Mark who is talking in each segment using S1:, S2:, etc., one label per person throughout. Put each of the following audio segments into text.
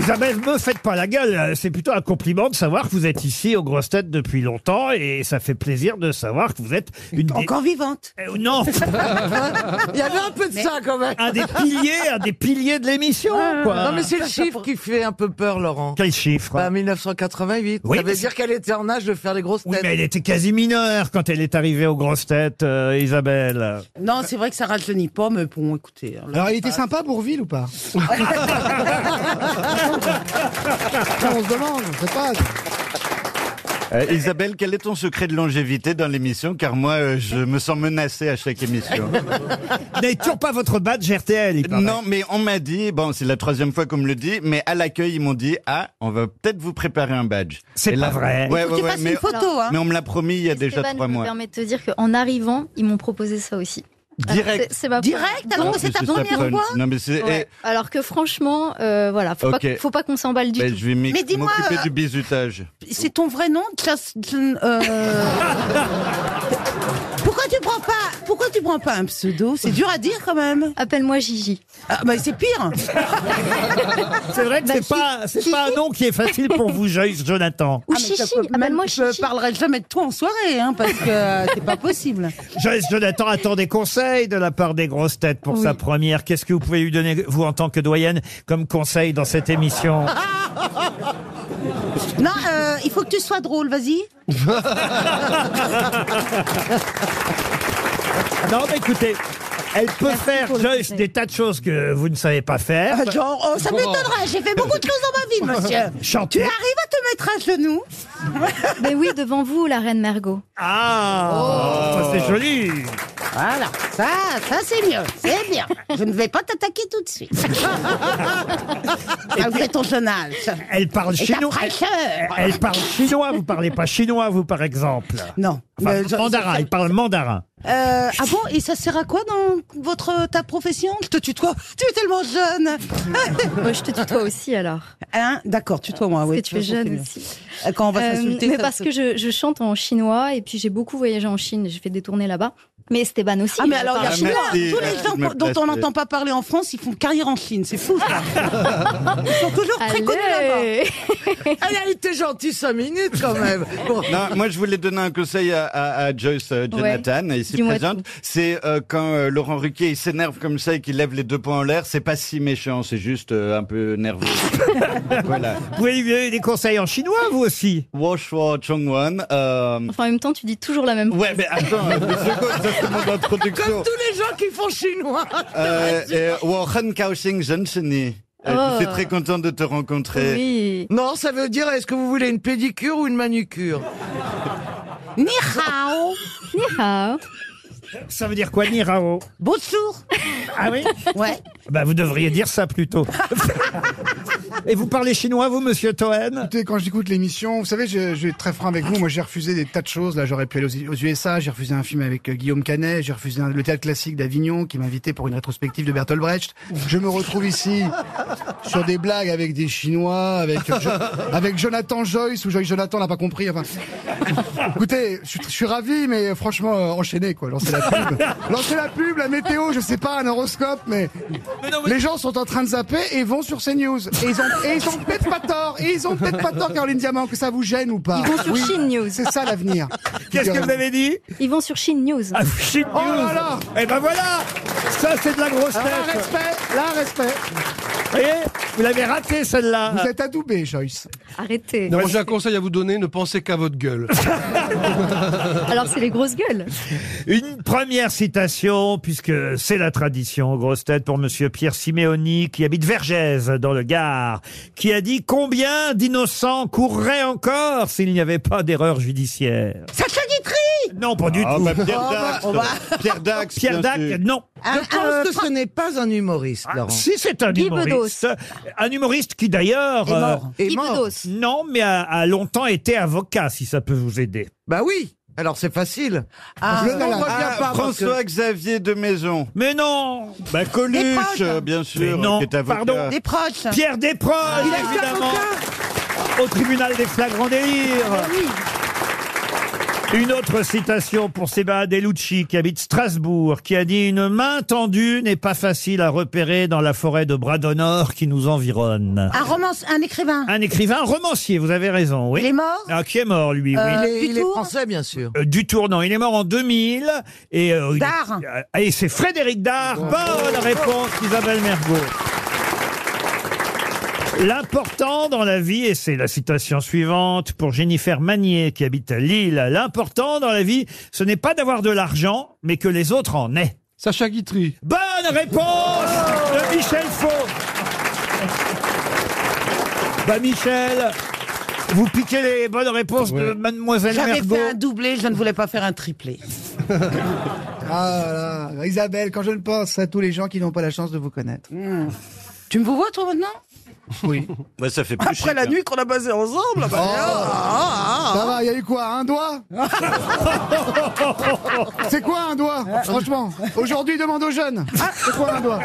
S1: Isabelle, me faites pas la gueule. C'est plutôt un compliment de savoir que vous êtes ici aux grosses têtes depuis longtemps et ça fait plaisir de savoir que vous êtes une des-
S2: Encore vivante.
S1: Euh, non,
S3: Il y avait un peu de ça quand même. Ah.
S1: un des piliers, un des piliers de l'émission. quoi.
S3: Non, mais c'est le chiffre qui fait un peu peur, Laurent.
S1: Quel chiffre
S3: Bah, 1988.
S1: Oui,
S3: ça
S1: mais
S3: veut
S1: c'est-
S3: dire qu'elle était en âge de faire les grosses
S1: Oui,
S3: têtes.
S1: mais elle était quasi mineure quand elle est arrivée aux grosses têtes, euh, Isabelle.
S2: Non, c'est vrai que ça rajeunit pas, mais bon, écoutez. hein, là-
S4: Alors, il était sympa, Bourville, ou pas
S2: Euh,
S4: Ça, On se demande, je sais pas.
S5: Euh, Isabelle, quel est ton secret de longévité dans l'émission Car moi, euh, je me sens menacé à chaque émission.
S1: Vous n'avez toujours pas votre badge RTL, il paraît.
S5: non, mais on m'a dit, bon, c'est la troisième fois qu'on me le dit, mais à l'accueil, ils m'ont dit, ah, on va peut-être vous préparer un badge.
S1: C'est
S5: Et
S1: pas
S5: là-
S1: vrai.
S5: Ouais,
S2: Faut que
S5: ouais,
S2: tu
S5: ouais,
S2: fasses
S5: mais,
S2: une photo, hein.
S5: mais on me l'a promis il y a déjà
S6: Esteban,
S5: trois
S6: je me
S5: mois.
S6: permets de te dire qu'en arrivant, ils m'ont proposé ça aussi.
S5: Direct.
S6: C'est- c'est ma
S2: Direct, alors que c'est ta
S5: Ah, parce que ça
S2: première
S5: prenne-
S2: fois
S5: Non, mais c'est. eh.
S6: Ouais. Alors que franchement, euh, voilà, faut,
S5: Ok.
S6: pas, faut pas qu'on s'emballe
S5: eh,
S6: du
S5: ben,
S6: tout.
S5: je vais
S2: Mais
S5: m'y-
S2: dis-moi,
S5: m'occuper
S2: euh,
S5: du bizutage.
S2: C'est ton vrai nom, Jas- Jan- euh, Pourquoi tu prends pas Pourquoi tu prends pas un pseudo C'est dur à dire quand même.
S6: Appelle-moi Gigi.
S2: Ah, bah, c'est pire. Bah,
S1: C'est vrai que c'est pas, c'est pas un nom qui est facile pour vous, Joyce Jonathan.
S6: Ou
S2: Ah, mais ça
S6: Chichi,
S2: peut- même
S6: appelle-moi
S2: Je
S6: Chichi.
S2: parlerai jamais de toi en soirée, hein, parce que c'est pas possible.
S1: Ah, Joyce Jonathan attend des conseils de la part des grosses têtes pour
S6: Oui.
S1: sa première. Qu'est-ce que vous pouvez lui donner, vous, en tant que doyenne, comme conseil dans cette émission
S2: Non, euh, il faut que tu sois drôle, vas-y.
S1: Non, mais écoutez, elle peut faire, Joyce, des tas de choses que vous ne savez pas faire.
S2: Ah, Genre, oh, ça m'étonnerait, j'ai fait beaucoup de choses dans ma vie, monsieur. Tu
S1: Chanter.
S2: arrives à te mettre à genoux
S6: Mais oui, devant vous, la reine Margot.
S7: Oh.
S1: Ah, ça, c'est joli.
S2: Voilà, ça, Ah, ça c'est mieux, c'est bien. Je ne vais pas t'attaquer tout de suite. Malgré ton jeune âge.
S1: Elle parle
S2: Et ta
S1: chinois. Elle,
S2: fraîcheur.
S1: elle parle chinois. Vous parlez pas chinois, vous, par exemple.
S2: Non.
S1: Enfin,
S2: mais je-
S1: mandarin. Elle parle mandarin.
S2: Euh, ah bon Et ça sert à quoi dans votre ta profession Je te tutoie. Tu es tellement jeune.
S6: Moi, je te tutoie aussi alors.
S2: Hein D'accord, tutoie-moi.
S6: Parce
S2: oui,
S6: que tu es jeune aussi.
S2: Quand on va
S6: Euh,
S2: s'insulter.
S6: mais
S2: ça-
S6: parce que je, je chante en chinois et puis j'ai beaucoup voyagé en Chine, j'ai fait des tournées là-bas. Mais Esteban aussi.
S2: Ah mais
S6: il
S2: alors, il y a
S6: parle.
S2: Chinois,
S5: merci,
S2: tous les
S5: merci
S2: gens
S5: de me
S2: dont on
S5: placer.
S2: n'entend pas parler en France, ils font carrière en Chine, c'est fou ça. Ils sont toujours très connus là-bas.
S6: Allez
S3: Elle a été gentille cinq minutes quand même. Bon.
S5: Non, moi je voulais donner un conseil à, à- à Joyce euh, Jonathan, ici
S6: Dis-moi
S5: présente. C'est euh, quand euh, Laurent Ruquier il s'énerve comme ça et qu'il lève les deux poings en l'air, c'est pas si méchant, c'est juste euh, un peu nerveux. voilà.
S1: Vous pouvez lui donner des conseils en chinois, vous aussi.
S5: Wash for Chongwan. Euh...
S6: Enfin, en même temps, tu dis toujours la même chose.
S5: Ouais, mais attends, euh, deux secondes, ça c'est mon
S3: Comme
S5: introduction.
S3: tous les gens qui font chinois.
S5: Euh, euh, Wohan Kaoxing Zhensheni. Euh, Je suis
S6: Oh.
S5: très content de te rencontrer.
S6: Oui.
S3: Non, ça veut dire est-ce que vous voulez une pédicure ou une manucure
S2: Ni hao,
S6: Ni hao.
S1: Ça veut dire quoi, ni hao
S2: bonjour.
S1: Ah oui
S2: Ouais.
S1: Bah, vous devriez dire ça plutôt. Et vous parlez chinois, vous, monsieur Toen
S4: Écoutez, quand j'écoute l'émission, vous savez, je, je vais être très franc avec vous. Moi, j'ai refusé des tas de choses. Là, j'aurais pu aller aux, aux USA. J'ai refusé un film avec euh, Guillaume Canet. J'ai refusé un- le théâtre classique d'Avignon qui m'invitait pour une rétrospective de Bertolt Brecht. Je me retrouve ici sur des blagues avec des Chinois, avec, euh, Jo- avec Jonathan Joyce ou Joyce Jonathan, on l'a pas compris. Enfin, écoutez, je suis- je suis ravi, mais franchement, euh, enchaînez, quoi. Lancez la pub. Lancez la pub, la météo, je sais pas, un horoscope, mais les gens sont en train de zapper et vont sur CNews. Et ils ont, et ils ont peut-être pas tort. Et ils ont peut-être pas tort, Caroline Diamant, que ça vous gêne ou pas.
S6: Ils vont sur
S4: Oui,
S6: Chine News.
S4: C'est ça l'avenir.
S1: Qu'est-ce que vous avez dit
S6: Ils vont sur Chine News.
S1: Ah, Chine
S4: Oh
S1: News.
S4: là là
S1: Eh ben voilà Ça, c'est de la grosse
S4: Alors là,
S1: tête.
S4: respect, là, respect.
S1: Vous voyez Vous l'avez raté, celle-là.
S4: Vous êtes adoubé, Joyce.
S6: Arrêtez.
S8: Non, moi, j'ai un conseil à vous donner, ne pensez qu'à votre gueule.
S6: Alors, c'est les grosses gueules.
S1: Une première citation, puisque c'est la tradition, grosse tête, pour monsieur Pierre Siméoni, qui habite Vergèse, dans le Gard, qui a dit combien d'innocents courraient encore s'il n'y avait pas d'erreur judiciaire.
S2: Sacha Guitry
S1: Non, pas du
S5: Ah,
S1: tout.
S5: bah, Pierre Dax.
S3: on va-
S5: Pierre Dax. bien
S1: Pierre Dac,
S5: sûr.
S1: non.
S3: Je pense que ce n'est pas un humoriste, Laurent.
S1: Si c'est un
S6: Guy
S1: humoriste, un humoriste qui d'ailleurs,
S2: Est mort.
S3: Et
S6: Guy
S3: mort.
S6: Bedos.
S1: euh, non, mais a, a longtemps été avocat, si ça peut vous aider.
S3: Bah oui. Alors c'est facile.
S4: Le
S3: on
S4: Nala.
S3: revient
S5: Ah,
S3: pas parce que-
S5: François-Xavier de Maison.
S1: Mais non,
S5: Bah,
S2: Des
S5: Coluche,
S2: proches.
S5: euh, bien sûr,
S1: Mais non,
S5: qui est avocat.
S1: pardon.
S2: Des proches.
S1: Pierre Desproges,
S3: Il a été
S1: évidemment,
S3: avocat.
S1: au tribunal des flagrants délires. Une autre citation pour Seba Delucci, qui habite Strasbourg, qui a dit Une main tendue n'est pas facile à repérer dans la forêt de Bras-d'Honneur qui nous environne.
S2: Un romance, un écrivain.
S1: Un écrivain romancier, vous avez raison, oui.
S2: Il est mort
S1: Ah, qui est mort, lui, oui.
S2: Euh,
S3: Il est, il est
S2: Dutour
S3: français, bien sûr.
S1: Euh, du tournant. Il est mort en 2000 et euh, il est-
S2: Dard.
S1: Euh, et c'est Frédéric Dard. Bonne réponse Isabelle Mergot. L'important dans la vie, et c'est la citation suivante pour Jennifer Magnier qui habite à Lille, l'important dans la vie, ce n'est pas d'avoir de l'argent, mais que les autres en aient.
S8: Sacha Guitry.
S1: Bonne réponse de Michel Faux. Bah Michel, vous piquez les bonnes réponses de Mademoiselle
S2: J'avais
S1: Mergot.
S2: fait un doublé, je ne voulais pas faire un triplé.
S4: Ah, là là. Isabelle, quand je ne pense à tous les gens qui n'ont pas la chance de vous connaître.
S2: Hmm. Tu me vois, toi, maintenant
S4: Oui.
S5: Bah, ça fait plus
S3: Après
S5: chic,
S3: la
S5: hein.
S3: nuit qu'on a basé ensemble, bah,
S9: Oh.
S3: ah, ah,
S4: Ça va, il y a eu quoi Un doigt C'est quoi un doigt Franchement, aujourd'hui, demande aux jeunes. C'est quoi un doigt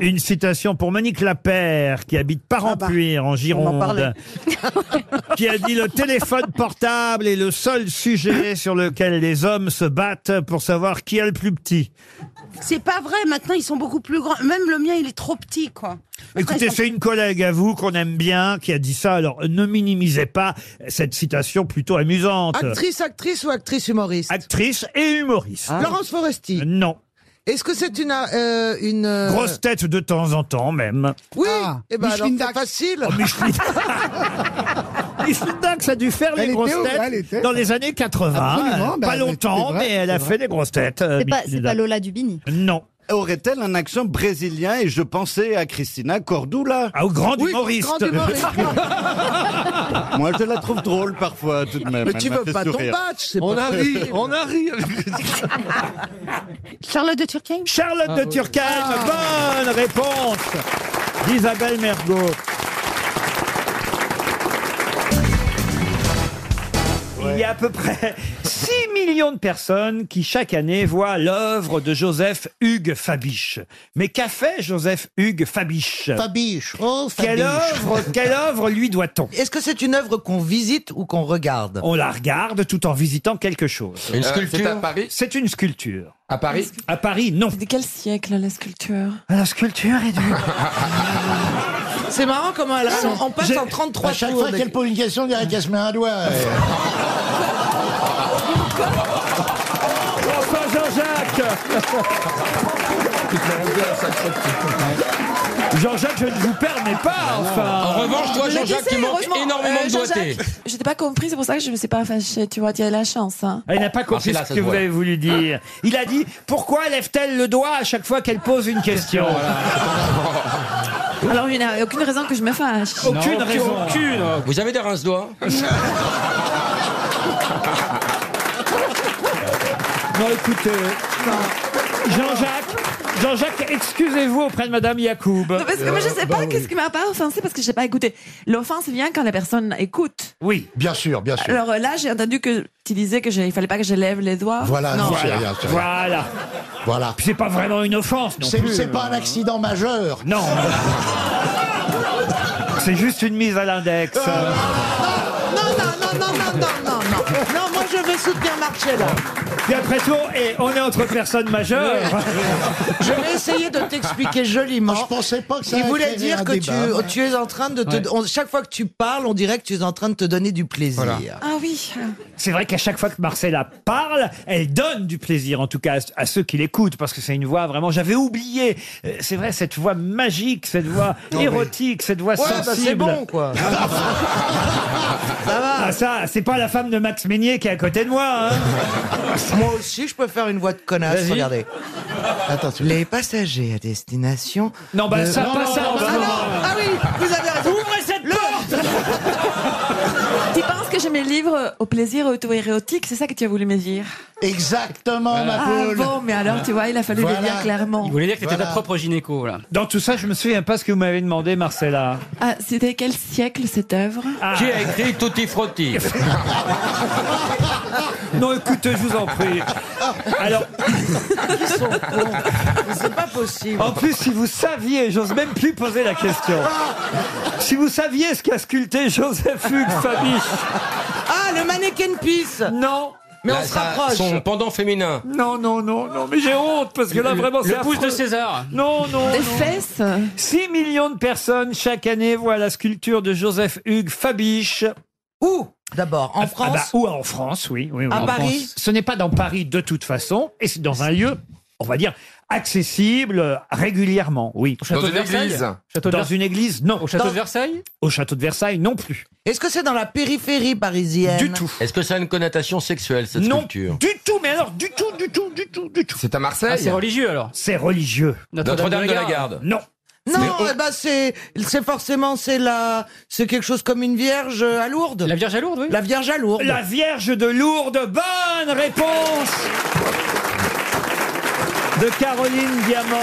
S1: Une citation pour Monique Lapère, qui
S4: Ah
S1: habite
S4: bah,
S1: Parampuire, en Gironde,
S2: parlait.
S1: qui a dit « Le téléphone portable est le seul sujet sur lequel les hommes se battent pour savoir qui est le plus petit.
S2: C'est pas vrai, maintenant ils sont beaucoup plus grands. Même le mien, il est trop petit, quoi. »
S1: Écoutez,
S2: Après,
S1: c'est une collègue à vous qu'on aime bien, qui a dit ça, alors ne minimisez pas cette citation plutôt amusante.
S3: ah. Actrice, actrice ou actrice humoriste Ah.
S1: Actrice et humoriste. Euh,
S3: Laurence Foresti.
S1: Non.
S3: Est-ce que c'est une... euh, une euh,
S1: Grosse tête de temps en temps, même.
S3: Oui,
S4: Ah,
S3: et ben alors
S4: Micheline
S3: c'est
S4: Dac.
S3: facile.
S1: Oh, Micheline Micheline Dac, ça a dû faire
S4: Elle
S1: les
S4: était
S1: grosses
S4: au-
S1: têtes
S4: elle était-
S1: dans les années 80.
S4: Absolument,
S1: euh,
S4: bah,
S1: pas
S4: elle
S1: longtemps,
S4: était vraie,
S1: mais elle a
S4: c'est
S1: fait des grosses têtes. euh,
S6: C'est pas,
S1: Micheline
S6: c'est pas
S1: Dac.
S6: Lola Dubini.
S1: Non.
S5: Aurait-elle un accent brésilien Et je pensais à Christina Cordula.
S1: Ah, au grand
S3: Oui,
S1: humoriste.
S3: grand humoriste.
S5: Moi, je la trouve drôle parfois, tout de même.
S3: Mais
S5: Elle
S3: tu
S5: m'a
S3: veux
S5: fait
S3: pas ton
S5: sourire.
S3: patch, c'est
S8: On
S3: pas-
S8: arrive, on arrive.
S2: Charlotte de Turckheim
S1: Charlotte
S10: Ah
S11: Ah,
S1: de Turckheim, bonne réponse d'Isabelle Mergot. Il y a à peu près 6 millions de personnes qui chaque année voient l'œuvre de Joseph Hugues Fabiche. Mais qu'a fait Joseph Hugues Fabiche
S12: Fabiche, oh
S1: Quelle œuvre, quelle œuvre lui doit-on Oh
S3: Est-ce que c'est une œuvre qu'on visite ou qu'on regarde
S1: On la regarde tout en visitant quelque chose.
S11: Une sculpture Euh, C'est à Paris
S1: C'est une sculpture.
S11: À Paris
S1: À Paris, non. Ah,
S13: De quel siècle la sculpture
S1: La sculpture est du...
S3: C'est marrant comment
S1: Ah,
S3: elle on passe en 33
S12: À chaque
S3: tours
S12: fois
S3: de-
S12: qu'elle pose une question, on dirait qu'elle se met un doigt.
S1: Ah,
S12: euh.
S1: Enfin, Jean-Jacques Jean-Jacques, je ne vous permets pas,
S11: Ah. En
S1: enfin
S11: revanche, toi,
S13: Je le
S11: Jean-Jacques,
S13: disais,
S11: tu manques
S13: heureusement.
S11: énormément
S13: Euh,
S11: de doigté.
S13: Jean-Jacques, Je t'ai pas compris, c'est pour ça que je ne me suis pas fâchée. Tu vois, tu as eu la chance. hein.
S1: Elle n'a pas
S11: Ah, c'est
S1: compris
S11: là,
S1: ce
S11: ça
S1: que
S11: se
S1: vous
S11: voit.
S1: avez voulu dire. Il a dit Pourquoi lève-t-elle le doigt à chaque fois qu'elle pose une question
S13: Alors, il n'y a aucune raison que je me fâche.
S1: Ah. Aucune raison.
S11: Vous avez des rince-doigts
S1: Non, écoutez. Jean-Jacques, Jean-Jacques, excusez-vous auprès de Madame Yacoub.
S13: Non, parce que moi, je
S11: Euh,
S13: ne sais
S11: Bah,
S13: pas qu'est-ce qui m'a pas offensé parce que je n'ai pas écouté. L'offense vient quand la personne écoute.
S1: Oui.
S12: Bien sûr, bien sûr.
S13: Alors euh, là, j'ai entendu que tu disais que je- il fallait pas que je lève les doigts.
S12: Voilà, non, c'est
S1: Voilà.
S12: rien, c'est rien.
S1: Voilà.
S12: Voilà.
S1: C'est pas vraiment une offense, non
S12: C'est
S1: plus.
S12: c'est pas un accident majeur.
S1: Non. C'est juste une mise à l'index.
S3: Euh, Non, non, non, non, non, non, non, non. Non, moi je vais soutenir Marcella.
S1: Puis après tout, et on est entre personnes majeures.
S3: Je vais essayer de t'expliquer
S12: Ah, Je
S3: joliment.
S12: pensais pas que ça
S3: Il voulait
S12: allait créer
S3: dire
S12: un
S3: que tu,
S12: débat.
S3: tu es en train de te. on- chaque fois que tu parles, on dirait que tu es en train de te donner du plaisir.
S13: Ah oui.
S1: C'est vrai qu'à chaque fois que Marcella parle, elle donne du plaisir, en tout cas à ceux qui l'écoutent, parce que c'est une voix vraiment. J'avais oublié. euh, C'est vrai cette voix magique, cette voix érotique, cette voix
S3: Ouais, bah, c'est
S1: sensible.
S3: bon, quoi.
S1: Ah ça, c'est pas la femme de Max Meignier qui est à côté de moi. hein.
S3: Moi aussi, je peux faire une voix de connasse, regardez.
S12: Attention.
S3: Les passagers à destination.
S1: Non, bah ça, pas ça. en ce
S3: Ah non
S1: moment.
S3: Ah oui, vous avez raison. Ouvrez cette porte
S13: Tu penses que je me livre au plaisir auto-érotique C'est ça que tu as voulu me dire
S12: Exactement, Oh, ma
S13: Ah
S12: poule.
S13: bon, mais alors tu vois, il a fallu le
S12: Voilà.
S13: dire clairement.
S11: Il voulait dire que t'étais
S12: Voilà.
S11: ta propre gynéco, là.
S1: Dans tout ça, je me souviens pas ce que vous m'avez demandé, Marcella. Ah.
S13: Ah, c'était quel siècle cette œuvre
S11: Qui a écrit Tutti Frotti
S1: Non, écoutez, je vous en prie. Alors,
S3: C'est pas possible.
S1: en plus, si vous saviez, j'ose même plus poser la question. Si vous saviez ce qu'a sculpté Joseph Hugues Fabiche,
S3: Ah, le mannequin piece.
S1: non.
S3: Mais on
S11: Là,
S3: se
S11: Bah, ça-
S3: rapproche.
S11: Son pendant féminin.
S1: Non, non, non, non, mais j'ai honte parce que là vraiment c'est
S11: Le pouce
S1: affreux.
S11: de César.
S1: Non, non.
S13: Des
S1: non.
S13: fesses
S1: 6 millions de personnes chaque année voient la sculpture de Joseph Hugues Fabiche.
S3: Où D'abord, en France.
S1: Ah bah, ou en France, oui. oui, oui.
S3: À
S1: En
S3: Paris
S1: France. Ce n'est pas dans Paris de toute façon, et c'est dans un lieu, on va dire, accessible euh, régulièrement, oui.
S11: Dans une église.
S1: Château dans une église, non. Au château,
S3: de
S11: Versailles
S1: au château de Versailles, non plus.
S3: Est-ce que c'est dans la périphérie parisienne
S1: Du tout.
S11: Est-ce que ça a une connotation sexuelle, cette
S1: Non,
S11: sculpture
S1: du tout, mais alors, du tout, du tout, du tout, du tout.
S8: C'est à Marseille. c'est religieux alors.
S1: Ah, C'est religieux.
S11: Notre-Dame de la Garde.
S1: Non.
S3: Non, eh ben c'est c'est forcément c'est la c'est quelque chose comme une vierge à Lourdes. La,
S11: Vierge à Lourdes, oui.
S3: Vierge à Lourdes.
S1: La Vierge de Lourdes, bonne réponse de Caroline Diamant.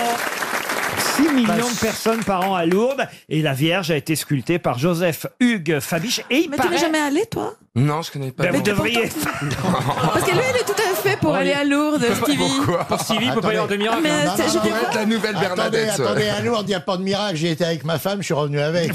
S1: 6 millions de personnes par an à Lourdes et la Vierge a été sculptée par Joseph Hugues Fabiche et il
S13: Mais tu
S1: paraît
S13: n'es jamais allé, toi
S8: Non, je connais pas.
S1: Ben, vous
S8: non.
S1: devriez
S13: Parce que lui, il est tout à fait pour aller à Lourdes, Stevie.
S11: Pour Stevie, il peut pas y avoir de miracle.
S1: hein.
S13: Mais
S12: Non, non,
S13: c'est- je
S12: non,
S13: dis
S12: non,
S13: quoi
S8: la nouvelle
S12: Attendez,
S8: Bernadette.
S12: attendez, à Lourdes, il n'y a pas de miracle. J'ai été avec ma femme, je suis revenu avec.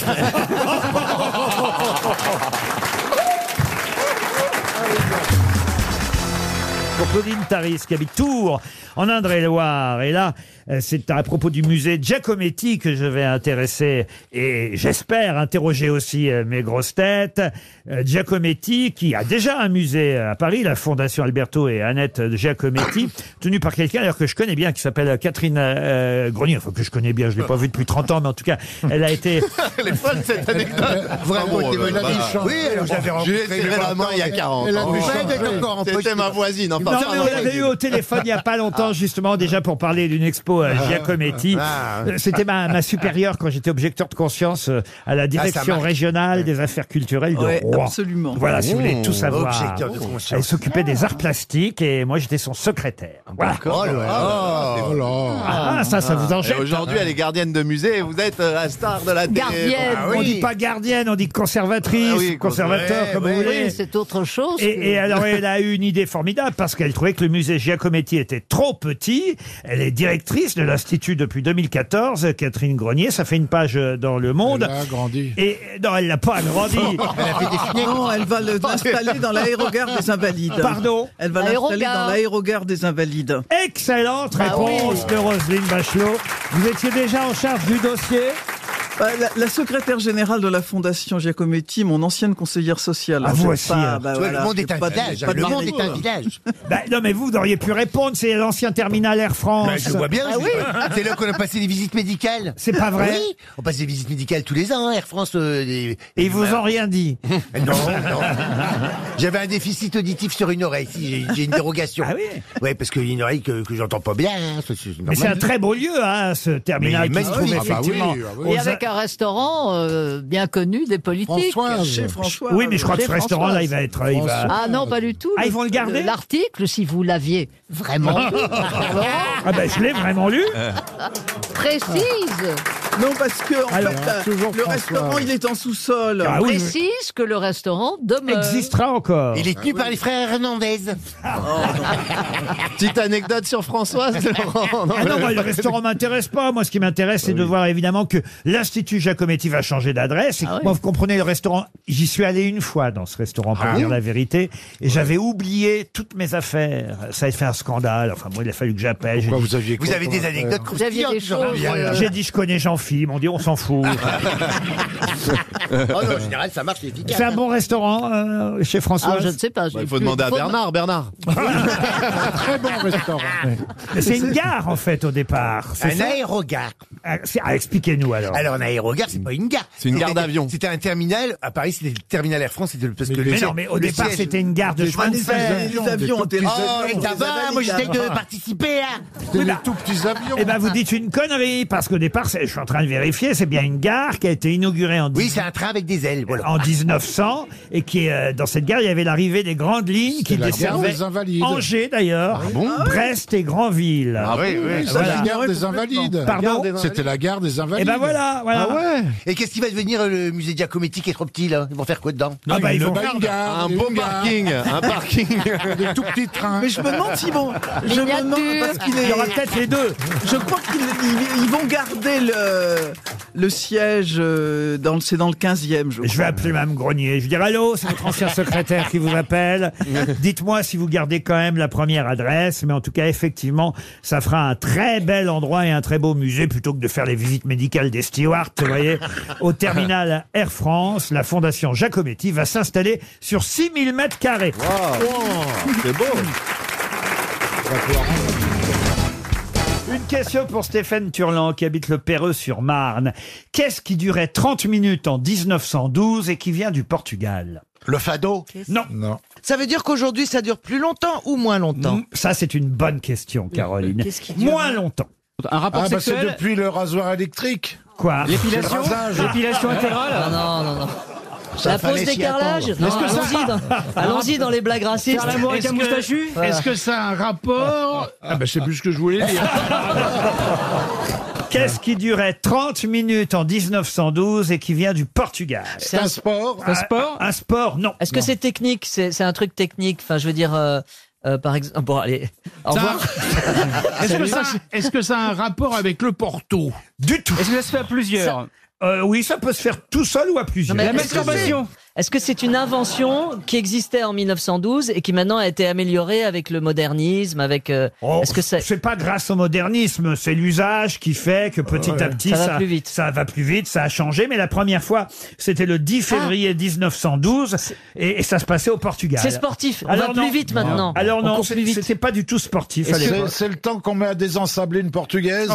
S1: pour Pauline Taris qui habite Tours en Indre-et-Loire. Et là, euh, c'est à propos du musée Giacometti que je vais intéresser et j'espère interroger aussi euh, mes grosses têtes. Euh, Giacometti qui a déjà un musée à Paris, la Fondation Alberto et Annette Giacometti, tenue par quelqu'un alors que je connais bien qui s'appelle Catherine euh, Grenier, enfin que je connais bien, je l'ai pas vue depuis 30 ans mais en tout cas, elle a été
S5: Elle est folle cette anecdote.
S4: Vraiment,
S5: Ah bon,
S4: t'es
S5: euh,
S4: bonne
S5: bah,
S4: amie, Chantal.
S5: Oui, elle-
S4: Je l'avais rencontrée
S5: serré
S4: il y a
S5: la
S4: 20
S5: main
S4: ans,
S5: il y a
S4: elle-
S5: 40
S4: elle
S5: ans.
S4: avait
S5: Oh,
S4: changé de corps en
S5: C'était
S4: poche.
S5: ma voisine. en
S1: Non,
S5: partant
S1: mais
S5: à
S1: on
S5: la
S1: l'avait eu au téléphone il n'y a pas longtemps, justement, déjà pour parler d'une expo à Giacometti. Euh, C'était ma, ma supérieure quand j'étais objecteur de conscience euh, à la direction
S8: marque.
S1: régionale des affaires culturelles de
S3: Ouais,
S1: Rouen.
S3: absolument.
S1: Voilà, si vous voulez tout savoir.
S12: Objecteur de conscience.
S1: Elle s'occupait des arts plastiques et moi j'étais son secrétaire. Voilà.
S12: Oh là
S4: Ah,
S12: là. Oh là.
S1: Ah, ça, ça vous
S5: Et
S1: enchaîne.
S5: aujourd'hui, elle est gardienne de musée et vous êtes euh, la star de la télé.
S6: Gardienne.
S5: Ah
S1: On
S5: oui.
S1: dit pas gardienne, on dit conservatrice,
S5: Ah oui,
S1: conservateur,
S5: ouais,
S1: comme vous
S5: ouais.
S1: voulez.
S2: c'est autre chose.
S1: Et, et alors, elle a eu une idée formidable parce qu'elle trouvait que le musée Giacometti était trop petit. Elle est directrice de l'Institut depuis 2014, Catherine Grenier. Ça fait une page euh, dans Le Monde.
S12: a grandi.
S1: Et non, elle l'a pas agrandi.
S3: Non, elle va le- l'installer dans l'aérogare des Invalides.
S1: Pardon.
S3: Elle va l'installer
S6: L'aérogare.
S3: dans l'aérogare des Invalides.
S1: Excellente
S6: Bah oui.
S1: réponse de Roselyne Bachelot. Vous étiez déjà en charge du dossier.
S3: Euh, La, la secrétaire générale de la Fondation Giacometti, mon ancienne conseillère sociale.
S1: Ah,
S3: Je
S1: vous
S3: sais
S1: aussi, hein.
S3: bah
S4: Tu vois,
S3: voilà,
S4: le monde
S3: j'ai
S4: est un
S3: pas de-
S4: village.
S3: pas de
S4: le monde
S3: mérite.
S4: est un village.
S1: Bah, non, mais vous n'auriez pu répondre. C'est l'ancien terminal Air
S4: Bah,
S1: France.
S4: je vois
S3: Ah
S4: bien. je- C'est là qu'on a passé des visites médicales.
S1: C'est pas vrai.
S4: Oui, on passe des visites médicales tous les ans. hein, Air France. euh, des-
S1: Et ils vous ont rien dit.
S4: Non, non. J'avais un déficit auditif sur une oreille. Si, j'ai- j'ai une dérogation.
S1: Ah oui.
S4: Ouais, parce que une oreille que, que j'entends pas bien. hein, ça, c'est normal.
S1: Mais c'est un très beau lieu, hein, ce terminal
S4: Mais il est
S1: qui se
S4: magnifique.
S1: trouve
S4: Ah bah oui,
S1: effectivement.
S4: ah
S1: aux-
S14: Et avec un restaurant euh, bien connu des politiques.
S3: Chez François.
S1: Oui, mais je crois que ce
S14: Françoise.
S1: restaurant-là, il va être. euh, il va-
S14: Ah non, pas du tout.
S1: Ah,
S14: Le-
S1: ils vont le garder
S14: L'article, si vous l'aviez vraiment lu, Laurent,
S1: Ah ben je l'ai vraiment lu.
S4: Euh.
S14: précise,
S3: Non, parce que en
S1: Alors,
S3: fait, la-
S4: toujours
S3: le
S4: François.
S3: restaurant, il est en sous-sol.
S1: Ah oui, oui.
S14: précise que le restaurant demeure.
S1: existera encore.
S4: Il est tenu par les frères Hernandez.
S5: Petite anecdote sur Françoise, Laurent.
S1: Ah non, moi, le restaurant m'intéresse pas. Moi, ce qui m'intéresse, c'est de voir évidemment que l'Institut Giacometti va changer d'adresse. Et que Moi, vous comprenez, le restaurant, j'y suis allé une fois dans ce restaurant,
S4: Ah
S1: pour dire la vérité, et j'avais oublié toutes mes affaires. Ça a fait un scandale. Enfin, moi, il a fallu que j'appelle. J'ai dit-
S4: Vous avez des anecdotes
S14: Vous aviez des choses. euh,
S1: J'ai dit, je connais Jean-Phil. Ils m'ont dit, on s'en fout.
S4: Oh non, en général, ça marche, c'est efficace.
S1: C'est un bon restaurant euh, chez
S14: ah,
S1: François.
S14: je ne sais pas. j'ai
S5: Il faut
S14: plus-
S5: demander à
S14: faut-
S5: Bernard, Bernard.
S1: C'est une gare, en fait, au départ. C'est
S4: Un
S1: ça
S4: aérogare.
S1: Ah, c'est- ah, Expliquez-nous alors.
S8: Alors, un aérogare, c'est pas une gare.
S1: C'est une gare
S8: C'était-
S1: d'avion.
S8: C'était un terminal. À Paris, c'était le terminal Air France. C'était le, parce que
S1: mais
S8: le
S1: non, mais au départ, c'était une gare de chemin
S8: chemin
S1: de fer.
S8: Les avions,
S1: Des
S8: oh,
S1: avions,
S8: ça
S1: des
S8: va, moi j'essaye
S7: Ah.
S8: de
S1: avions.
S8: participer là.
S1: tout petits avions. Eh ben, vous dites une connerie, parce qu'au départ, c'est- je suis en train de vérifier, c'est bien une gare qui a été inaugurée en. Oui, c'est un train avec des ailes, En 1900, et qui, euh, dans cette gare, il y avait l'arrivée des grandes lignes qui
S4: la gare
S1: desservaient
S4: des Invalides.
S1: Angers, d'ailleurs, Brest et Grandville.
S4: Ah oui, oui, c'est la gare des Invalides.
S8: Pardon Eh
S4: C'était la gare
S1: Eh ben,
S4: des Invalides.
S8: ben
S4: Ah ouais
S8: Et qu'est-ce qui va devenir euh, le musée Giacometti qui est trop petit là Ils vont faire quoi dedans
S4: Ah bah, ils vont faire un beau parking, un parking. Des tout petits trains.
S15: Mais je me demande si bon. Je me demande parce qu'il est.
S1: Il y aura peut-être les deux.
S15: Je crois qu'ils ils- ils vont garder le, le siège. euh, Dans, le- c'est dans le 15e. Je,
S1: vais appeler Mme Grenier. Je vais dire Allô, c'est votre ancien secrétaire qui vous appelle. Dites-moi si vous gardez quand même la première adresse. Mais en tout cas, effectivement, ça fera un très bel endroit et un très beau musée plutôt que de faire les visites médicales des stewards. Vous voyez, au terminal Air France, la fondation Giacometti va s'installer sur 6000 mètres carrés. Oh.
S4: C'est beau.
S1: Une question pour Stéphane Turlan qui habite le Perreux sur Marne. Qu'est-ce qui durait 30 minutes en 1912 et qui vient du Portugal Le fado Non. non.
S3: Ça veut dire qu'aujourd'hui, ça dure plus longtemps ou moins longtemps
S1: Mm, Ça, c'est une bonne question, Caroline.
S3: Qu'est-ce qui dure
S1: Moins longtemps. Un
S4: ah, Bah, c'est depuis le rasoir électrique.
S1: Quoi
S4: C'est le rasage.
S1: Ah,
S14: Non, Ah, non, non. non.
S4: Ça
S14: la pose
S4: fallait
S14: des
S4: s'y
S14: carrelages
S4: attendre.
S14: Non,
S4: Est-ce que ça-
S14: Allons-y dans, allons-y dans les blagues racistes.
S4: Est-ce que- Est-ce que ça a un rapport Ah bah, je sais plus ce que je voulais dire.
S1: Qu'est-ce qui durait 30 minutes en 1912 et qui vient du Portugal
S14: C'est un sport C'est un sport
S1: Un sport, non.
S14: Est-ce que c'est technique C'est c'est un truc technique. Enfin, je veux dire, euh, euh, par exemple. Bon, allez. Au
S4: Ça-
S14: revoir.
S4: Est-ce que,
S14: Salut.
S4: ça, est-ce que ça a un rapport avec le Porto
S1: Du tout.
S4: Est-ce que ça se fait à plusieurs
S1: Euh, oui, ça peut se faire tout seul ou à
S14: Non,
S1: plusieurs.
S14: mais est-ce que c'est- Est-ce que c'est une invention qui existait en 1912 et qui maintenant a été améliorée avec le modernisme, avec euh,
S9: Oh.
S1: Est-ce que Oh, c'est pas grâce au modernisme, c'est l'usage qui fait que petit
S14: Ouais.
S1: à petit
S14: Ça va plus
S1: vite. ça va plus vite, ça a changé. Mais la première fois, c'était le 10
S14: Ah.
S1: février 1912 et, et ça se passait au Portugal.
S14: C'est sportif, on va plus vite maintenant.
S1: Alors
S14: On
S1: non,
S14: court
S1: c'est-
S14: plus vite.
S1: c'était pas du tout sportif à
S4: C'est
S1: l'époque.
S4: c'est le temps qu'on met à désensabler une portugaise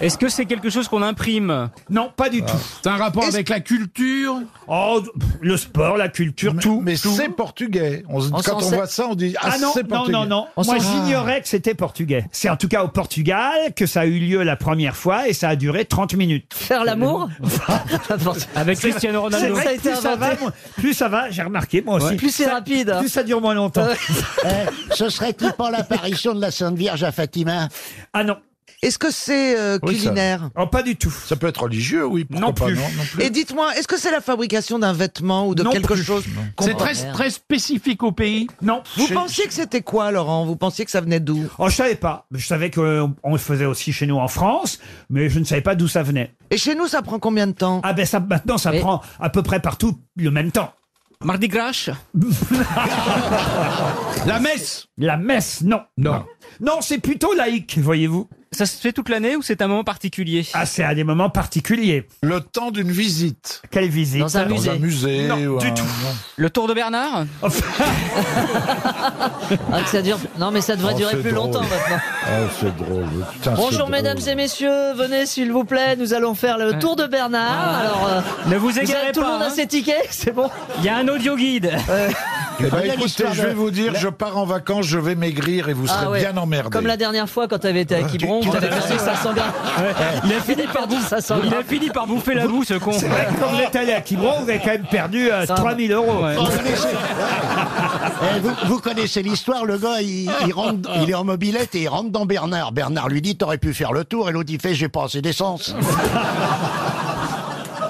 S9: Est-ce que c'est quelque chose qu'on imprime
S1: Non, pas du tout.
S4: Ah. C'est un rapport avec la culture
S1: Oh, pff, le sport, la culture, tout.
S4: Mais c'est portugais. On se-
S1: On
S4: quand
S1: s'en
S4: on
S1: sait-
S4: voit ça, on dit
S1: Ah,
S4: Ah,
S1: non,
S4: c'est
S1: non,
S4: portugais.
S1: non, non. Moi, j'ignorais que c'était portugais. C'est en tout cas au Portugal que ça a eu lieu la première fois et ça a duré 30 minutes.
S14: Faire l'amour
S1: Avec
S9: Cristiano Ronaldo.
S1: C'est vrai
S14: Ça a
S1: que
S14: été
S1: plus ça va,
S14: inventé.
S1: moins- plus ça va, j'ai remarqué, moi aussi.
S14: Ouais. Plus c'est
S1: Ça-
S4: hein.
S14: rapide.
S1: Plus ça dure moins longtemps.
S8: Eh, Ce serait typant l'apparition de la Sainte Vierge à Fatima
S1: Ah non.
S3: Est-ce que c'est euh,
S8: Oui, ça-
S3: culinaire
S1: Oh, pas du tout.
S4: Ça peut être religieux, oui. pourquoi pas, Non non plus.
S3: Et dites-moi, est-ce que c'est la fabrication d'un vêtement ou de quelque chose qu'on-
S4: C'est très, très spécifique au pays
S1: Non.
S3: Vous pensiez que c'était quoi, Laurent Vous pensiez que ça venait d'où
S1: Oh, je savais pas. Je savais qu'on on le faisait aussi chez nous en France, mais je ne savais pas d'où ça venait.
S3: Et chez nous, ça prend combien de temps
S1: Ah ben ça, maintenant, ça prend à peu près partout le même temps.
S9: Mardi Gras
S4: La messe
S1: La messe, non. Non. Non, c'est plutôt laïque, voyez-vous.
S9: Ça se fait toute l'année ou c'est un moment particulier
S1: Ah, c'est à des moments particuliers.
S4: Le temps d'une visite.
S1: Quelle visite
S9: Dans un musée.
S4: musée,
S9: Non,
S4: ou
S9: du
S4: un-
S9: tout. Le tour de Bernard
S14: Ah, que ça dure. Non, mais ça devrait
S4: Oh,
S14: durer
S4: c'est
S14: plus
S4: drôle.
S14: longtemps maintenant.
S4: Ah, c'est drôle. Putain, c'est
S14: Bonjour
S4: drôle.
S14: mesdames et messieurs, venez s'il vous plaît, nous allons faire le tour de Bernard. Alors, euh,
S9: Ah. Ne vous
S14: avez-
S9: égarez
S14: Tout le
S9: pas,
S14: monde a
S9: hein.
S14: ses tickets, c'est bon.
S9: Il y a un audio guide.
S4: Eh ben,
S14: Combien
S4: écoutez,
S14: l'histoire
S4: je
S14: de-
S4: vais vous dire, je pars en vacances, je vais maigrir et vous serez
S14: Ah ouais.
S4: bien emmerdés.
S14: Comme la dernière fois quand t'avais été
S1: Ah,
S14: à Quiberon,
S4: tu
S14: on avait
S4: t'avais
S14: perdu
S4: fait-
S14: 500 grammes.
S9: Il a fini par bouffer
S14: Ça sent
S9: Il a
S14: grave.
S9: fini par bouffer la boue, ce con.
S1: C'est vrai que quand vous êtes allé à Quiberon, vous avez quand même perdu euh, 3000 euros.
S9: Oh,
S8: Vous connaissez- Eh, vous, vous connaissez l'histoire, le gars, il, il rentre-
S4: Ah.
S8: il est en mobilette et il rentre dans Bernard. Bernard lui dit, t'aurais pu faire le tour, et l'autre il fait, j'ai pas assez d'essence.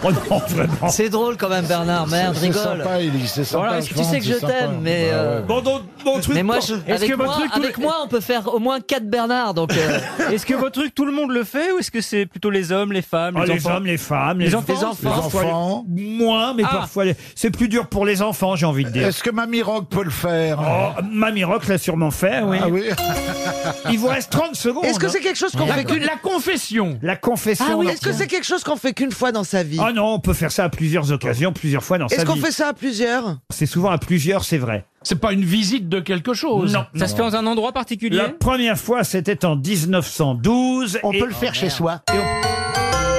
S1: Oh non, vraiment.
S14: C'est drôle quand même Bernard, merde,
S4: C'est
S14: rigole.
S4: sympa, Élie, c'est sympa.
S14: Voilà,
S4: je
S14: tu sais
S4: pense,
S14: que
S4: c'est
S14: je
S4: sympa.
S14: t'aime, mais.
S4: Bah ouais.
S14: euh,
S1: Bon, donc, mon truc.
S14: Mais moi,
S1: bon.
S14: je-
S1: Est-ce
S14: avec,
S1: que votre
S14: moi,
S1: truc, tout
S14: avec moi, on peut faire au moins 4 Bernard. Donc, euh,
S9: Est-ce que votre truc, tout le monde le fait ou est-ce que c'est plutôt les hommes, les femmes,
S1: Oh,
S9: les,
S1: les
S9: enfants
S1: hommes, les femmes,
S9: les, enfants,
S1: parfois les- moins, mais
S9: Ah.
S1: parfois les- c'est plus dur pour les enfants, j'ai envie de dire.
S4: Est-ce que Mamie Rock peut le faire
S1: Oh, Mamie Rock l'a sûrement fait, oui.
S4: Ah oui
S1: Il vous reste 30 secondes. hein.
S12: hein.
S3: Est-ce que c'est quelque chose qu'on
S1: La-
S3: fait qu'une Ah
S1: La confession. La confession.
S12: Ah
S3: Est-ce que c'est quelque chose qu'on fait qu'une fois dans sa vie
S1: Oh non, on peut faire ça à plusieurs occasions, plusieurs fois dans sa
S3: Est-ce qu'on
S1: vie.
S3: fait ça à plusieurs
S1: C'est souvent à plusieurs, c'est vrai.
S12: C'est pas une visite de quelque chose.
S1: Non.
S12: Ça se fait
S1: dans un endroit particulier La première fois, c'était en 1912. On peut le faire chez soi. Oh,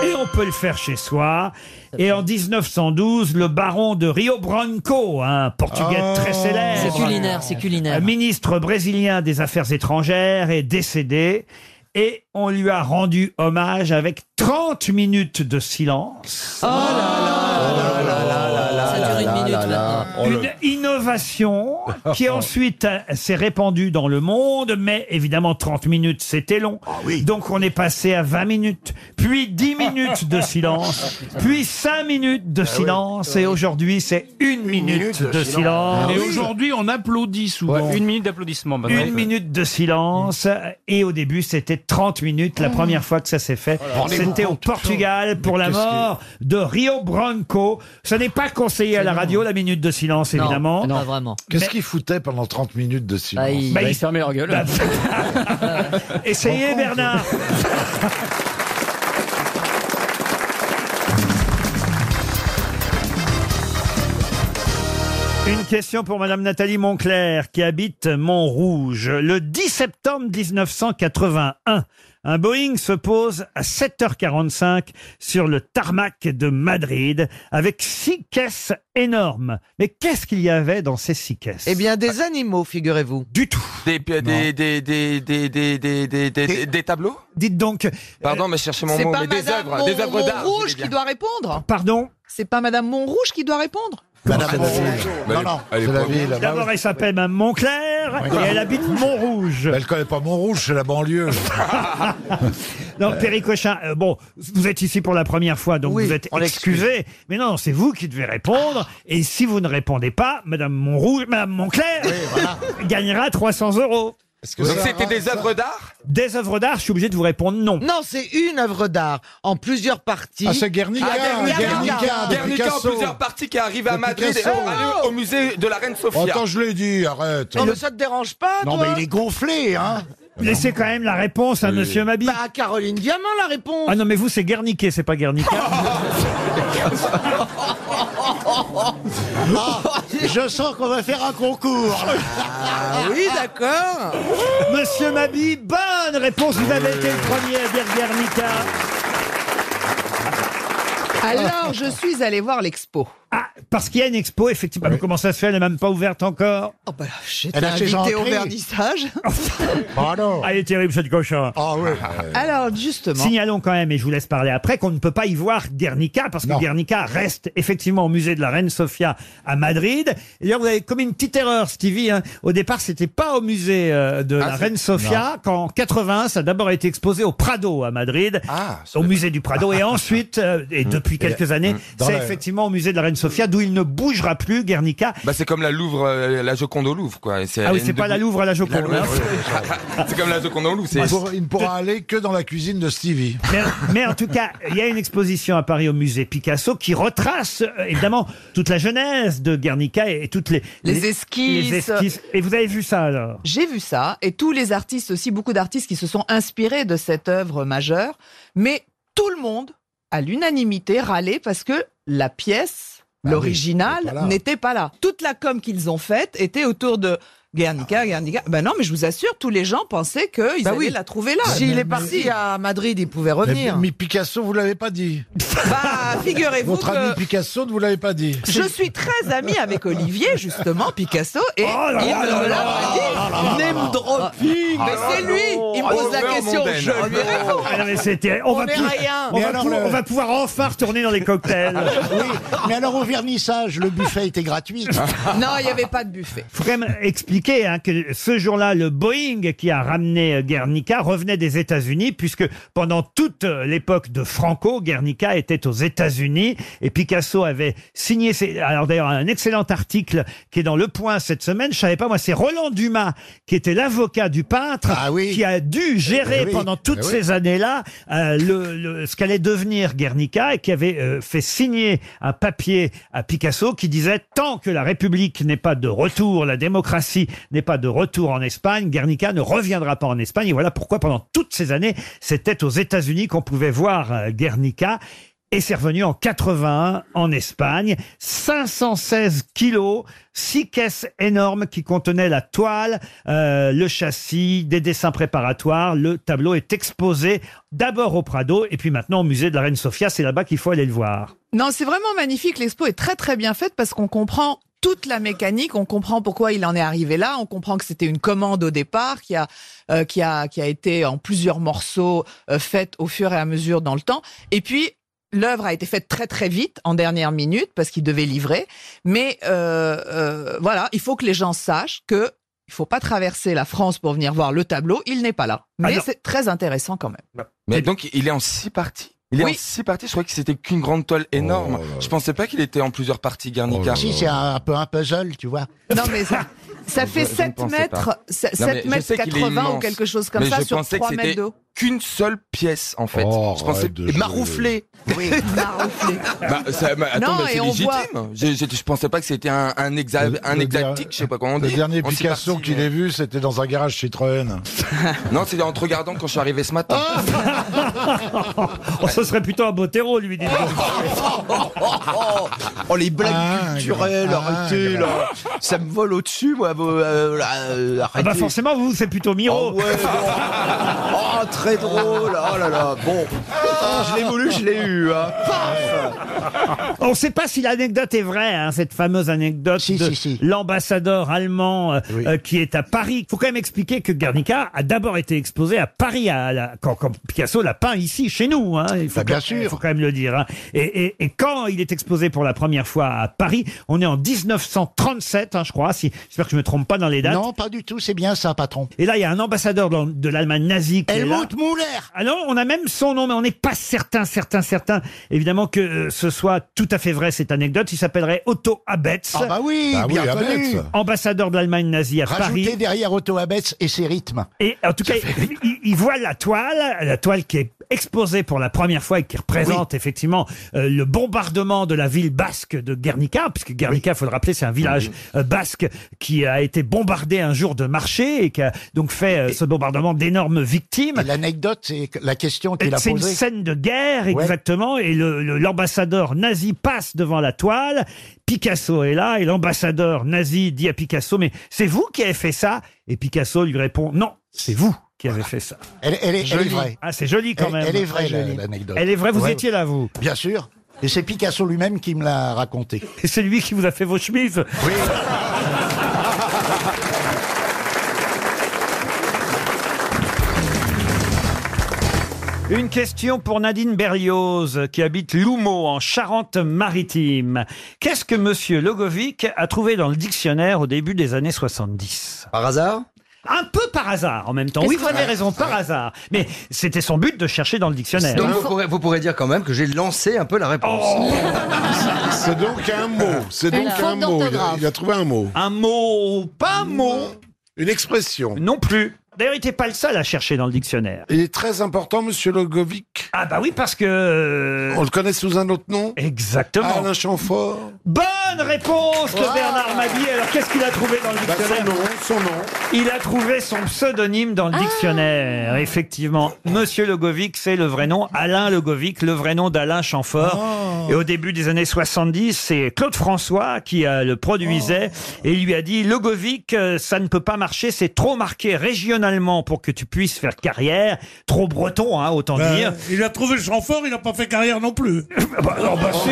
S1: Et on, et on peut le faire chez soi. Et en 1912, le baron de Rio Branco, un portugais
S9: Oh.
S1: très célèbre.
S9: C'est culinaire, c'est culinaire.
S1: Un ministre brésilien des Affaires étrangères est décédé. Et on lui a rendu hommage avec 30 minutes de silence.
S7: Oh
S1: Ah
S9: Ça dure une minute
S1: Une innovation qui ensuite euh, s'est répandue dans le monde, mais évidemment 30 minutes c'était long. Donc on est passé à 20 minutes, puis 10 minutes de silence, puis 5 minutes de silence, et aujourd'hui c'est Ah une minute de silence.
S12: Et aujourd'hui, on applaudit souvent.
S1: Ouais, une
S12: minute d'applaudissement.
S9: bah,
S1: Une minute de silence et au début c'était 30 minutes la première fois que ça s'est fait.
S12: Rendez-vous
S1: C'était au
S12: compte.
S1: Portugal pour la
S12: qu'est-ce que-
S1: mort de Rio Branco. Ce n'est pas conseillé à la radio la minute de silence
S9: Non,
S1: évidemment.
S9: pas vraiment.
S16: Qu'est-ce qu'ils foutaient pendant 30 minutes de silence
S9: Bah, ils- Bah, ils fermaient
S1: leur gueule. Essayez Bernard. Une question pour Madame Nathalie Monclerc qui habite Montrouge. Le 10 septembre 1981, un Boeing se pose à 7h45 sur le tarmac de Madrid avec six caisses énormes. Mais qu'est-ce qu'il y avait dans ces six caisses
S3: Eh bien, des animaux, figurez-vous.
S1: Du tout.
S8: Des, des, des, des, des, des, des, des, des, des- des tableaux
S1: Dites donc.
S8: Pardon, mais cherchez mon mot, mais des œuvres, des œuvres d'art. je voulais dire.
S17: doit répondre.
S1: Pardon
S17: C'est pas Madame Monrouge qui doit répondre.
S16: Madame Moncler.
S1: Mais
S16: Non,
S1: elle-
S16: non,
S1: elle est
S16: c'est la
S1: pas-
S16: ville là-bas.
S1: D'abord, elle s'appelle Mme Moncler
S16: Oui.
S1: et elle habite
S4: Bah,
S1: Montrouge. Ah
S16: Elle connaît pas Montrouge, c'est la banlieue.
S1: Non, Perry Cochin, euh, bon, vous êtes ici pour la première fois, donc vous êtes
S16: on l'excuse.
S1: excusé. Mais non, c'est vous qui devez répondre. Et si vous ne répondez pas, Madame Monrouge, Madame Moncler gagnera 300 euros.
S8: Donc c'était des œuvres d'art
S1: Des œuvres d'art, je suis obligé de vous répondre non.
S3: Non, c'est une œuvre d'art en plusieurs parties.
S16: Ah, c'est Guernica, Guernica de
S8: Guernica en
S16: Picasso.
S8: plusieurs parties qui arrive à
S16: De
S8: Madrid et
S16: Picasso.
S8: on allait au musée de la reine Sofia.
S16: Attends, je l'ai dit, arrête.
S3: Non, mais ça te dérange pas,
S16: Non,
S3: toi
S16: mais il est gonflé, hein
S1: Ah, Laissez quand même la réponse à Monsieur Mabi.
S3: Bah, Caroline Diamant, la réponse.
S1: Ah non, mais vous, c'est Guerniquet, c'est pas Guernica.
S18: Ah, je sens qu'on va faire un concours.
S3: Ah oui, d'accord.
S1: Monsieur Mabi, bonne réponse. Vous avez été le premier à dire Guernica.
S17: Alors, je suis allée voir l'expo.
S1: Ah, parce qu'il y a une expo, effectivement. Mais Comment ça se fait Elle n'est même pas ouverte encore.
S17: J'étais invitée au vernissage.
S1: Elle Ah, est terrible, cette cochon. Ah,
S17: Alors, justement.
S1: Euh, Signalons quand même, et je vous laisse parler après, qu'on ne peut pas y voir Guernica, parce que Guernica reste effectivement au musée de la Reine Sofia à Madrid. Et D'ailleurs, vous avez commis une petite erreur, Stevie. hein. Au départ, c'était pas au musée euh, de
S8: Ah,
S1: la
S16: Ah, c'est-
S1: Reine Sofia, qu'en 80, ça a d'abord été exposé au Prado à Madrid,
S16: Ah,
S1: au musée du Prado, et ensuite, euh, et depuis
S8: Mmh. Et-
S1: quelques années,
S8: Mm. Dans
S1: c'est
S8: la-
S1: effectivement au musée de la Reine Sofia, d'où il ne bougera plus, Guernica.
S8: Bah c'est comme la Louvre, euh, la Joconde au Louvre quoi. Et
S1: Ah oui,
S8: une
S1: c'est
S8: de-
S1: pas la Louvre à la Joconde.
S8: La Louvre,
S1: hein. Ah,
S8: oui. c'est comme la Joconde au Louvre.
S16: Il
S8: c'est-
S16: ne pourra- il ne pourra aller que dans la cuisine de Stevie.
S1: Mais, mais en tout cas, il y a une exposition à Paris au musée Picasso qui retrace euh, évidemment toute la jeunesse de Guernica et, et toutes les,
S17: Les esquisses.
S1: les esquisses. Et vous avez vu ça alors
S17: J'ai vu ça, et tous les artistes aussi, beaucoup d'artistes qui se sont inspirés de cette œuvre majeure, mais tout le monde, à l'unanimité, râlait parce que la pièce,
S14: Bah
S17: l'original,
S14: oui, elle est pas là.
S17: n'était pas là. Toute la com qu'ils ont faite était autour de Guernica, Guernica. Ben non, mais je vous assure, tous les gens pensaient qu'ils
S3: Bah
S17: allaient
S3: oui.
S17: la trouver là.
S3: S'il est parti à Madrid, il pouvait revenir.
S16: Mais, mais Picasso, vous l'avez pas dit.
S17: Bah, figurez-vous
S16: Votre ami
S17: que...
S16: Picasso ne vous l'avez pas dit.
S17: Je suis très ami avec Olivier, justement, Picasso, et
S16: là
S17: il
S16: là
S17: me
S16: là
S17: l'a
S16: là
S17: pas dit. Name
S7: Ah
S17: dropping Mais c'est lui Il me pose la question, je lui réponds
S1: Ah non, mais c'était- on,
S17: On
S1: va
S17: est
S1: pou-
S17: rien.
S1: on
S18: Mais
S1: va
S18: alors,
S1: pou-
S18: le-
S1: on va pouvoir enfin retourner dans les cocktails.
S18: Oui, mais alors au vernissage, le buffet était gratuit.
S17: Non, il n'y avait pas de buffet.
S1: faut quand même expliquer hein, que ce jour-là, le Boeing qui a ramené euh, Guernica revenait des États-Unis, puisque pendant toute euh, l'époque de Franco, Guernica était aux États-Unis et Picasso avait signé. ses- Alors d'ailleurs, un excellent article qui est dans Le Point cette semaine. Je savais pas moi, c'est Roland Dumas qui était l'avocat du peintre, qui a dû gérer
S16: Ah Eh oui,
S1: pendant toutes
S16: eh oui.
S1: ces années-là euh, le, le- ce qu'allait devenir Guernica et qui avait euh, fait signer un papier à Picasso qui disait tant que la République n'est pas de retour, la démocratie n'est pas de retour en Espagne, Guernica ne reviendra pas en Espagne. Et voilà pourquoi pendant toutes ces années, c'était aux États-Unis qu'on pouvait voir euh, Guernica. Et c'est revenu en 81 en Espagne. 516 kilos, six caisses énormes qui contenaient la toile, euh, le châssis, des dessins préparatoires. Le tableau est exposé d'abord au Prado et puis maintenant au musée de la Reine Sofia. C'est là-bas qu'il faut aller le voir.
S17: Non, c'est vraiment magnifique. L'expo est très très bien faite parce qu'on comprend toute la mécanique, on comprend pourquoi il en est arrivé là, on comprend que c'était une commande au départ qui a euh, qui a qui a été en plusieurs morceaux euh, faite au fur et à mesure dans le temps. Et puis L'œuvre a été faite très très vite, en dernière minute, parce qu'il devait livrer. Mais euh, euh, voilà, il faut que les gens sachent que il faut pas traverser la France pour venir voir le tableau. Il n'est pas là, mais
S16: non.
S17: c'est très intéressant quand même.
S16: Mais donc, il est en six parties. Il est en six parties. Je croyais que c'était qu'une grande toile
S1: Oh
S16: énorme. je pensais pas qu'il était en plusieurs parties, Guernica.
S8: Si, c'est un, un peu un puzzle, tu vois.
S17: Non mais ça, ça fait
S16: Je- je ne
S17: 7
S16: pensais
S17: mètres,
S16: pas.
S17: se-
S16: Non, mais
S17: 7
S16: je
S17: mètres
S16: sais qu'il est
S17: 80 ou
S16: immense.
S17: quelque chose comme
S16: Mais
S17: ça
S16: je
S17: sur
S16: pensais que
S17: 3 mètres
S16: c'était
S17: d'eau.
S16: Qu'une seule pièce, en fait.
S4: Oh,
S16: je pensais
S4: arrête de
S16: et
S4: jouer.
S16: marouflé.
S17: Oui, marouflé.
S16: Euh, Bah, ça- bah, attends,
S17: Non,
S16: mais
S17: et
S16: c'est
S17: on
S16: légitime.
S17: voit-
S16: Je, je, je pensais pas que c'était un, un, hexa-
S4: Le-
S16: un
S4: le
S16: hexaptique, je sais pas comment on dit.
S4: Le dernier
S16: En six
S4: Picasso
S16: parties,
S4: qu'il ait vu, c'était dans un garage Citroën.
S16: mais- Non, c'était en te regardant quand je suis arrivé ce matin. Ah,
S1: Oh, ce serait plutôt un Botero, lui, dis
S7: Ah,
S16: Oh, oh, les blagues
S8: Ah,
S16: culturelles, arrêtez là. Ça me vole au-dessus, moi. vous, euh, là, euh,
S1: Ah bah
S16: arrêtez.
S1: forcément, vous, c'est plutôt
S7: Ah
S1: Miro.
S16: Oh, très drôle. Oh là là. Bon, Ah, je l'ai voulu, je l'ai eu. hein.
S1: On ne sait pas si l'anecdote est vraie, hein, cette fameuse anecdote de l'ambassadeur allemand euh, euh, qui est à Paris. Il faut quand même expliquer que Guernica a d'abord été exposé à Paris, à la- quand, quand Picasso l'a peint ici, chez nous. hein. il faut
S8: Bah, bien
S1: quand-
S8: sûr.
S1: il faut quand même le dire. hein. Et, et- et quand il est exposé pour la première fois à Paris, on est en 1937, hein, je crois. Si, J'espère que je ne me trompe pas dans les dates.
S8: Non, pas du tout, c'est bien ça, patron.
S1: Et là, il y a un ambassadeur de de l'Allemagne nazie qui est là.
S8: Helmut Müller
S1: Alors, on a même son nom, mais on n'est pas certain, certain, certain, évidemment, que euh, ce soit tout à fait vrai, cette anecdote. Il s'appellerait Otto Abetz.
S8: Ah bah oui, Bah oui, bien Abetz. connu.
S1: Ambassadeur de l'Allemagne nazie à
S8: Rajoutez
S1: Paris.
S8: derrière Otto Abetz et ses rythmes.
S1: Et en tout cas, il, il voit la toile, la toile qui est exposée pour la première fois et qui représente effectivement euh, le bombardement de la ville basque de Guernica, puisque Guernica, il faut le rappeler, c'est un village euh, basque qui a été bombardé un jour de marché et qui a donc fait euh, ce bombardement d'énormes victimes.
S8: L'anecdote, c'est que la question qu'il a
S1: C'est une
S8: posée.
S1: scène de guerre,
S8: Ouais.
S1: exactement, et le- le- l'ambassadeur nazi passe devant la toile, Picasso est là, et l'ambassadeur nazi dit à Picasso, mais c'est vous qui avez fait ça Et Picasso lui répond, non, c'est vous qui avez fait ça.
S8: Elle, elle est, elle est
S1: Jolie.
S8: vraie.
S1: Ah, c'est joli quand
S8: Elle-
S1: même.
S8: Elle est vraie,
S1: Très
S8: la-
S1: joli.
S8: l'anecdote.
S1: Elle est vraie, vous
S8: Ouais.
S1: étiez là, vous
S8: Bien sûr. Et c'est Picasso lui-même qui me l'a raconté.
S1: Et c'est lui qui vous a fait vos chemises
S8: Oui.
S1: Une question pour Nadine Berlioz, qui habite Loumeau, en Charente-Maritime. Qu'est-ce que Monsieur Logovic a trouvé dans le dictionnaire au début des années 70 Par hasard un peu par hasard en même temps.
S9: Est-ce
S1: Oui,
S9: que-
S1: vous avez raison, par hasard. Mais c'était son but de chercher dans le dictionnaire.
S9: Donc vous pourrez, vous pourrez dire quand même que j'ai lancé un peu la
S1: Oh.
S9: réponse.
S4: C'est donc un mot. C'est
S1: Une
S4: donc
S1: faute
S4: un mot. Il a,
S1: d'orthographe.
S4: il a trouvé un mot.
S1: Un mot, pas un mot.
S4: Une expression.
S1: Non plus. D'ailleurs, il n'était pas le seul à chercher dans le dictionnaire.
S4: Il est très important, monsieur Logovic.
S1: Ah bah oui, parce
S19: euh,
S1: que...
S4: On le connaît sous un autre nom
S1: Exactement.
S4: Alain Chamfort.
S1: Bonne réponse de
S4: Wow.
S1: Bernard Mabie. Alors, qu'est-ce qu'il a trouvé dans le
S4: Bah,
S1: dictionnaire
S4: son nom, son nom.
S1: Il a trouvé son pseudonyme dans le dictionnaire, effectivement. Monsieur Logovic, c'est le vrai nom. Alain Logovic, le vrai nom d'Alain Chamfort.
S4: Oh.
S1: Et au début des années 70, c'est Claude François qui euh, le produisait
S4: Oh.
S1: et lui a dit Logovic, euh, ça ne peut pas marcher, c'est trop marqué régionalement pour que tu puisses faire carrière. Trop breton, hein, autant dire.
S19: Euh, il a trouvé le champ-fort, il n'a pas fait carrière non plus. Ah,
S1: non, bah si,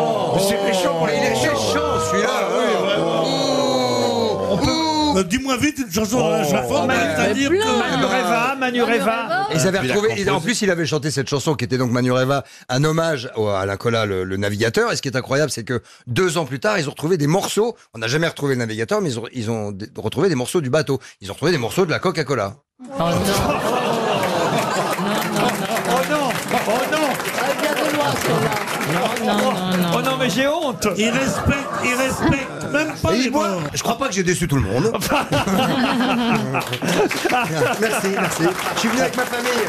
S1: Oh.
S19: C'est méchant pour les méchants.
S7: Ah
S19: celui-là. euh, Dis-moi vite une
S1: Oh.
S19: chanson de la chanson,
S1: bah,
S19: c'est-à-dire que...
S1: Manureva, Manureva.
S9: Ils avaient retrouvé, ils- en plus, il avait chanté cette chanson qui était donc Manureva, un hommage au- à Alain Colas, le, le navigateur. Et ce qui est incroyable, c'est que deux ans plus tard, ils ont retrouvé des morceaux. On n'a jamais retrouvé le navigateur, mais ils ont, ils ont d- retrouvé des morceaux du bateau. Ils ont retrouvé des morceaux de la Coca-Cola.
S1: Oh non Oh non Oh non, mais j'ai honte
S19: Il respecte, il respecte même pas les morts.
S9: Je crois pas que j'ai déçu tout le monde. merci, merci. Je suis venu avec ma famille.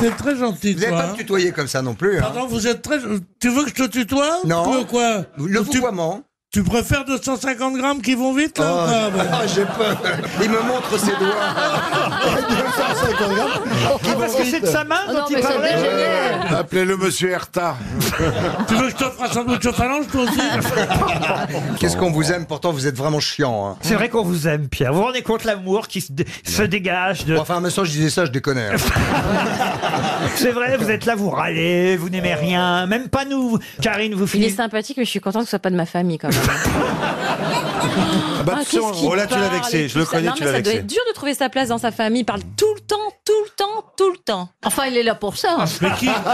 S19: C'est très gentil,
S9: Vous n'allez
S19: toi,
S9: pas
S19: hein.
S9: me tutoyer comme ça non plus. hein.
S19: Pardon, vous êtes très... Tu veux que je te tutoie
S9: Non.
S19: Tu veux quoi
S9: Le
S19: Tu-
S9: tutoiement.
S19: Tu préfères 250 grammes qui vont vite là ou pas
S20: Ah, j'ai peur. Il me montre ses doigts.
S19: 250
S7: Ah,
S19: grammes
S20: Parce que c'est de sa main
S17: Oh
S19: dont il parlait.
S16: Appelez-le monsieur Erta.
S19: Bah. Tu veux que je t'offre un sandwich au phalange toi aussi
S20: Qu'est-ce qu'on vous aime Pourtant, vous êtes vraiment chiant. hein.
S1: C'est vrai qu'on vous aime, Pierre. Vous vous rendez compte l'amour qui se, dé- se dégage de.
S20: Enfin, en même temps, je disais ça, je déconne. hein.
S1: C'est vrai, vous êtes là, vous râlez, vous n'aimez rien, même pas nous. Karine, vous
S10: Il est
S1: finissez.
S10: sympathique, mais je suis contente que ce soit pas de ma famille quand même.
S1: bah,
S10: Ah,
S1: tu sais,
S10: qu'est-ce
S1: on-
S10: qu'il
S1: oh, là, tu l'as
S10: parle et
S1: vexé,
S10: tout
S1: je le
S10: ça.
S1: connais,
S10: Non,
S1: tu
S10: mais
S1: l'as
S10: Ça doit
S1: vexé.
S10: être dur de trouver sa place dans sa famille. Il parle tout le temps, tout le temps, tout le temps. Enfin, il est là pour
S1: Ah,
S10: ça.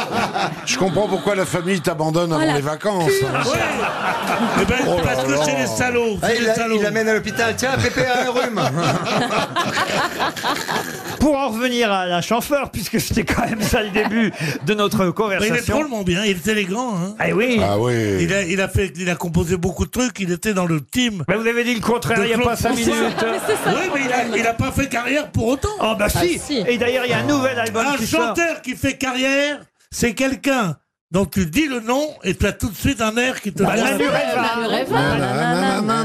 S16: Je comprends pourquoi la famille t'abandonne avant
S10: Voilà.
S16: les vacances.
S4: hein.
S19: Eh ben,
S4: Oh
S19: parce que c'est les salauds.
S20: Ah,
S19: c'est
S20: il
S19: les
S20: l'a-
S19: salauds.
S20: il l'amène à l'hôpital. Tiens, Pépé a un rhume.
S1: Pour en revenir à la chanfeur, puisque c'était quand même ça le début de notre
S19: Mais
S1: conversation.
S19: Bah, il est drôlement bien, il est élégant. Hein.
S1: Ah oui.
S16: Ah oui.
S19: Il a, il, a fait, il a composé beaucoup de trucs, il était dans le team.
S1: Mais vous avez dit le contraire il y a pas cinq minutes.
S19: Oui, mais il a- il n'a pas fait carrière pour autant.
S1: Oh bah si. Et d'ailleurs, il y a un nouvel album
S19: Un
S1: qui sort.
S19: chanteur qui fait carrière, c'est quelqu'un dont tu dis le nom et tu as tout de suite un air qui te
S1: Bah,
S19: vient.
S1: Manu Reva. Manu Reva.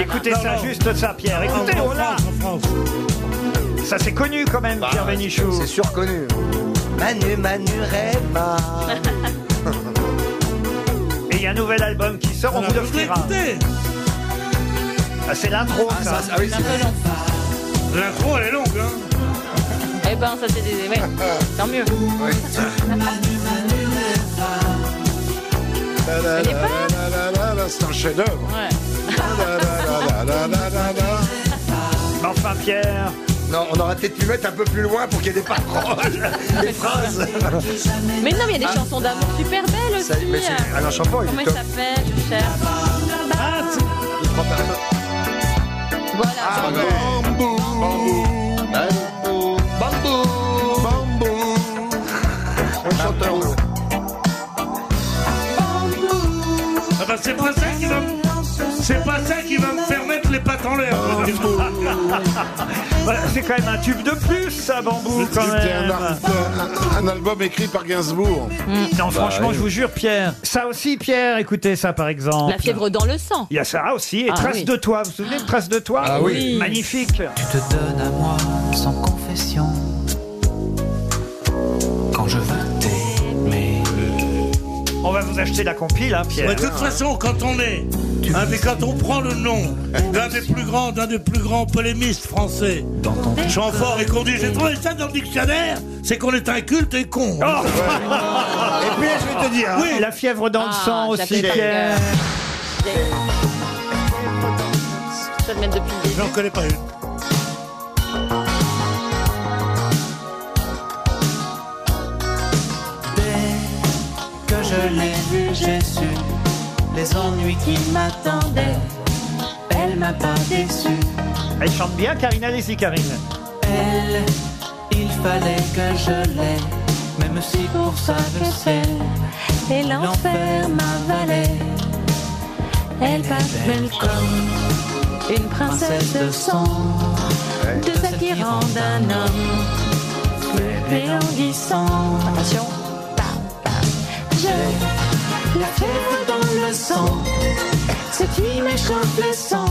S1: Écoutez ça, juste ça, Pierre. Écoutez, on l'a. Ça, c'est connu quand même, Pierre Bénichou.
S20: C'est surconnu.
S1: Manu, Manu Reva. Et il y a un nouvel album qui sort, on vous l'offrira. Ah, c'est l'intro, ça.
S10: C'est un peu long.
S19: L'intro, elle est longue. Hein.
S10: Eh ben, ça c'est des. Ouais,
S1: Ah.
S10: tant mieux.
S16: C'est un chef-d'œuvre.
S1: Enfin, Pierre.
S20: Non, on aurait peut-être pu mettre un peu plus loin pour qu'il y ait des paroles, des phrases.
S10: Mais non, mais il y a
S1: Ah.
S10: des chansons d'amour super belles aussi.
S20: Ça, mais c'est Alain Champant, il est
S10: Comment il
S20: top.
S10: s'appelle Je
S1: Ah,
S10: cherche. Voilà.
S16: Bambou. Hein?
S20: Bambou. Bambou.
S16: Bambou.
S19: Ah bah, c'est pas ça qui va me... C'est pas ça qui va me faire mettre les pattes en l'air.
S12: Oh,
S19: moi, du coup.
S1: Voilà, c'est quand même un tube de plus, ça, Bambou, quand
S16: C'était
S1: même.
S16: un, ar- un- un album écrit par Gainsbourg.
S10: Mmh.
S4: Hmm. Bah,
S16: Bah
S1: Non, franchement,
S16: oui.
S1: je vous jure, Pierre. Ça aussi, Pierre, écoutez ça, par exemple.
S10: La fièvre dans le sang.
S1: Il y a ça aussi. Et
S10: Ah
S1: Trace
S10: oui.
S1: de toi. Vous vous souvenez de Trace de toi
S10: Ah oui. Oui.
S1: Magnifique.
S7: Tu te donnes à moi sans confession. Quand je veux t'aimer.
S1: On va vous acheter la compile, hein, Pierre.
S19: Mais de toute façon, quand on est, hein, mais quand on prend le nom d'un des plus grands, d'un des plus grands polémistes français, Chamfort et qu'on dit j'ai trouvé ça dans le dictionnaire, c'est qu'on est un culte et con.
S1: Oh. Et puis, je vais te dire. hein. Oui, la fièvre dans le
S7: Ah,
S1: sang
S10: je la
S1: aussi,
S10: connais par
S1: Pierre.
S10: Je vais te mettre depuis le début.
S19: J'en connais pas une.
S7: que je l'ai vue, j'ai su les ennuis qui m'attendaient. Elle m'a pas déçu.
S1: Elle chante bien, Karine. Allez-y, Karine.
S7: Elle, il fallait que je l'aie, même si pour ça le ciel
S10: Et l'enfer m'avalait. Elle passe belle comme une princesse de sang. De celle qui rend un homme plus languissant. Attention.
S7: Je la fièvre dans le sang, ce qui m'échauffe le sang,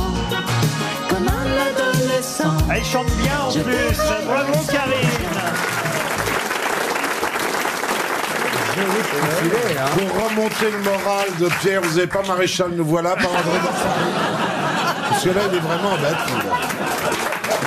S7: comme un adolescent.
S1: Elle chante bien en plus. Bravo, Karine.
S16: Pour remonter le moral de Pierre, vous n'avez pas Maréchal, nous voilà par André Darsonneau. Parce que là, il est vraiment abattu. là.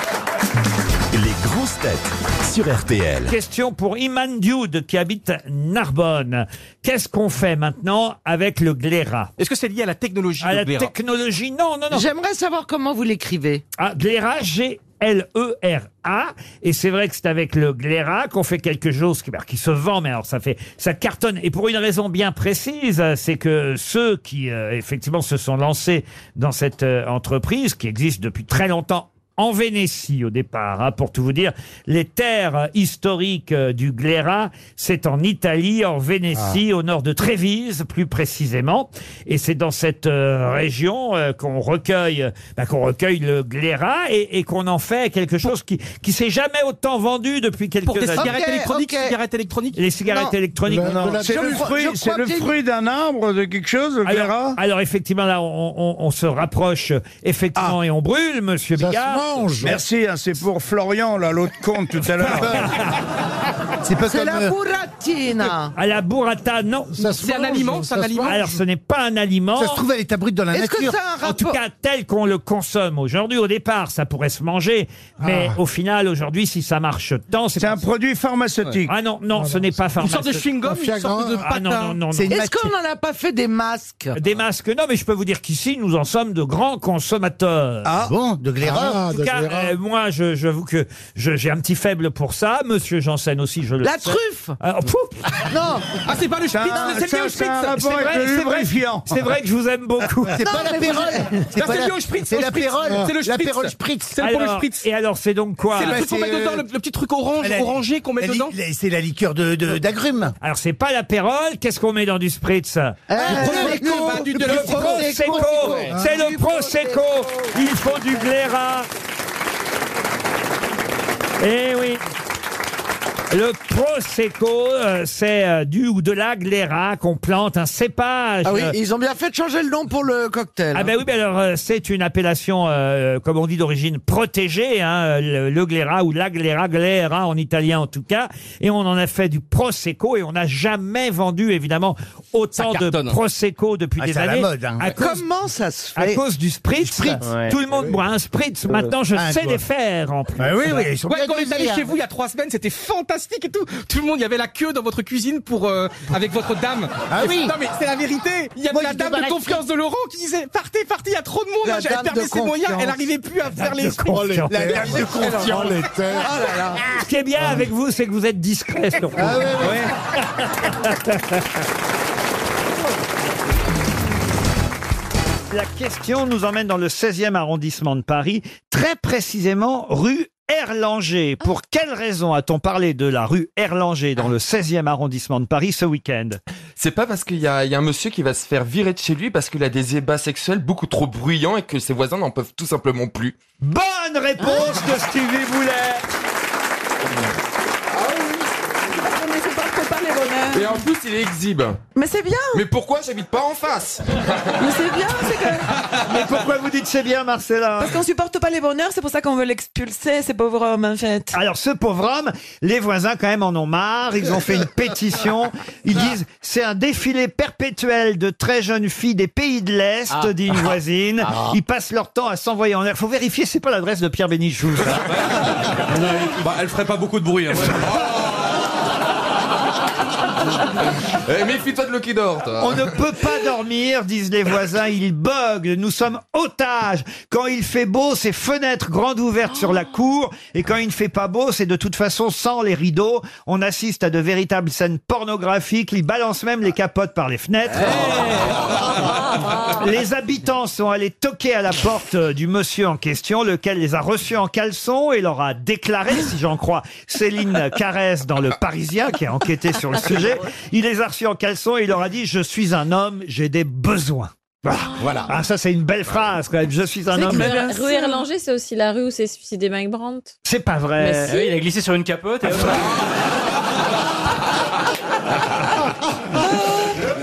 S21: Les grosses têtes sur RTL.
S1: Question pour Iman Dioud qui habite Narbonne. Qu'est-ce qu'on fait maintenant avec le gléra Est-ce que c'est lié à la technologie À
S3: le
S1: la
S3: gléra
S1: technologie, non, non, non.
S3: J'aimerais savoir comment vous l'écrivez.
S1: Ah, gléra, G-L-E-R-A. Et c'est vrai que c'est avec le gléra qu'on fait quelque chose qui, bah, qui se vend, mais alors ça fait, ça cartonne. Et pour une raison bien précise, euh, c'est que ceux qui, euh, effectivement, se sont lancés dans cette euh, entreprise, qui existe depuis très longtemps, en Vénétie au départ, hein, pour tout vous dire. Les terres historiques euh, du Glérat, c'est en Italie, en Vénétie,
S12: Ah.
S1: au nord de Trévise plus précisément. Et c'est dans cette euh, région euh, qu'on recueille, bah, qu'on recueille le Glérat et, et qu'on en fait quelque chose qui qui s'est jamais autant vendu depuis quelques
S22: Pour des
S1: années.
S22: cigarettes électroniques, cigarettes électroniques
S1: Les cigarettes électroniques.
S12: Non, non, C'est le fruit, c'est le fruit d'un arbre, de quelque chose, le
S1: Alors,
S12: verra.
S1: alors effectivement, là, on, on- on se rapproche euh, effectivement et on brûle, Monsieur Bigard.
S12: Ah. Merci, hein, c'est pour Florian, là, l'autre con tout à l'heure.
S1: C'est
S12: pas C'est comme, la euh,
S7: Ah,
S1: burratina. À la burrata, non.
S12: se C'est un mange, aliment, c'est ça un se aliment. mange.
S1: Alors, ce n'est pas un aliment.
S12: Ça se trouve,
S1: à l'état brut dans
S12: la Est-ce que nature. ça a un
S1: En
S12: rapport-
S1: tout cas, tel qu'on le consomme aujourd'hui. Au départ, ça pourrait se manger, mais
S12: Ah.
S1: au final, aujourd'hui, si ça marche tant, c'est un produit pharmaceutique. Ah non, non, ce n'est pas
S22: Une sorte de
S1: pharmaceutique.
S22: chewing-gum, une sorte de
S1: Ah non,
S22: patin.
S1: non, non, non.
S22: C'est une Est-ce matière-
S1: n'en a pas fait des masques Des masques, non, mais je peux vous dire qu'ici, nous en sommes de grands consommateurs. Ah bon, de
S18: Glérat.
S1: En
S18: Ah,
S1: tout
S18: de
S1: cas,
S18: Glérat.
S1: euh, moi, je- j'avoue que je- j'ai un petit faible pour ça. Monsieur Janssen aussi, je le
S22: La
S1: sais.
S22: truffe
S1: Ah, oh, pouf
S22: Non Ah, c'est pas le spitz,
S1: Ça,
S22: c'est le
S1: ça,
S22: lieu au
S1: ça a
S22: spitz
S1: un rapport
S22: C'est vrai,
S1: avec le
S22: c'est vrai.
S1: lubrifiant. C'est vrai que je vous aime beaucoup.
S22: C'est pas la pérole
S1: C'est pas
S22: C'est
S1: la-
S22: le lieu au spritz
S1: c'est
S22: au
S1: la
S22: spritz.
S1: pérole.
S22: C'est le
S1: La
S22: spritz
S1: pérole
S22: spritz C'est pour le
S1: Alors,
S22: spritz
S1: Et alors, c'est donc quoi
S22: C'est le truc qu'on met dedans, le, le petit truc orange,
S1: Elle a-
S22: orangé qu'on met
S1: elle-
S22: dedans Euh.
S1: C'est la liqueur de, d'agrumes. Alors c'est pas l'apérole, qu'est-ce qu'on met dans du spritz
S22: le Prosecco, vin du-
S1: Ah, le
S22: de la-
S1: prosecco, c'est Ah, le prosecco. Il faut du glérat. Eh oui. Le prosecco, euh, c'est euh, du ou de la glérat qu'on plante un cépage.
S3: Ah oui,
S1: euh,
S3: ils ont bien fait de changer le nom pour le cocktail.
S1: ah ben oui, ben alors euh, c'est une appellation, euh, comme on dit, d'origine protégée, hein, le, le gléra ou la gléra, gléra en italien en tout cas, et on en a fait du prosecco et on n'a jamais vendu évidemment autant de
S22: cartonne.
S1: prosecco depuis
S22: Ah,
S1: des
S22: c'est à la
S1: années.
S22: mode, hein.
S1: Comment ça se fait À cause du spritz,
S22: spritz. Ouais.
S1: tout le monde boit un spritz. Maintenant, je
S22: Ah,
S1: sais
S22: quoi.
S1: les faire en plus.
S22: ouais, quand on est allé chez vous il y a trois semaines, c'était fantastique et tout. Tout le monde, il y avait la queue dans votre cuisine pour euh, avec votre dame.
S1: Ah
S22: Et-
S1: oui.
S22: Non mais c'est la vérité. Il y avait
S1: Moi,
S22: la
S1: je
S22: dame de
S1: débarrasse-
S22: confiance de Laurent qui disait partez, partez, il y a trop de monde.
S1: La
S22: hein, J'avais
S1: dame
S22: perdu
S1: de
S22: ses moyens.
S1: confiance.
S22: Elle n'arrivée plus à faire les
S1: Oh, les
S22: La
S1: terres.
S22: dame de confiance.
S1: Oh, les terres. Ce qui est bien avec vous, c'est que vous êtes discret. surtout.
S22: Ah ouais, ouais.
S1: La question nous emmène dans le 16e arrondissement de Paris, très précisément rue Erlanger. Pour quelle raison a-t-on parlé de la rue Erlanger dans le 16e arrondissement de Paris ce week-end
S8: C'est pas parce qu'il y, a il y a un monsieur qui va se faire virer de chez lui parce qu'il a des ébats sexuels beaucoup trop bruyants et que ses voisins n'en peuvent tout simplement plus.
S1: Bonne réponse de Stevie Boulet
S13: Mais c'est pas préparer les bonheurs.
S8: Et en plus, il exhibe.
S13: Mais c'est bien.
S8: Mais pourquoi j'habite pas en face
S13: Mais c'est bien, c'est que...
S1: Mais pourquoi vous dites c'est bien, Marcella
S13: Parce qu'on supporte pas les bonheurs, c'est pour ça qu'on veut l'expulser, ces pauvres hommes, en fait.
S1: Alors ce pauvre homme, les voisins quand même en ont marre, ils ont fait une pétition, ils disent c'est un défilé perpétuel de très jeunes filles des pays de l'Est,
S22: Ah.
S1: dit une voisine,
S22: Ah.
S1: ils passent leur temps à s'envoyer en l'air. Faut vérifier, c'est pas l'adresse de Pierre Bénichou. ça.
S22: Bah, elle ferait pas beaucoup de bruit.
S7: hein.
S22: Eh, Méfie-toi de l'eau qui dort. toi.
S1: On ne peut pas dormir, disent les voisins, ils buglent, nous sommes otages. Quand il fait beau, c'est fenêtres grandes ouvertes sur la cour, et quand il ne fait pas beau, c'est de toute façon sans les rideaux. On assiste à de véritables scènes pornographiques, ils balancent même les capotes par les fenêtres.
S22: Eh.
S1: Les habitants sont allés toquer à la porte euh, du monsieur en question, lequel les a reçus en caleçon et leur a déclaré, si j'en crois Céline Carès dans Le Parisien, qui a enquêté sur le sujet, il les a reçus en caleçon et il leur a dit « Je suis un homme, j'ai des besoins ». Voilà. Ah, ça, c'est une belle phrase, quand même. Je suis un homme.
S10: La rue Erlanger, c'est aussi la rue où s'est suicidé Mike Brandt.
S1: C'est pas vrai.
S10: Mais si. Oui, il
S1: Ah a glissé sur une capote.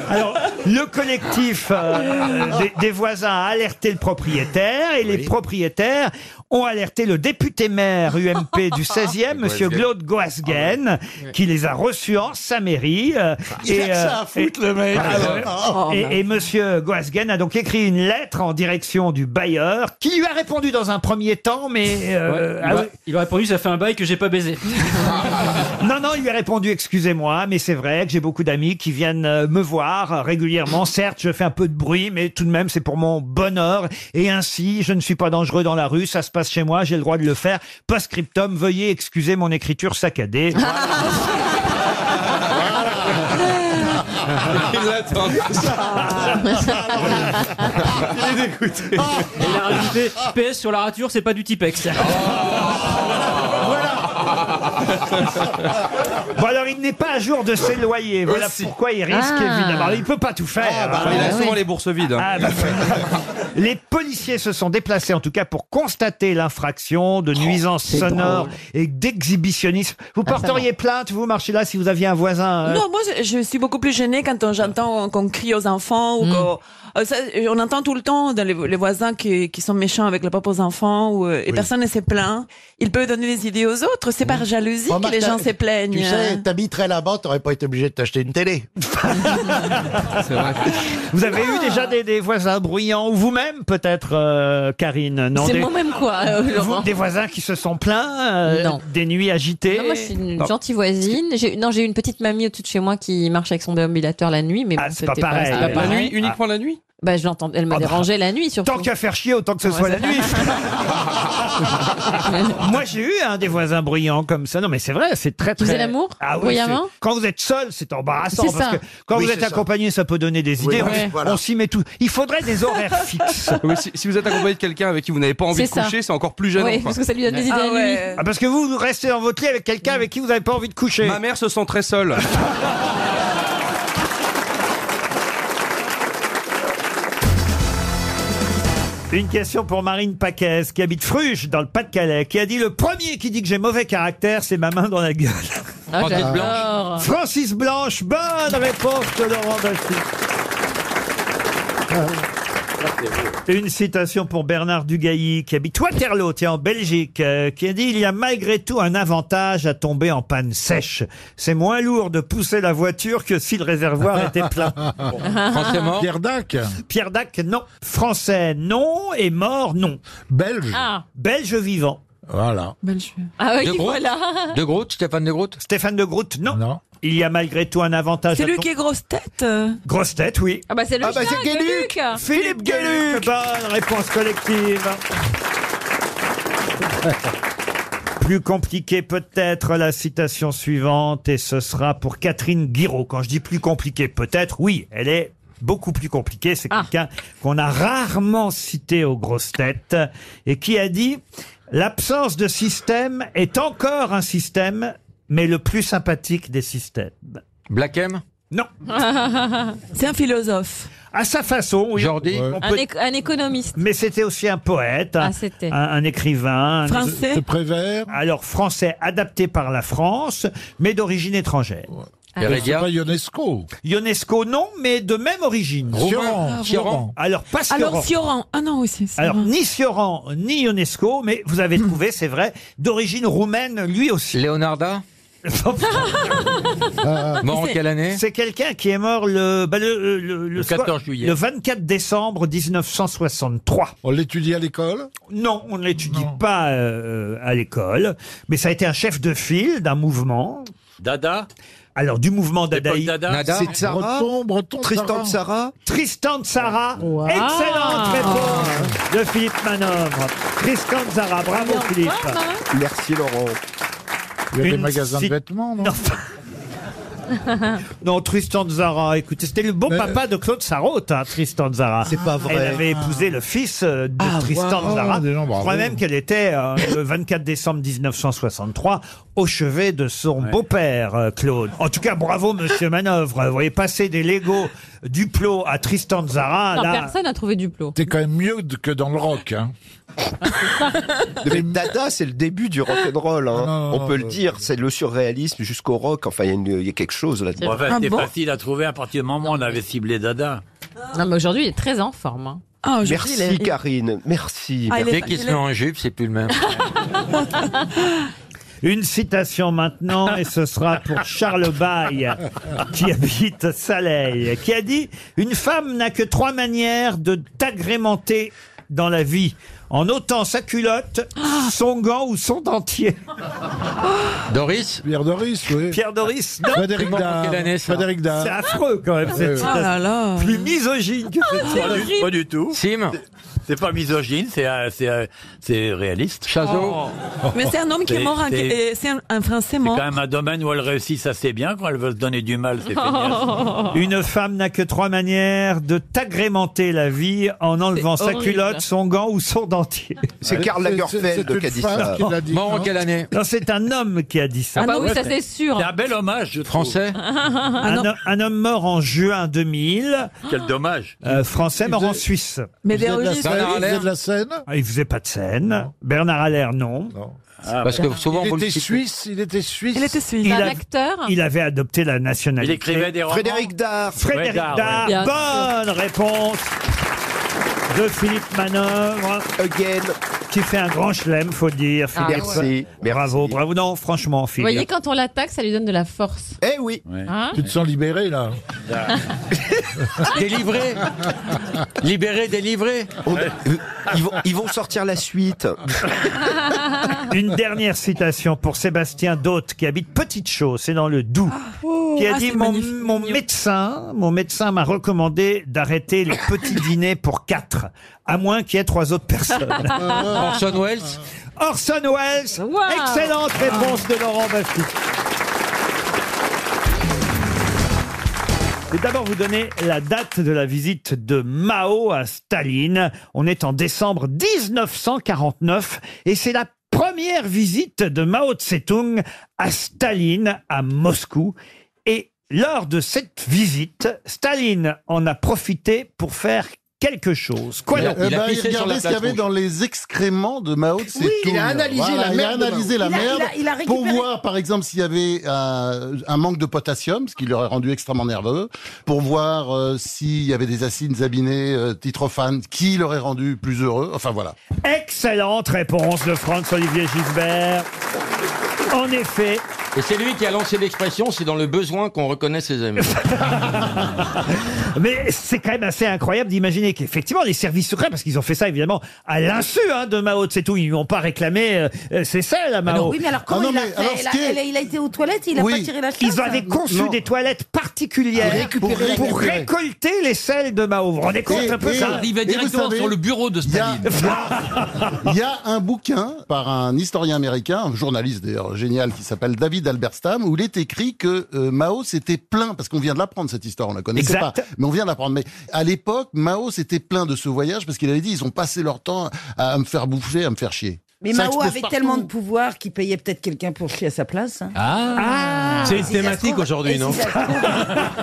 S1: Alors, le collectif euh, des, des voisins a alerté le propriétaire et les propriétaires ont alerté le député maire UMP du 16e, monsieur
S22: Goasguen.
S1: Claude Goasguen, qui les a reçus en sa mairie. euh,
S22: Il a que ça à foutre,
S1: et-
S22: le mec.
S1: Ah ouais.
S22: Oh,
S1: et,
S22: man.
S1: et monsieur Goasguen a donc écrit une lettre en direction du bailleur qui lui a répondu dans un premier temps, mais euh,
S11: Ouais,
S1: ah
S11: il, a,
S1: oui.
S11: il a répondu ça fait un bail que j'ai pas baisé.
S1: Non, non, il lui a répondu, excusez-moi, mais c'est vrai que j'ai beaucoup d'amis qui viennent euh, me voir euh, régulièrement. Certes, je fais un peu de bruit, mais tout de même, c'est pour mon bonheur. Et ainsi, je ne suis pas dangereux dans la rue, ça se passe chez moi, j'ai le droit de le faire. Post-scriptum, veuillez excuser mon écriture saccadée.
S8: Ils l'attendent.
S11: Il est dégoûté.
S8: Ah.
S11: il a rajouté PS sur la rature, c'est pas du Tipex.
S8: Oh,
S1: Bon, alors, il n'est pas à jour de ses loyers. Voilà pourquoi il risque,
S8: Ah.
S1: évidemment. Alors, Il ne peut pas tout
S11: Eh,
S9: Ah,
S1: faire.
S8: bah,
S9: bah,
S8: il
S11: bah,
S8: a souvent les bourses vides. hein.
S1: Ah, bah, Les policiers se sont déplacés, en tout cas, pour constater l'infraction de nuisance
S21: Oh, c'est
S1: sonore
S21: drôle.
S1: et d'exhibitionnisme. Vous
S21: Ah, ça
S1: porteriez plainte, vous, marchez là, si vous aviez un voisin. euh,
S13: Non, moi, je- je suis beaucoup plus gênée quand on- j'entends qu'on crie aux enfants ou qu'on- Euh, ça, on entend tout le temps dans les, les voisins qui, qui sont méchants avec le papa aux enfants ou, euh, et personne ne se plaint. Ils peuvent donner des idées aux autres. C'est par jalousie
S18: Bon,
S13: que les
S18: Martha,
S13: gens se plaignent. hein.
S18: Tu sais, t'habiterais là-bas, t'aurais pas été obligé de t'acheter une télé.
S1: Ah, Vous avez eu déjà des, des voisins bruyants, ou vous-même, peut-être, euh, Karine non,
S10: C'est
S1: des-
S10: moi-même quoi, euh,
S1: Vous-
S10: Laurent
S1: Des voisins qui se sont plaints, euh,
S10: Non.
S1: des nuits agitées.
S10: Non, moi, je suis une
S1: Non.
S10: gentille voisine. J'ai- Non, j'ai une petite mamie au-dessus de chez moi qui marche avec son déambulateur la nuit, mais bon,
S1: Ah, c'est pas
S10: c'était pas-
S1: pareil.
S10: c'était pas
S1: La
S10: pareil.
S1: nuit, uniquement
S10: la nuit Bah, je l'entends. Elle m'a
S1: Ah bah.
S10: dérangée la nuit, surtout.
S1: Tant qu'à faire chier, autant que ce
S10: Ouais,
S1: soit la
S10: c'est
S1: nuit. Moi, j'ai eu un des voisins bruyants comme ça. Non, mais c'est vrai, c'est très
S10: Vous
S1: très.
S10: avez l'amour
S1: Ah oui.
S10: Bruyamment
S1: c'est- Quand vous êtes seul, c'est embarrassant
S10: C'est
S1: parce
S10: ça.
S1: que quand
S10: Oui,
S1: vous êtes
S10: c'est ça.
S1: accompagné, ça peut donner des
S8: Oui,
S1: idées.
S8: ouais.
S1: On-
S8: Voilà.
S1: On s'y met tout. Il faudrait des horaires fixes.
S8: Ah Oui, si, si vous êtes accompagné de quelqu'un avec qui vous n'avez pas envie
S1: C'est
S8: de
S1: ça.
S8: coucher, c'est encore plus gênant. quoi.
S1: Ah ouais. Ah, parce que vous, vous restez dans votre lit avec quelqu'un avec qui vous n'avez pas envie de coucher.
S8: Ma mère se sent très seule.
S1: Une question pour Marine Paquez, qui habite Fruges, dans le Pas-de-Calais, qui a dit Le premier qui dit que j'ai mauvais caractère, c'est ma main dans la gueule.
S10: Ah, Francis j'adore. Blanche.
S1: Francis Blanche, bonne réponse de Laurent Baffie. Une citation pour Bernard Dugailly, qui habite Waterloo, tiens, en Belgique, euh, qui a dit Il y a malgré tout un avantage à tomber en panne sèche. C'est moins lourd de pousser la voiture que si le réservoir était plein.
S12: Forcément. Pierre Dac.
S1: Pierre Dac, non. Français, non. Et mort, non. Belge.
S10: Ah.
S1: Belge vivant.
S12: Voilà.
S10: Ah oui,
S1: De Groot.
S10: voilà.
S1: Groot, Stéphane De Groot Stéphane De Groot, non. Il y a malgré tout un avantage.
S13: C'est
S1: à
S13: lui
S1: ton-
S13: qui est grosse tête. euh.
S1: Grosse tête, oui.
S10: Ah bah c'est le
S1: Ah bah,
S10: chien,
S1: c'est Gueluc.
S10: Gueluc.
S1: Philippe Gueluc Bonne réponse collective. Plus compliqué peut-être la citation suivante et ce sera pour Catherine Guiraud. Quand je dis plus compliqué peut-être, oui, elle est beaucoup plus compliquée. C'est
S10: Ah.
S1: quelqu'un qu'on a rarement cité aux grosses têtes et qui a dit l'absence de système est encore un système, mais le plus sympathique des systèmes.
S8: Black M
S1: Non.
S13: C'est un philosophe.
S1: À sa façon, oui.
S8: Jordi
S1: On
S10: Un,
S1: peut-
S10: éco- un économiste.
S1: mais c'était aussi un poète, hein.
S10: Ah,
S1: un-
S10: c'était.
S1: un, un écrivain. un-
S10: Français De
S1: Prévert. Alors, français adapté par la France, mais d'origine étrangère.
S12: Ah. Heredia. C'est pas
S1: Ionesco. Ionesco, non, mais de même origine.
S12: Sioran. Ah, Sioran.
S1: Alors, pas Sioran.
S13: Alors, Fioran. Ah non, oui, c'est ça. Hmm.
S1: Alors, ni Sioran, ni Ionesco, mais vous avez trouvé, c'est vrai, d'origine roumaine, lui aussi. Leonarda
S8: Mort en quelle année
S1: C'est quelqu'un qui est mort le, bah, le, le- le-
S8: Le 14 juillet.
S1: Le 24 décembre 1963. On l'étudie à l'école Non, on ne l'étudie pas euh, à l'école. Mais ça a été un chef de file d'un mouvement.
S2: Dada
S1: Alors, du mouvement
S2: Paul
S1: dadaï.
S2: Dada Nada. C'est Sarah
S1: Breton, Breton, Tristan de Sarah Tristan de Sarah. Excellente réponse de Philippe Manœuvre. Tristan de Sarah. Bravo, Philippe.
S2: Merci Laurent.
S1: Il y a des Une
S12: magasins de
S1: cit-
S12: vêtements, non
S1: Non, Tristan de Zara, écoutez, c'était le beau papa de Claude Sarraute, hein, Tristan de Zara. C'est pas
S12: vrai.
S1: Elle avait épousé le fils euh, de
S12: Ah,
S1: Tristan
S12: wow.
S1: de Zara.
S12: Oh, des gens,
S1: Je
S12: bravo.
S1: crois même qu'elle était euh, le 24 décembre 1963 au chevet de son beau-père, euh, Claude. En tout cas, bravo, monsieur Manœuvre. Vous voyez, passer des Lego Duplo à Tristan de Zara,
S10: Non,
S1: Ah, là...
S10: personne n'a trouvé du plot.
S12: C'est quand même mieux de- que dans le rock. Hein.
S2: Mais Dada, c'est le début du rock and roll. On peut le dire, c'est le surréalisme jusqu'au rock. Enfin, il y a une- il y, a quelque chose là-dedans.
S10: Bon, enfin, Ah c'était bon
S2: facile à trouver à partir du moment où on avait ciblé Dada.
S10: Non, mais aujourd'hui, il est très en forme. hein.
S2: merci Karine, merci.
S10: Ah, il est- Dès qu'il il se met est- en
S2: jupe, c'est plus le même.
S1: Une citation maintenant, et ce sera pour Charles Baille, qui habite Saleil, qui a dit Une femme n'a que trois manières de t'agrémenter dans la vie en ôtant sa culotte, son gant ou son dentier.
S8: Doris
S12: Pierre Doris, oui.
S1: Pierre Doris, non.
S12: Frédéric Dard. Frédéric Dard.
S1: C'est affreux quand même.
S12: Ah,
S13: oh
S1: cette
S12: oui, oui.
S1: citation. Plus misogyne que cette
S2: Pas du,
S1: citation.
S2: pas du tout.
S8: Sim
S6: C'est pas misogyne, c'est euh, c'est euh, c'est réaliste. Oh.
S13: Chazot. Mais c'est un homme qui est mort, un-
S6: C'est
S13: et c'est un, un Français
S6: c'est
S13: mort.
S6: quand même un domaine où elle réussit assez bien quand elle veut se donner du mal. C'est
S13: Oh.
S1: Une femme n'a que trois manières de t'agrémenter la vie en enlevant sa
S6: horrible.
S1: culotte, son gant ou son dentier.
S2: C'est Karl C'est- c'est- Lagerfeld c'est une qui a dit femme ça. qui l'a dit, Mort en non quelle
S1: année Non, c'est un homme qui a dit ça.
S10: Ah Ah bah non, oui, ça, c'est sûr.
S6: C'est un bel hommage, je
S1: Français
S10: Ah
S1: un,
S10: non.
S1: ho- un homme mort en juin 2000.
S6: Quel dommage.
S1: Euh, français mort en Suisse.
S10: Mais Il faisait de la Bérénice- scène, il faisait de la
S1: scène Il faisait pas de scène. Bernard Allaire, non.
S2: Ah,
S6: Parce que
S1: souvent,
S6: on le cite.
S1: suisse, il était suisse.
S10: Il était suisse. Un acteur
S1: Il avait adopté la nationalité.
S6: Il écrivait des romans Frédéric Dard.
S1: Frédéric
S6: Ouais, Dard,
S1: Dard.
S6: ouais.
S1: Bonne réponse de Philippe Manœuvre. Qui fait un grand chelem, faut dire.
S10: Ah,
S1: Philippe.
S10: Merci,
S1: Bravo, bravo. Non, franchement,
S10: Vous voyez,
S1: Philippe.
S10: quand on l'attaque, ça lui donne de la force.
S2: Eh oui
S10: Hein
S1: te sens libéré, là.
S6: Ah.
S2: Délivré Libéré, délivré ils, vont, ils vont sortir la suite.
S1: Une dernière citation pour Sébastien Dôte, qui habite Petite Chaux, c'est dans le Doubs, qui a
S7: ah,
S1: dit
S7: c'est
S1: mon,
S7: magnifique,
S1: mon médecin, mon médecin m'a recommandé d'arrêter les petits dîners pour quatre, à moins qu'il y ait trois autres personnes.
S7: Orson
S1: Welles. Orson Welles. Excellente réponse de Laurent Baffi. Je vais d'abord vous donner la date de la visite de Mao à Staline. On est en décembre 1949 et c'est la première visite de Mao Tse-tung à Staline à Moscou. Et lors de cette visite, Staline en a profité pour faire quelque chose. Quoi
S23: Il a-
S1: donc
S23: eh ben, il regardait ce qu'il y avait dans les excréments de Mao Tse-tung.
S1: il a analysé
S23: Voilà,
S1: la
S23: il a
S1: merde de
S23: analysé la
S1: Mao. Il a-
S23: merde
S1: il a- il a
S23: pour
S1: récupéré-
S23: voir, par exemple, s'il y avait euh, un manque de potassium, ce qui l'aurait rendu extrêmement nerveux, pour voir euh, s'il y avait des acides aminés, euh, titrophanes, qui l'aurait rendu plus heureux. Enfin voilà.
S1: Excellente réponse de Franz-Olivier Gisbert. En effet,
S24: Et c'est lui qui a lancé l'expression, c'est dans le besoin qu'on reconnaît ses amis.
S1: Mais c'est quand même assez incroyable d'imaginer qu'effectivement les services secrets, parce qu'ils ont fait ça évidemment à l'insu hein, de Mao c'est tout, ils n'ont pas réclamé euh, euh, ses selles à Mao.
S25: Ah Oui, mais alors
S1: Ah
S2: Ah
S25: comment il a fait il, a, elle a- il a été aux toilettes, il a
S1: Oui.
S25: pas tiré la hein. chasse
S1: Ils avaient conçu des toilettes particulières
S25: Ah, récupérer,
S1: pour, pour
S23: récupérer.
S1: récolter les selles de Mao. Vous vous rendez compte
S23: Et-
S1: un peu
S23: et-
S1: ça
S23: Ça arrivait et vous directement savez, sur le
S24: bureau de
S23: Staline. Il y a un bouquin par un historien américain, un journaliste d'ailleurs génial, qui s'appelle David Alberstam, où il est écrit que euh, Mao s'était plaint, parce qu'on vient de l'apprendre cette histoire, on la connaissait
S1: Exact.
S23: pas, mais on vient d'apprendre. Mais à l'époque, Mao s'était plaint de ce voyage parce qu'il avait dit ils ont passé leur temps à me faire bouffer, à me faire chier.
S25: Mais
S23: Ça
S25: Mao
S23: explose
S25: avait
S23: partout.
S25: tellement de pouvoir qu'il payait peut-être quelqu'un pour chier à sa place. hein.
S26: Ah, C'est une
S25: Si ça se
S26: thématique
S25: trouve-
S26: aujourd'hui,
S25: et si
S26: non
S25: ça se trouve-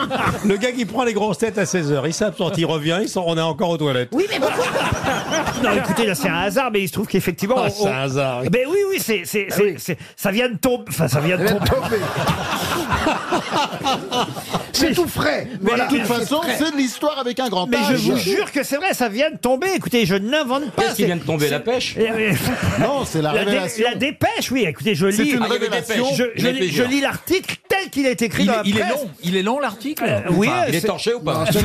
S26: Le gars qui prend les grosses têtes à 16h, il s'absente, il revient, il sort- on est encore aux toilettes.
S25: Oui, mais pourquoi
S1: Non, écoutez, là, c'est un hasard, mais il se trouve qu'effectivement.
S26: Ah,
S1: on-
S26: c'est un hasard.
S1: Mais oui, Ah oui, c'est, c'est, c'est- c'est- ça vient de tomber. Enfin, ça vient de tomber.
S23: C'est tout frais.
S1: Mais
S23: Voilà.
S1: de
S23: De toute façon, c'est de l'histoire avec un grand
S1: Mais je
S23: âge.
S1: vous jure que c'est vrai, ça vient de tomber. Écoutez, je n'invente pas.
S23: Qu'est-ce qui
S1: c'est-
S23: vient de tomber,
S1: c'est-
S23: la pêche
S1: Eh oui.
S23: Non, c'est la
S1: dé-
S23: révélation.
S1: la dépêche, oui. Écoutez, je
S23: C'est
S1: lis.
S23: une
S1: Ah, il y avait
S23: révélation.
S1: dépêche. Je,
S23: Il
S1: je
S23: y a
S1: lis-
S23: plaisir.
S1: je lis l'article tel qu'il est écrit dans la presse.
S27: il est long l'article
S1: Euh, oui,
S27: Enfin, Il est
S1: c'est-
S27: torché ou pas
S1: Non, c'est-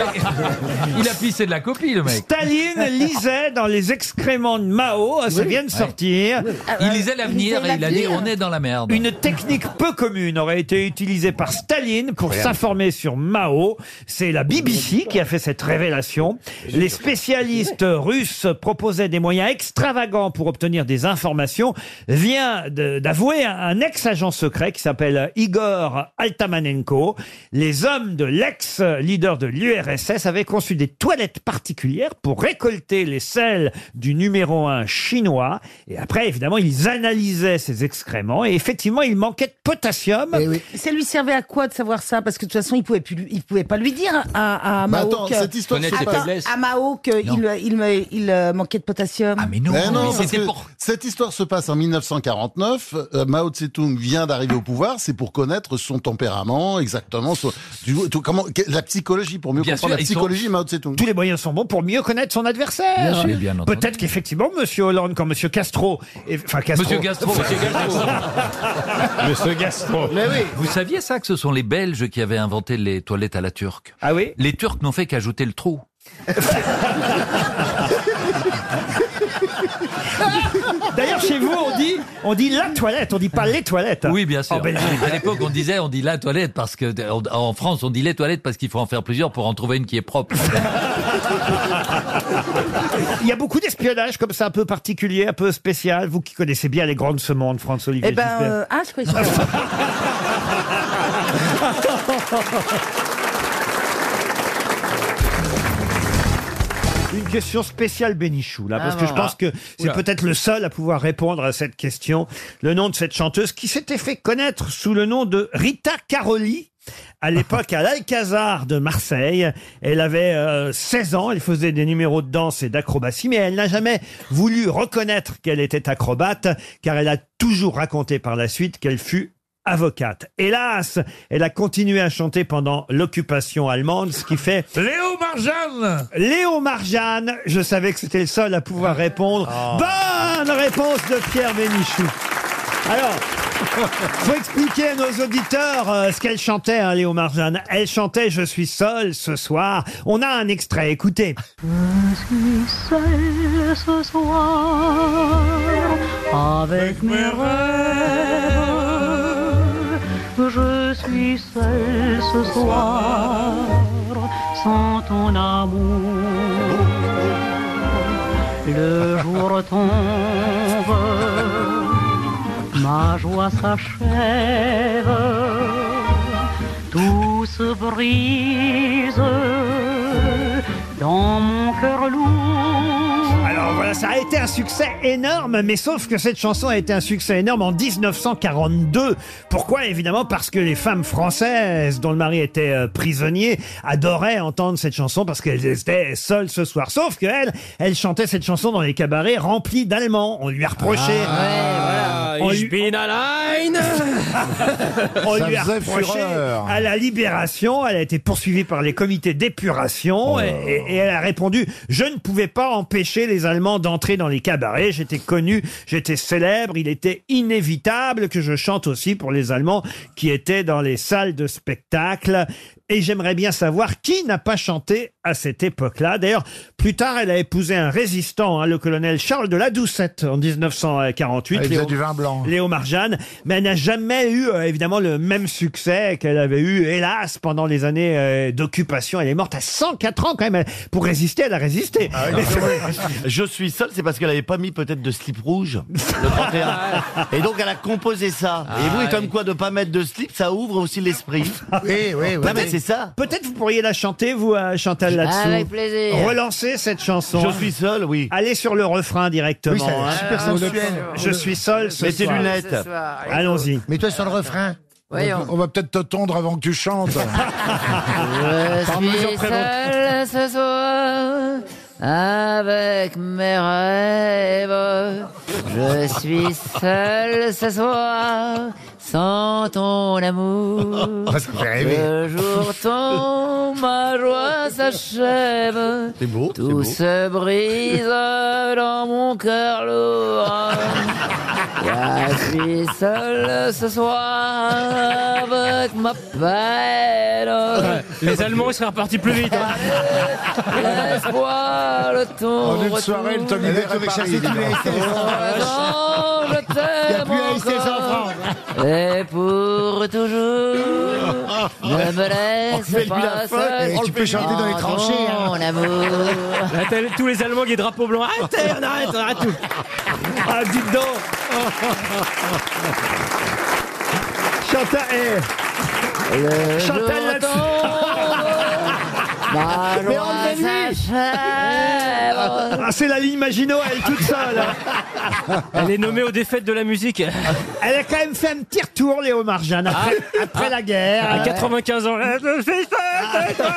S27: Il a pissé de la copie, le mec.
S1: Staline lisait dans les excréments de Mao, ah, ça
S27: Oui.
S1: vient de
S27: Ouais.
S1: sortir.
S27: Ah, euh, Il lisait l'avenir et il a dit on est dans la merde.
S1: Une technique peu commune aurait été utilisée par Staline pour s'informer sur Mao. C'est la BBC qui a fait cette révélation. Les spécialistes russes proposaient des moyens extravagants pour obtenir des informations. Vient de- d'avouer un- un ex-agent secret qui s'appelle Igor Altamanenko. Les hommes de l'ex-leader de l'URSS avaient conçu des toilettes particulières pour récolter les selles du numéro 1 chinois. Et après, évidemment, ils analysaient ces excréments. Et effectivement, il manquait de potassium.
S23: Eh
S25: Ça lui servait à quoi de savoir ça Parce que de toute façon, il pouvait plus, lui- il pouvait pas lui dire à, à
S23: Bah
S25: Mao
S23: attends,
S25: que-
S23: cette histoire, Connaître c'est ses pas- faiblesses.
S25: à Mao qu'il il, me- il, euh, manquait de potassium. Ah mais
S23: Mais Ben non, parce que cette histoire se passe en 1949. euh, Mao Tse-tung vient d'arriver au pouvoir. C'est pour connaître son tempérament, exactement son- du- tout- comment, que- la psychologie, pour mieux
S1: Bien
S23: comprendre
S1: sûr,
S23: la
S1: ils sont-
S23: psychologie de Mao Tse-tung.
S1: Tous les moyens sont bons pour mieux connaître son adversaire.
S23: Bien sûr. Mais bien entendu.
S1: Peut-être qu'effectivement, Monsieur Hollande, quand Monsieur Castro, et- enfin Castro,
S27: Monsieur Gastro.
S1: Monsieur Gastro.
S27: Mais oui. Vous saviez ça que ce sont les Belges qui avaient inventé les toilettes à la turque
S1: Ah oui
S27: Les Turcs n'ont fait qu'ajouter le trou.
S1: D'ailleurs, chez vous, on dit, on dit la toilette, on dit pas les toilettes.
S27: Oui, bien sûr.
S1: En Belgique.
S27: À l'époque, on disait, on dit la toilette parce que en- en France, on dit les toilettes parce qu'il faut en faire plusieurs pour en trouver une qui est propre.
S1: Il y a beaucoup d'espionnage comme ça, un peu particulier, un peu spécial. Vous qui connaissez bien les grandes de ce monde, France-Olivier
S28: Eh ben,
S1: Gisbert.
S28: euh, ah, je croyais que-
S1: Une question spéciale Bénichou, là, parce
S4: Ah,
S1: que je
S4: voilà.
S1: pense que c'est
S4: Oula.
S1: peut-être le seul à pouvoir répondre à cette question. Le nom de cette chanteuse qui s'était fait connaître sous le nom de Rita Caroli. À l'époque, à l'Alcazar de Marseille, elle avait euh, 16 ans, elle faisait des numéros de danse et d'acrobatie, mais elle n'a jamais voulu reconnaître qu'elle était acrobate, car elle a toujours raconté par la suite qu'elle fut avocate. Hélas, elle a continué à chanter pendant l'occupation allemande, ce qui fait...
S19: Léo Marjan
S1: Léo Marjane, je savais que c'était le seul à pouvoir répondre. Bonne réponse de Pierre Bénichou. Alors, faut expliquer à nos auditeurs euh, ce qu'elle chantait, hein, Léo Marjane. Elle chantait Je suis seule ce soir. On a un extrait, écoutez.
S7: suis seul ce soir avec mes rêves. Je suis seul ce soir sans ton amour. Le jour tombe, ma joie s'achève, tout se brise dans mon cœur lourd.
S1: Alors voilà, ça a été un succès énorme, mais sauf que cette chanson a été un succès énorme en 1942. Pourquoi Évidemment parce que les femmes françaises dont le mari était euh, prisonnier adoraient entendre cette chanson parce qu'elles étaient seules ce soir. Sauf qu'elle, elle chantait cette chanson dans les cabarets remplis d'Allemands. On lui a reproché.
S4: Ah,
S1: On lui-
S4: Ich bin allein.
S1: on
S4: Ça
S1: lui a
S4: faisait
S1: reproché
S4: fureur.
S1: à la libération. Elle a été poursuivie par les comités d'épuration et, et- et elle a répondu Je ne pouvais pas empêcher les Allemands d'entrer dans les cabarets. J'étais connu, j'étais célèbre. Il était inévitable que je chante aussi pour les Allemands qui étaient dans les salles de spectacle. Et j'aimerais bien savoir qui n'a pas chanté à cette époque-là. D'ailleurs, plus tard, elle a épousé un résistant, hein, le colonel Charles de la Doucette, en 1948.
S4: Ah, il faisait
S1: Léon-
S4: du vin blanc.
S1: Léo Marjane, mais elle n'a jamais eu euh, évidemment le même succès qu'elle avait eu, hélas, pendant les années euh, d'occupation. Elle est morte à 104 ans quand même. Elle- Pour résister, elle a résisté.
S9: Ah Je suis seul, c'est parce qu'elle n'avait pas mis peut-être de slip rouge le 31. Et donc elle a composé ça.
S1: Ah,
S9: Et vous, et comme quoi de pas mettre de slip, ça ouvre aussi l'esprit.
S1: Ah Oui, oui, oui.
S9: Non mais c'est ça.
S1: Peut-être vous pourriez la chanter, vous, à Chantal là-dessous.
S9: Avec plaisir.
S1: Relancez cette chanson.
S9: Je suis seul, oui.
S1: Allez sur le refrain directement.
S9: Oui, ça a l'air
S1: hein.
S9: super Ah, sensuel. on le-
S1: Je
S9: on le-
S1: suis seul ce
S9: Mets tes
S1: soir.
S9: lunettes. Ce
S4: soir, allez.
S1: Allons-y.
S4: Mais toi sur le refrain.
S25: Voyons.
S4: On va peut-être te tondre avant que tu chantes. Par mesure
S25: suis
S4: préventive.
S25: seule ce soir avec mes rêves. Je suis seule ce soir sans ton amour.
S4: Ah, ça me fait rêver.
S25: Le jour tombe, ma joie s'achève.
S4: C'est beau.
S25: Tout se brise dans mon cœur lourd. Je suis seul ce soir avec ma peine.
S29: Les Allemands, ils seraient repartis plus vite. hein.
S25: L'espoir, le temps.
S29: En une soirée, le Tommy Beck de Paris, dis donc.
S25: Non, Oh, je t'aime encore. Et pour toujours, ne me laisse
S4: Enlevez-lui la
S25: pas
S4: faute,
S25: seul.
S4: et tu peux chanter dans les tranchées, hein.
S25: Mon amour.
S29: Là, t'as tous les Allemands qui est drapeau blanc. Arrête, arrête, arrête, arrête tout.
S1: Ah, dites donc. Chantal,
S12: Euh,
S4: Le
S1: Chantal là-dessous.
S4: Mais enlevez-lui
S1: Ah, c'est la ligne Maginot, elle toute seule.
S29: Elle est nommée aux défaites de la musique.
S1: Elle a quand même fait un petit retour, Léo Marjane,
S9: Ah.
S1: après, après la guerre.
S29: À 95 ans.
S9: Euh,
S29: Je suis seul,
S8: Ah.
S29: c'est toi.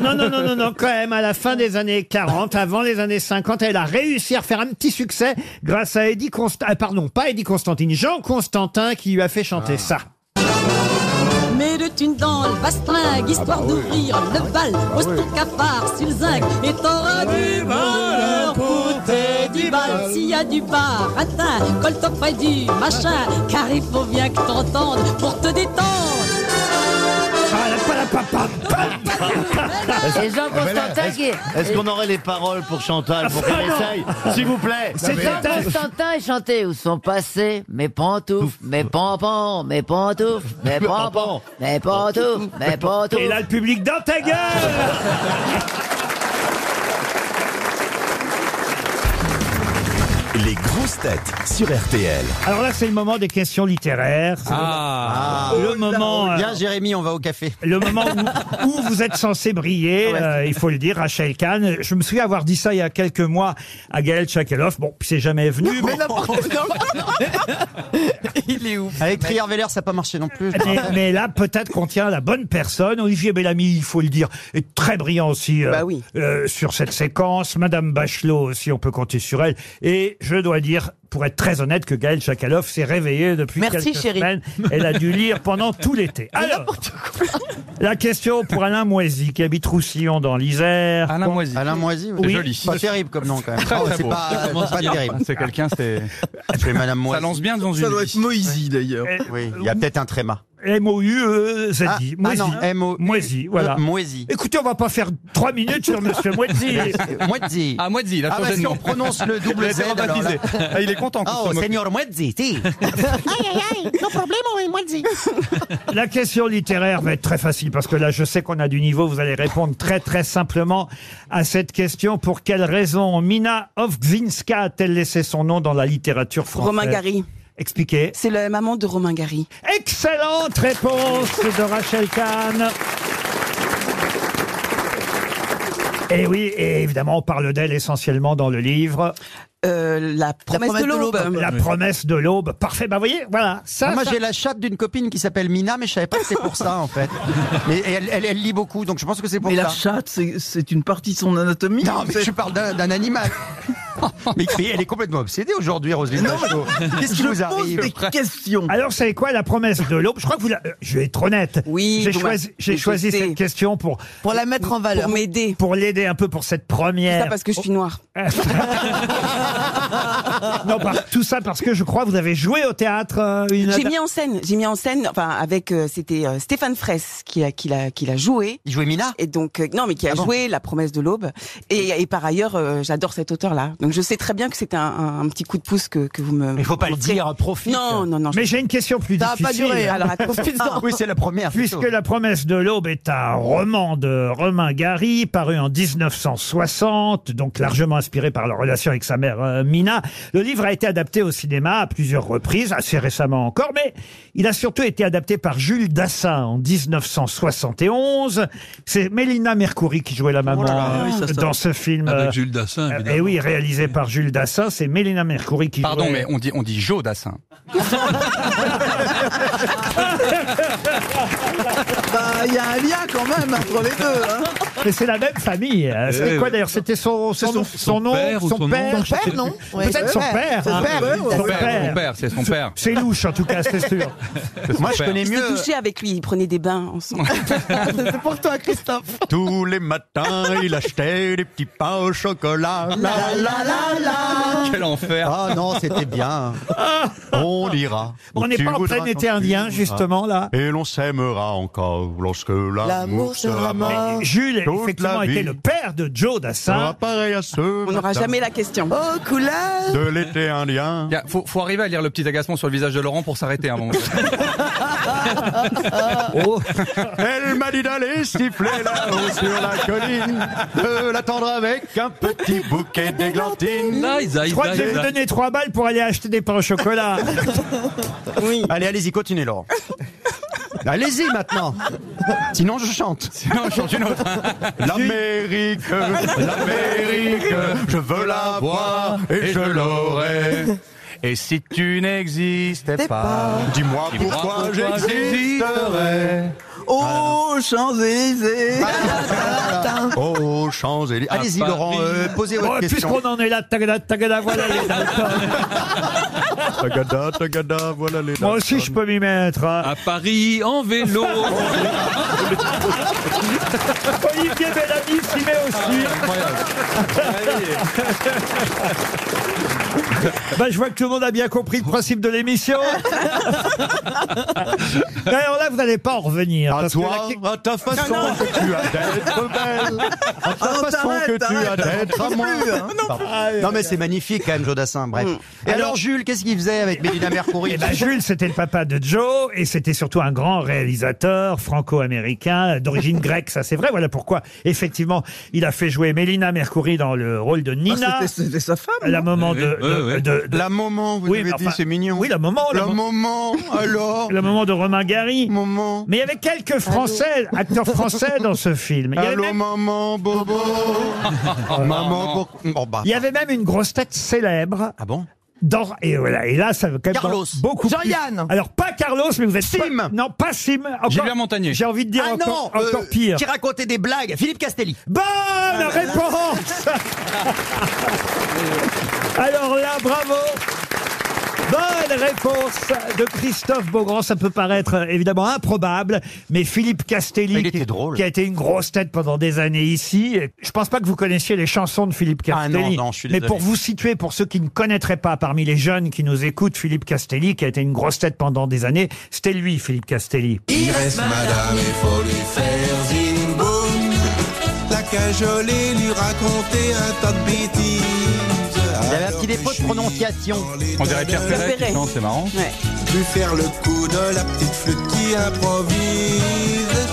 S1: Non, non, non, non, non, quand même, à la fin des années 40, avant les années 50, elle a réussi à faire un petit succès grâce à Eddie Constantin, pardon, pas Eddie Constantine, Jean Constantin qui lui a fait chanter ça.
S10: Mets le thune dans le bastringue, histoire d'ouvrir le bal. Pose ton cafard sur le zinc et t'auras du bonheur bah pour tes du bal. S'il y a du bar, atteint, colle-toi près du machin, car il faut bien que t'entendes pour te détendre.
S1: Ah, la, pa- la, pa- pa- pa-
S8: Est-ce-
S25: Jean
S8: Ah, mais là,
S25: Constantin
S8: est-ce-
S25: qui est-
S8: Est-ce qu'on aurait les paroles pour Chantal
S9: Ah,
S17: Ah
S8: pour qu'elle essaye S'il vous plaît
S25: C'est Jean Constantin est chanté où sont passés mes pantoufles, mes pampons, mes pantoufles, mes pampons, mes pantoufles, mes pantoufles.
S1: Et là, le public dans ta gueule
S30: Les grosses têtes sur RTL.
S1: Alors là, c'est le moment des questions littéraires. C'est le-
S9: Ah.
S1: le moment. euh,
S9: Oh Bien, Jérémy, on va au café.
S1: Le moment où, où vous êtes censé briller, euh, il faut le dire, Rachel Kahn. Je me souviens avoir dit ça il y a quelques mois à Gaël Tchakeloff. Bon, puis c'est jamais venu. mais-
S9: Il est ouf. Avec Trier-Veller, ça n'a pas marché non plus. je me
S1: Mais,
S9: rappelle.
S1: mais là, peut-être qu'on tient la bonne personne. Olivier Bellamy, il faut le dire, est très brillant aussi euh, euh, sur cette séquence. Madame Bachelot aussi, on peut compter sur elle. Et je dois dire, pour être très honnête, que Gaël Chakaloff s'est réveillée depuis
S25: Merci,
S1: quelques
S25: chérie.
S1: semaines. Elle a dû lire pendant tout l'été. Alors, la question pour Alain Moisy, qui habite Roussillon dans l'Isère. Alain Moisy.
S9: Alain Moisy,
S1: Oui.
S9: c'est joli. Pas terrible comme nom, quand même.
S1: Très,
S9: Oh,
S1: très
S9: c'est
S1: beau.
S9: pas, c'est pas terrible.
S1: C'est quelqu'un,
S9: c'est. C'est Madame Moisy.
S1: Ça lance bien dans une
S9: Ça doit
S1: vie.
S9: être Moisy, d'ailleurs. Oui, il y a peut-être un tréma.
S1: M-O-U-E-Z-I.
S9: Ah, ah
S1: euh, Moisy.
S9: non, M-O-
S1: Moisy, voilà.
S9: Euh, Moisy.
S1: Écoutez, on va pas faire trois minutes sur Monsieur Moisy.
S9: Moisy.
S1: Ah, Moisy, il a
S9: ah,
S1: changé
S9: bah,
S1: de
S9: si
S1: nom.
S9: on prononce le
S1: Il a
S9: double
S1: été
S9: Z. alors là-
S1: rebaptisé. Ah, il est content qu'on
S9: Oh,
S1: se moque.
S9: Seigneur Moisy, si.
S25: Aïe, aïe, aïe, no problemo, et moi le dis.
S1: La question littéraire va être très facile parce que là, je sais qu'on a du niveau. Vous allez répondre très très simplement à cette question. Pour quelle raison Mina Ovzinska a-t-elle laissé son nom dans la littérature française
S13: Romain Gary.
S1: Expliquez.
S13: C'est la maman de Romain Gary.
S1: Excellente réponse de Rachel Kahn. Et Eh oui, et évidemment, on parle d'elle essentiellement dans le livre.
S13: Euh, la promesse de l'aube.
S1: La promesse de l'aube. Parfait. Bah, vous voyez, voilà. Ça,
S9: Ah, moi,
S1: ça-
S9: j'ai la chatte d'une copine qui s'appelle Mina, mais je savais pas que c'est pour ça, en fait. Mais elle, elle- elle lit beaucoup, donc je pense que c'est pour
S7: Mais
S9: ça.
S7: la chatte, c'est- c'est une partie de son anatomie.
S9: Non, mais je parle d'un d'un animal. mais, mais elle est complètement obsédée aujourd'hui, Roselyne
S7: Non,
S9: Bachelot. Qu'est-ce qui
S7: je
S9: vous
S7: pose
S9: arrive
S7: des
S9: questions.
S1: Alors, c'est quoi la promesse de l'aube Je crois que vous la... euh, Je vais être honnête.
S13: Oui,
S1: J'ai
S13: vous
S1: choisi,
S13: m'a-
S1: j'ai
S13: je
S1: choisi
S13: sais.
S1: cette question pour...
S13: Pour la mettre en valeur.
S1: Pour
S13: m'aider.
S1: Pour l'aider un peu pour cette première.
S13: Ça parce que je suis noire.
S1: Non, par- tout ça parce que je crois que vous avez joué au théâtre. euh, une-
S13: J'ai mis en scène, j'ai mis en scène, enfin avec euh, c'était euh, Stéphane Fraisse qui a qui l'a qui l'a joué.
S9: Il jouait Mina.
S13: Et donc euh, non mais qui a
S9: Ah bon
S13: joué La Promesse de l'Aube. Et, et par ailleurs, euh, j'adore cet auteur là. Donc je sais très bien que c'était un, un- un petit coup de pouce que que vous me. Il faut
S9: pas le dire, profite.
S13: Non non non.
S1: Mais j'ai une question plus
S13: Ça a pas
S1: difficile.
S13: duré, alors, attends. Ah.
S9: Oui, c'est la première.
S1: Puisque La promesse de l'aube est un roman de Romain Gary, paru en 1960, donc largement inspiré par leur relation avec sa mère euh, Mina. Le livre a été adapté au cinéma à plusieurs reprises, assez récemment encore, mais il a surtout été adapté par Jules Dassin en 1971. C'est Mélina Mercouri qui jouait la maman
S5: là, oui, ça, ça.
S1: dans ce film.
S5: Avec
S1: euh,
S5: Jules Dassin,
S1: euh,
S5: évidemment.
S1: Et oui, réalisé par Jules Dassin, c'est Mélina Mercouri qui
S5: Pardon,
S1: jouait-
S5: mais on dit, on dit Joe Dassin.
S7: Bah, il y a un lien quand même entre les deux. Hein.
S1: Mais c'est la même famille. hein. C'était
S5: Eh
S1: quoi
S5: oui.
S1: d'ailleurs C'était son,
S5: C'est
S1: son,
S5: son-
S1: son
S5: son
S1: nom,
S5: père ou son nom
S1: je
S5: Son
S1: sais
S5: père,
S1: plus.
S5: non Ouais.
S1: Peut-être son
S5: Ouais.
S1: père.
S5: Son
S1: hein.
S5: père, oui,
S1: Son
S5: son
S1: père.
S5: père, son père, c'est son père.
S1: C'est louche en tout cas, c'est sûr.
S5: Moi, je connais
S13: Il s'est
S5: mieux-
S13: touché avec lui, il prenait des bains ensemble. c'est pour toi Christophe.
S5: Tous les matins, il achetait des petits pains au chocolat.
S9: La, la, la, la.
S5: Quel enfer.
S9: Ah non, c'était bien.
S5: On ira.
S1: On
S5: où
S1: n'est
S5: tu
S1: pas en
S5: voudras,
S1: plein
S5: quand
S1: été
S5: tu
S1: indien,
S5: voudras.
S1: justement, là.
S5: Et l'on s'aimera encore lorsque l'amour sera mort.
S1: Mais Jules,
S5: Toute
S1: effectivement,
S5: la
S1: était
S5: vie
S1: le père de Joe
S5: sera
S1: Dassin.
S5: pareil à ce
S13: On n'aura
S5: matin
S13: jamais la question. Oh couleur.
S5: de l'été indien.
S13: Tiens,
S5: faut, arriver à lire le petit agacement sur le visage de Laurent pour s'arrêter un moment. Elle m'a dit d'aller siffler là-haut sur la colline, de l'attendre avec un petit bouquet d'églantines.
S1: Je crois que je vais vous donner 3 balles pour aller acheter des pains au chocolat.
S9: Oui. Allez, allez-y, continuez, Laurent. Allez-y maintenant. Sinon, je chante. Sinon, je chante une autre.
S5: L'Amérique, l'Amérique, je veux la voir et je l'aurai. Et si tu n'existais
S7: T'es pas.
S5: pas, dis-moi
S7: Dis-moi
S5: pourquoi
S7: pourquoi
S5: j'existerais.
S7: Oh, Champs-Élysées
S5: Oh, Champs-Élysées. Oh,
S9: Allez-y,
S5: à
S9: Laurent,
S5: Paris.
S1: Oh,
S9: euh, posez
S1: Bon,
S9: votre question.
S1: Puisqu'on en est là, tagada, tagada, voilà les Dalton. Tagada, tagada, voilà les Moi aussi, je peux m'y mettre. hein. À Paris, en vélo. Olivier Bellamy s'y met aussi. Bah, je vois que tout le monde a bien compris le principe de l'émission. D'ailleurs, là, vous n'allez pas en revenir.
S17: À
S1: parce que
S17: toi,
S1: la-
S17: à ta façon que tu as d'être belle, à ta
S1: oh,
S9: Ah,
S17: façon
S9: t'arrêtes,
S17: que tu as
S9: t'arrêtes,
S17: d'être
S9: t'en peux
S17: amant.
S9: plus,
S1: Ah,
S9: hein.
S17: Pardon.
S9: Non mais c'est magnifique quand même Jodassin, bref. Et alors, Jules, qu'est-ce qu'il faisait avec Mélina Mercouri
S1: Hmm. Eh ben, Jules, c'était le papa de Joe, et c'était surtout un grand réalisateur franco-américain, d'origine grecque, ça c'est vrai. Voilà pourquoi, effectivement, il a fait jouer Mélina Mercouri dans le rôle de Nina.
S21: Ah, c'était- c'était sa femme,
S1: La
S21: non
S1: maman
S21: Oui,
S1: de,
S21: oui,
S1: de-
S21: oui.
S1: de- de-
S21: La maman, vous
S1: Oui,
S21: avez
S1: mais
S21: dit, c'est mignon.
S1: Oui, la maman.
S21: La
S1: maman,
S21: alors
S1: La maman de Romain Gary. Maman. Mais il y avait quelques Français, acteurs français dans ce film. Il y avait
S17: Allô,
S1: même-
S17: maman, bobo.
S1: Maman,
S17: pourquoi-
S9: Bon, bah.
S1: Il y avait même une grosse tête célèbre.
S9: Ah bon
S1: dans, et, voilà, et là, ça veut quand même
S9: Carlos.
S1: beaucoup plus-
S9: Jean-Yann.
S1: Alors, pas Carlos, mais vous êtes pas-
S9: Sim.
S1: Non, pas Sim. Encore-
S9: Gilbert Montagnier.
S1: J'ai envie de dire
S9: Ah
S1: encore,
S9: non, euh,
S1: encore pire.
S9: Qui racontait des blagues Philippe Castelli. Ah,
S1: Bonne réponse Alors là, bravo Bonne réponse de Christophe Beaugrand. Ça peut paraître euh, évidemment improbable, mais Philippe Castelli, qui, qui a été une grosse tête pendant des années ici, et je pense pas que vous connaissiez les chansons de Philippe
S9: Ah non,
S1: Castelli.
S9: non, je suis
S1: mais
S9: désolé.
S1: pour vous situer, pour ceux qui ne connaîtraient pas parmi les jeunes qui nous écoutent, Philippe Castelli, qui a été une grosse tête pendant des années, c'était lui, Philippe Castelli.
S8: Il reste madame, il faut lui faire une boum. La cajoler, lui raconter un tas de bêtises.
S9: Il avait un petit défaut de prononciation.
S8: On dirait Pierre Perret qui Perret. chante,
S9: c'est marrant.
S8: Lui faire le coup de la petite flûte qui improvise.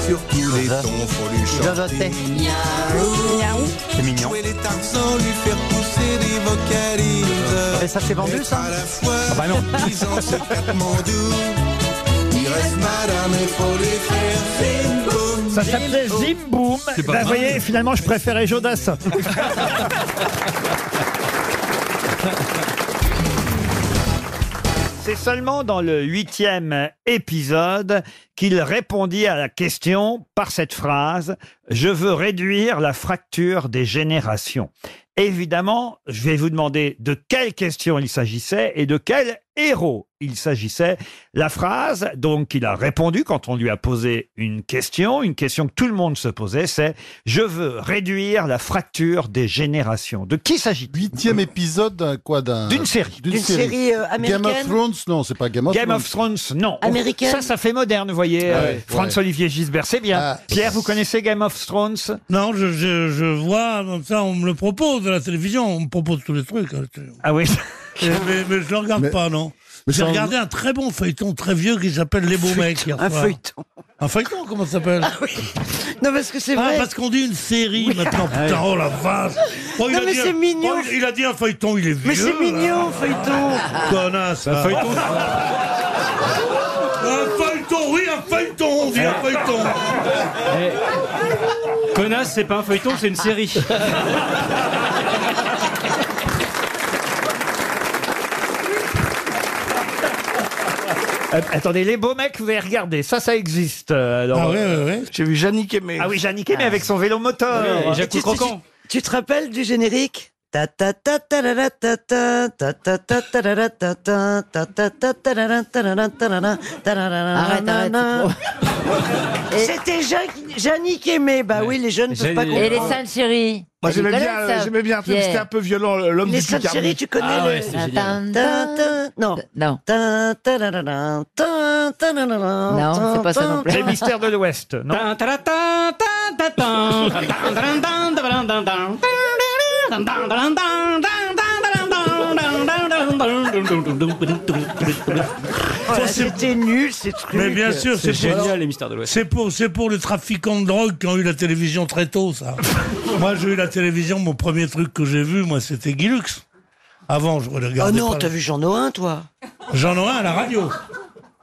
S8: Sur tous les tons, faut lui chanter. Miaou.
S9: C'est mignon.
S8: Jouer les tarzans, lui faire pousser des vocalises.
S9: Et ça, c'est vendu,
S8: Être
S9: ça
S8: à la fois
S9: Ah bah non.
S8: disant secrètement doux. Il reste madame, il faut lui faire une boum.
S1: Ça s'appelait Zim Boom.
S8: C'est pas
S1: Bah,
S8: mal.
S1: vous voyez, finalement, je préférais Jodas. C'est seulement dans le huitième épisode qu'il répondit à la question par cette phrase « Je veux réduire la fracture des générations ». Évidemment, je vais vous demander de quelle question il s'agissait et de quel héros il s'agissait. La phrase, donc, qu'il a répondu quand on lui a posé une question, une question que tout le monde se posait, c'est « Je veux réduire la fracture des générations ». De qui s'agit-il
S23: Huitième épisode d'un quoi d'un
S1: D'une série.
S23: D'une
S1: D'une
S23: série,
S1: série, euh,
S23: Game of
S1: américaine
S23: Thrones non c'est pas Game of
S1: Game
S23: Thrones.
S1: of Thrones, non. Oh,
S23: Américaine
S1: Ça, ça fait moderne, vous voyez.
S23: Ah
S1: euh,
S23: ouais,
S1: Franz
S23: ouais. Ah.
S1: Olivier Gisbert, c'est bien. Pierre, vous connaissez Game of Thrones
S19: Non, je, je, je vois, comme ça, on me le propose à la télévision, on me propose tous les trucs. hein,
S1: Ah oui
S19: mais, mais je ne le regarde pas, non.
S23: mais
S19: J'ai
S23: ça en-
S19: regardé un très bon feuilleton très vieux qui s'appelle Les Beaux Mecs. hier
S12: un
S19: soir.
S12: feuilleton. Ah
S19: Un feuilleton, comment ça s'appelle
S12: Non, parce que c'est
S19: Ah,
S12: vrai.
S19: parce qu'on dit une série
S12: Oui.
S19: maintenant.
S12: Ah oui.
S19: Putain, oh la vache. Oh, il
S12: Non,
S19: a
S12: mais
S19: dit un-
S12: c'est mignon.
S19: oh, il a dit un feuilleton, il est vieux.
S12: Mais c'est mignon, feuilleton.
S19: Connasse.
S12: Un
S19: là.
S12: feuilleton.
S19: Un feuilleton, oui, un feuilleton, on dit un feuilleton.
S11: Connasse, c'est pas un feuilleton, c'est une série.
S1: Euh, attendez, les beaux mecs, vous allez regarder. Ça, ça existe. euh, alors,
S19: Ah ouais,
S1: euh,
S19: ouais, ouais.
S12: J'ai vu Yannick Aimé.
S1: Ah oui, Jeannick Aimé avec son vélo moteur.
S12: Et Euh, tu- Tu, tu te rappelles du générique Ta ta ta ta la la ta ta, ta ta ta ta la la ta ta, ta ta ta ta la la ta la la ta la la, ta la la la
S25: Arrête,
S12: la
S25: arrête,
S12: la.
S25: Et-
S12: C'était Jacques- Yannick Aimé. Bah oui, les jeunes ne peuvent pas comprendre.
S25: Et les saintes chéries.
S12: Moi,
S25: Tu
S12: j'aimais
S25: connais
S12: bien,
S25: ça,
S12: euh, j'aimais bien un film,
S25: Pierre
S12: c'était un peu violent, euh, L'homme Les du Saintes Picardie. Chéries, tu connais Ah le- ouais, c'est
S25: Tin,
S12: génial.
S25: tin, tin.
S12: Non.
S25: Non.
S12: Ta ta la la la, ta ta la la la,
S25: Non, c'est pas ça non plus.
S12: ta-
S1: Les mystères de l'Ouest, non
S12: Oh là, C'était nul ces trucs.
S19: Mais bien sûr, c'est pour-
S11: mystères de
S19: C'est pour, c'est pour les trafiquants de drogue qui ont eu la télévision très tôt, ça. moi, j'ai eu la télévision, mon premier truc que j'ai vu, moi, c'était Guy Lux. Avant, je
S12: Oh
S19: regardais.
S12: non,
S19: pas
S12: t'as vu Jean Noin, toi
S19: J'en ai un à la radio.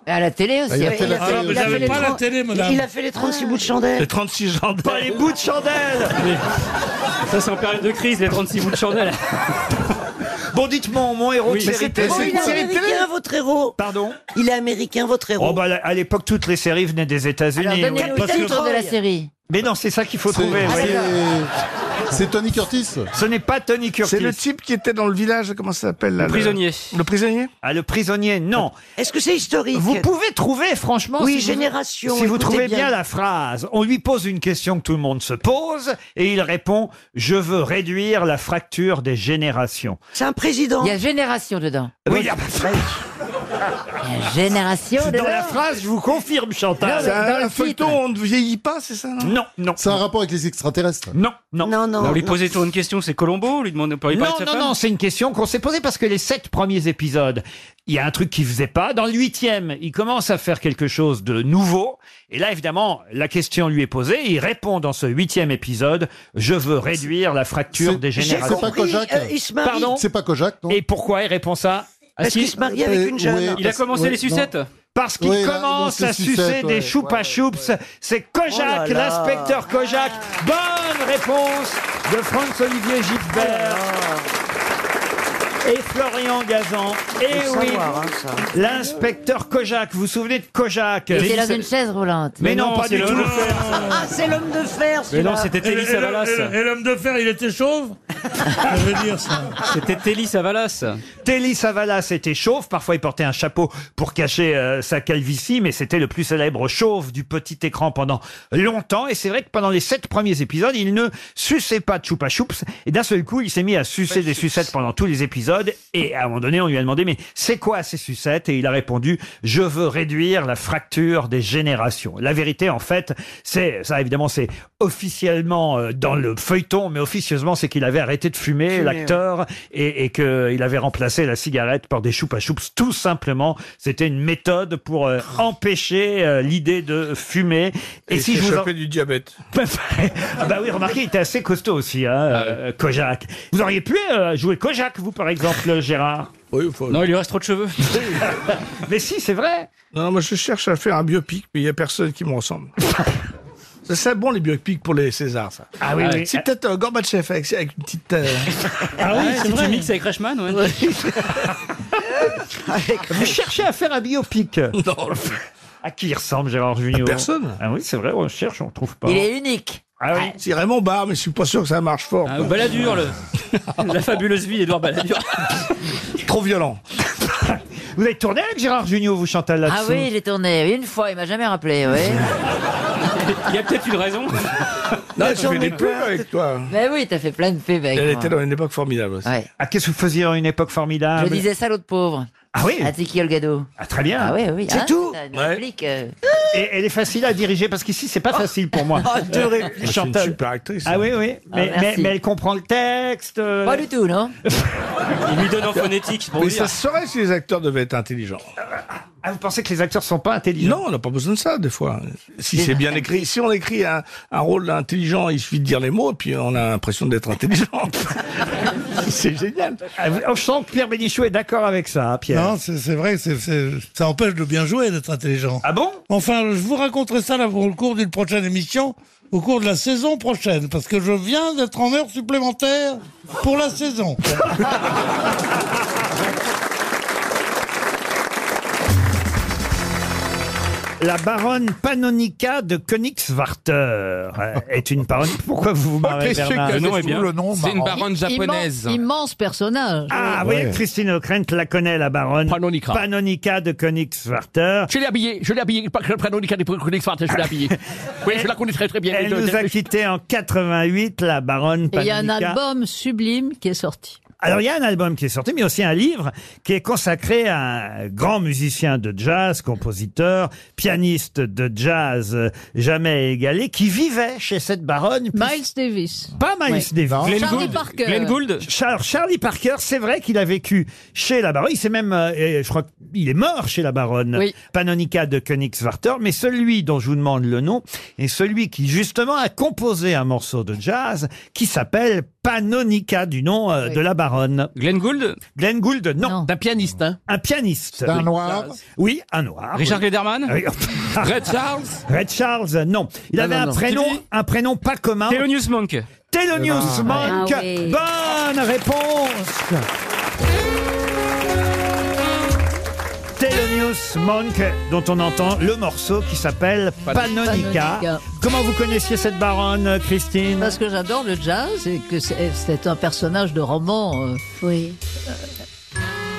S25: À la télé aussi.
S19: Il a
S25: après.
S19: fait la télé. Ah,
S12: Il
S19: mais
S12: a
S19: j'avais
S12: fait les
S19: pas la
S12: tran-
S19: télé, madame.
S12: Il a fait les 36 bouts de chandelle.
S19: 36 ans de
S1: Pas les bouts de chandelle
S11: Ça, c'est en période de crise, les 36 bouts de chandelle.
S1: Bon, dites-moi, mon héros
S11: Oui,
S1: de
S11: mais
S1: série
S11: c'était-
S1: télé.
S12: Oh, il est américain, votre héros.
S1: Pardon
S12: Il est américain, votre héros.
S1: Oh, bah, à l'époque, toutes les séries venaient des États-Unis.
S25: Alors, donnez-nous
S1: oui.
S25: le titre de la série.
S1: Mais non, c'est ça qu'il faut trouver.
S25: Ah,
S1: vous voyez.
S25: d'accord.
S23: C'est Tony Curtis
S1: Ce n'est pas Tony Curtis.
S2: C'est le type qui était dans le village, comment ça s'appelle là,
S1: Le prisonnier.
S2: Le prisonnier
S1: Ah, le prisonnier, non.
S12: Est-ce que c'est historique
S1: Vous pouvez trouver, franchement.
S12: Oui,
S1: si vous-
S12: génération.
S1: si vous
S12: écoutez
S1: trouvez bien.
S12: bien
S1: la phrase, on lui pose une question que tout le monde se pose et il répond Je veux réduire la fracture des générations.
S12: C'est un président.
S25: Il y a génération dedans.
S1: Oui, ah
S2: Ah,
S25: Génération
S1: bah,
S25: dedans.
S1: dans la phrase, je vous confirme, Chantal.
S2: C'est un, un feuilleton, on ne vieillit pas, c'est ça non
S1: Non, non.
S23: C'est un rapport avec les extraterrestres
S1: Non, non.
S12: Non, non.
S11: on lui posait toujours une question, c'est Colombo On lui demandait, on peut lui
S1: Non,
S11: parler de sa
S1: non,
S11: femme
S1: non, c'est une question qu'on s'est posée parce que les sept premiers épisodes, il y a un truc qui faisait pas. Dans le huitième, il commence à faire quelque chose de nouveau. Et là, évidemment, la question lui est posée. Et il répond dans ce huitième épisode Je veux réduire la fracture des
S23: J'ai
S1: générations.
S23: compris, C'est pas Kojak euh, il se marie.
S1: Pardon
S23: C'est pas Kojak, non
S1: Et pourquoi il répond ça
S12: Parce
S1: Ah, si.
S12: qu'il se marie avec une jeune.
S1: oui,
S11: Il a
S1: parce-
S11: commencé
S1: oui,
S11: les sucettes
S1: non. Parce qu'il
S23: Oui, là,
S1: commence
S23: dans ses
S1: à sucer
S23: sucettes,
S1: des
S23: ouais,
S1: choupa choups. C'est Kojak,
S23: Oh là là.
S1: l'inspecteur Kojak. Bonne réponse de Franz-Olivier Gisbert. Et Florian Gazan. Et
S25: Faut
S1: Eh oui,
S11: Ah
S25: savoir, hein, ça.
S1: l'inspecteur Kojak. Vous vous souvenez de Kojak
S25: Il était
S1: Tennis-
S25: dans une chaise roulante.
S1: Mais non, pas
S25: c'est
S1: du
S25: le-
S1: tout.
S12: Ah, c'est l'homme de fer, celui-là.
S19: Et le- et le- et le- Et l'homme de fer, il était chauve Ça veut dire ça.
S11: C'était Telly Savalas.
S1: Telly Savalas était chauve, parfois il portait un chapeau pour cacher euh, sa calvitie, mais c'était le plus célèbre chauve du petit écran pendant longtemps. Et c'est vrai que pendant les sept premiers épisodes, il ne suçait pas de choupa choups. Et d'un seul coup, il s'est mis à sucer des sucettes pendant tous les épisodes. Et à un moment donné, on lui a demandé, mais c'est quoi ces sucettes Et il a répondu, je veux réduire la fracture des générations. La vérité, en fait, c'est ça, évidemment, c'est officiellement euh, dans le feuilleton, mais officieusement, c'est qu'il avait arrêté de fumer,
S25: Fumer,
S1: l'acteur, et, et qu'il avait remplacé la cigarette par des choupa choups, tout simplement. C'était une méthode pour euh, empêcher euh, l'idée de fumer. Et, si je vous en-
S2: du diabète.
S1: bah oui, remarquez, il était assez costaud aussi, hein, euh, Kojak. Vous auriez pu euh, jouer Kojak, vous, par exemple, Gérard
S11: Non, il lui reste trop de cheveux.
S1: Mais si, c'est vrai.
S2: Non, moi je cherche à faire un biopic, mais il n'y a personne qui me ressemble. Ça, C'est bon les biopics pour les Césars, ça.
S1: Ah oui, oui.
S2: C'est peut-être euh, Gorbatchev avec, avec une petite. euh,
S11: Ah oui, c'est
S2: vrai.
S11: Tu mixes avec Reichmann, ouais.
S1: Vous cherchez à faire un biopic
S2: Oh,
S1: À qui il ressemble, Gérard Junior
S2: personne.
S1: Ah oui, c'est vrai, on cherche, on trouve pas.
S25: Il est unique.
S1: Ah oui.
S2: C'est Raymond Barre, mais je suis pas sûr que ça marche fort.
S11: Ah, Balladur, le- la fabuleuse vie d'Edouard Balladur.
S2: Trop violent.
S1: Vous avez tourné avec Gérard Junior, vous Chantal là
S25: Ah oui, j'ai tourné une fois, il m'a jamais rappelé, oui.
S11: Il y a peut-être une raison.
S2: Non,
S25: Mais
S2: tu
S25: j'en
S2: fais des
S25: ai
S2: pubs
S25: plein.
S2: avec toi.
S25: Mais oui, t'as fait plein de pubs avec
S2: Elle
S25: moi.
S2: était dans une époque formidable aussi.
S1: Ah, qu'est-ce que vous faisiez dans une époque formidable
S25: Je disais salaud de pauvre.
S1: Ah oui
S25: À Tiki Olgado.
S1: Ah, très bien.
S25: Ah oui, oui.
S1: C'est
S25: hein,
S1: tout
S25: t'as une
S1: Ouais.
S25: réplique, euh.
S1: Et elle est facile à diriger parce qu'ici, c'est pas facile pour moi.
S25: Oh, deux répliques.
S2: Ah, c'est une
S1: Chantal.
S2: super actrice.
S1: Ah oui, oui.
S25: Ah,
S1: Mais, mais,
S25: merci.
S1: mais elle comprend le texte. euh,
S25: Pas du tout, non
S11: Il lui donne en phonétique pour
S2: Mais
S11: lui hein.
S2: ça
S11: dire.
S2: se saurait si les acteurs devaient être intelligents.
S1: Ah, vous pensez que les acteurs sont pas intelligents
S2: Non, on n'a pas besoin de ça, des fois. Si c'est bien écrit, si on écrit un, un rôle intelligent, il suffit de dire les mots, et puis on a l'impression d'être intelligent. c'est génial.
S1: Ah, vous- Je sens que Pierre Bénichou est d'accord avec ça, hein, Pierre.
S6: Non, c'est c'est vrai, c'est- c'est- ça empêche de bien jouer, d'être intelligent.
S1: Ah bon
S6: Enfin, je vous raconterai ça là, pour le cours d'une prochaine émission, au cours de la saison prochaine, parce que je viens d'être en heure supplémentaire pour la saison.
S1: La baronne Panonica de Königswarter euh, est une baronne. Pourquoi vous vous marrez, Bernard
S13: C'est une baronne japonaise.
S18: Immense, personnage.
S1: Ah, vous voyez, Christine O'Krent la connaît, la baronne. Panonica. Panonica de Königswarter.
S13: Je l'ai habillée, je l'ai habillée, pas que le Panonica de Königswarter, je l'ai habillée. Oui, je la connais très très bien.
S1: Ah. Elle
S13: Je-
S1: nous a quittés en 88, la baronne
S18: Et
S1: Panonica.
S18: il y a un album sublime qui est sorti.
S1: hein. Alors, il y a un album qui est sorti, mais aussi un livre qui est consacré à un grand musicien de jazz, compositeur, pianiste de jazz euh, jamais égalé, qui vivait chez cette baronne.
S18: Miles Davis.
S1: Pas Miles
S18: Ouais.
S1: Davis.
S18: Glenn Charlie Gould. Parker. Glenn Gould.
S1: Char- Charlie Parker, c'est vrai qu'il a vécu chez la baronne. Il s'est même, euh, et je crois qu'il est mort chez la baronne. Panonica de Königswarter. Mais celui dont je vous demande le nom est celui qui, justement, a composé un morceau de jazz qui s'appelle Panonica, du nom euh, de la baronne. Glenn Gould Glenn Gould, non. D'un pianiste, Un pianiste.
S13: un
S1: Oui.
S13: noir
S1: Oui, un noir.
S13: Richard
S1: oui. Ah
S13: Lederman
S1: Oui.
S13: Red Charles
S1: Red Charles, non. Il
S13: Non,
S1: avait
S13: non,
S1: un
S13: non.
S1: prénom,
S13: Stevie
S1: un prénom pas commun.
S13: Thelonious
S1: Monk. Thelonious
S13: Ah,
S1: Monk.
S13: ah oui.
S1: Bonne réponse. Thelonious Thelonious Monk, dont on entend le morceau qui s'appelle Panonica.
S18: Panonica.
S1: Comment vous connaissiez cette baronne, Christine
S25: Parce
S18: que j'adore le jazz et que c'est c'est un personnage de roman. oui.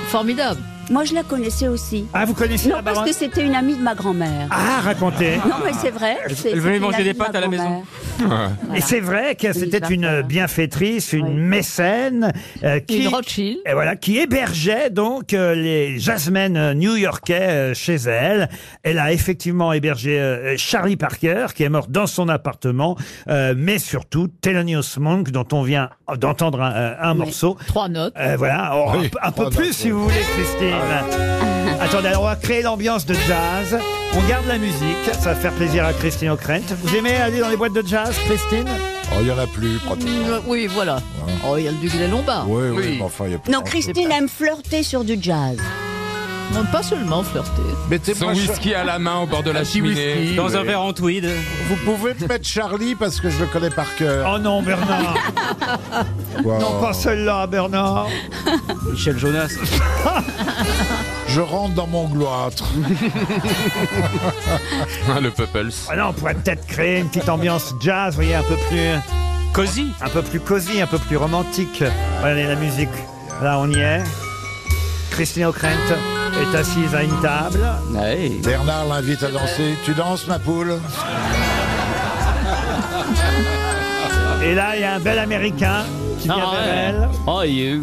S18: formidable.
S20: Moi, je la connaissais aussi.
S1: Ah, vous connaissez
S20: Non,
S1: la
S20: parce
S1: baronne
S20: que c'était une amie de ma grand-mère.
S1: Ah, racontez
S20: Non, mais c'est vrai.
S1: Elle-
S20: c'est-
S1: elle venait
S20: c'était une
S1: manger
S20: amie
S1: des
S20: de ma
S1: pâtes à la maison.
S20: grand-mère.
S1: Et c'est vrai que c'était une bienfaitrice, une mécène, euh, qui,
S25: Une Rothschild.
S1: et voilà, qui hébergeait donc euh, les jazzmen new-yorkais euh, chez elle. Elle a effectivement hébergé euh, Charlie Parker, qui est mort dans son appartement, euh, mais surtout Thelonious Monk, dont on vient d'entendre un, euh, un morceau.
S18: Trois notes.
S1: Euh, voilà, oh,
S18: Oui,
S1: un, un peu
S18: trois
S1: plus
S18: notes,
S1: si
S18: oui.
S1: vous voulez, Christine.
S4: Ah,
S1: Attendez, alors on va créer l'ambiance de jazz. On garde la musique, ça va faire plaisir à Christine O'Krent. Vous aimez aller dans les boîtes de jazz, Christine
S4: Oh, il n'y en a plus, pratiquement. Hein
S18: Mm, Oui, voilà. Oh, il y a le duc des Lombards.
S4: Oui, oui, mais enfin, il y a plus
S20: Non,
S4: grand-chose.
S20: Christine aime flirter sur du jazz.
S18: Non, pas seulement flirter.
S7: Son whisky à la main au bord de la cheminée.
S4: Dans un verre
S7: en tweed.
S4: Vous pouvez me mettre Charlie parce que je le connais par cœur.
S1: Oh non, Bernard
S4: Non,
S1: pas celle-là, Bernard
S7: Michel Jonas.
S4: Je rentre dans mon gloître.
S7: le Peuples.
S1: Ah non, on pourrait peut-être créer une petite ambiance jazz, vous voyez, un peu plus... Cosy Un peu plus cosy, un peu plus romantique. Regardez la musique. Là, on y est. Christine O'Krent est assise à une table.
S4: Bernard l'invite à danser. Tu danses, ma poule
S1: Et là, il y a un bel Américain qui
S11: Ah,
S1: vient vers Ah, elle.
S11: Oh,
S13: Are you?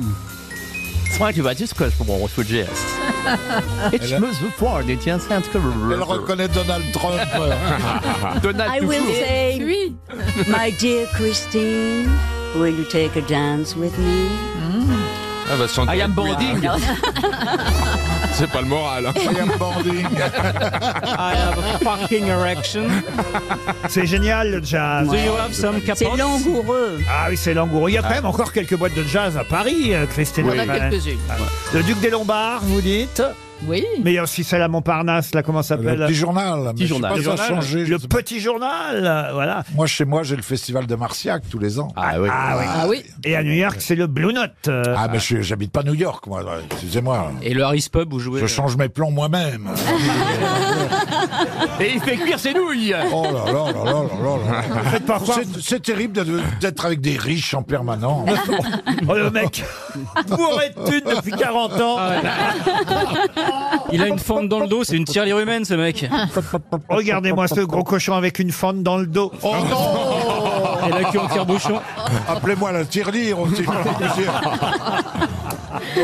S13: Why do I just question what would you ask? It moves forward, it just sounds cool.
S4: Elle reconnaît Donald Trump.
S20: I will say, my dear Christine, will you take a dance with me?
S18: Mm.
S7: Ah, bah, sans
S20: I am
S7: doute, oui.
S20: boarding.
S7: C'est pas le moral. Hein.
S11: I have a fucking erection.
S1: C'est génial le jazz.
S11: Do you have some capotes C'est
S1: langoureux. Ah oui, c'est langoureux. Il y a quand
S11: Ah.
S1: même encore quelques boîtes de jazz à Paris, euh, Christine.
S18: Il y en a
S1: O'Krent.
S18: quelques-unes.
S1: Ah. Le Duc des Lombards, vous dites
S18: Oui.
S1: Mais il y a aussi celle à Montparnasse, là, comment ça s'appelle
S4: Le petit journal. mais je sais pas,
S1: Le
S4: ça a
S1: journal.
S4: changé, je
S1: Le
S4: sais pas.
S1: petit journal, euh, voilà.
S4: Moi, chez moi, j'ai le festival de Marciac tous les ans.
S1: Ah oui. Ah oui. Et à New York, c'est le Blue Note. euh.
S4: Ah, mais je- j'habite pas New York, moi. Excusez-moi.
S7: Et le Harris Pub où
S13: euh
S7: jouez
S4: Je change mes plombs moi-même.
S13: Et il fait cuire ses nouilles.
S4: Oh là là là là là là là. C'est- C'est terrible d'être- d'être avec des riches en permanence.
S1: oh le mec bourré de thunes depuis 40 ans.
S13: Ah,
S11: Il a une fente dans le dos, c'est une tirelire humaine ce mec.
S1: Regardez-moi ce gros cochon avec une fente dans le dos. Oh non
S11: Et la queue en tire-bouchon.
S4: Appelez-moi la tirelire aussi. pour le plaisir.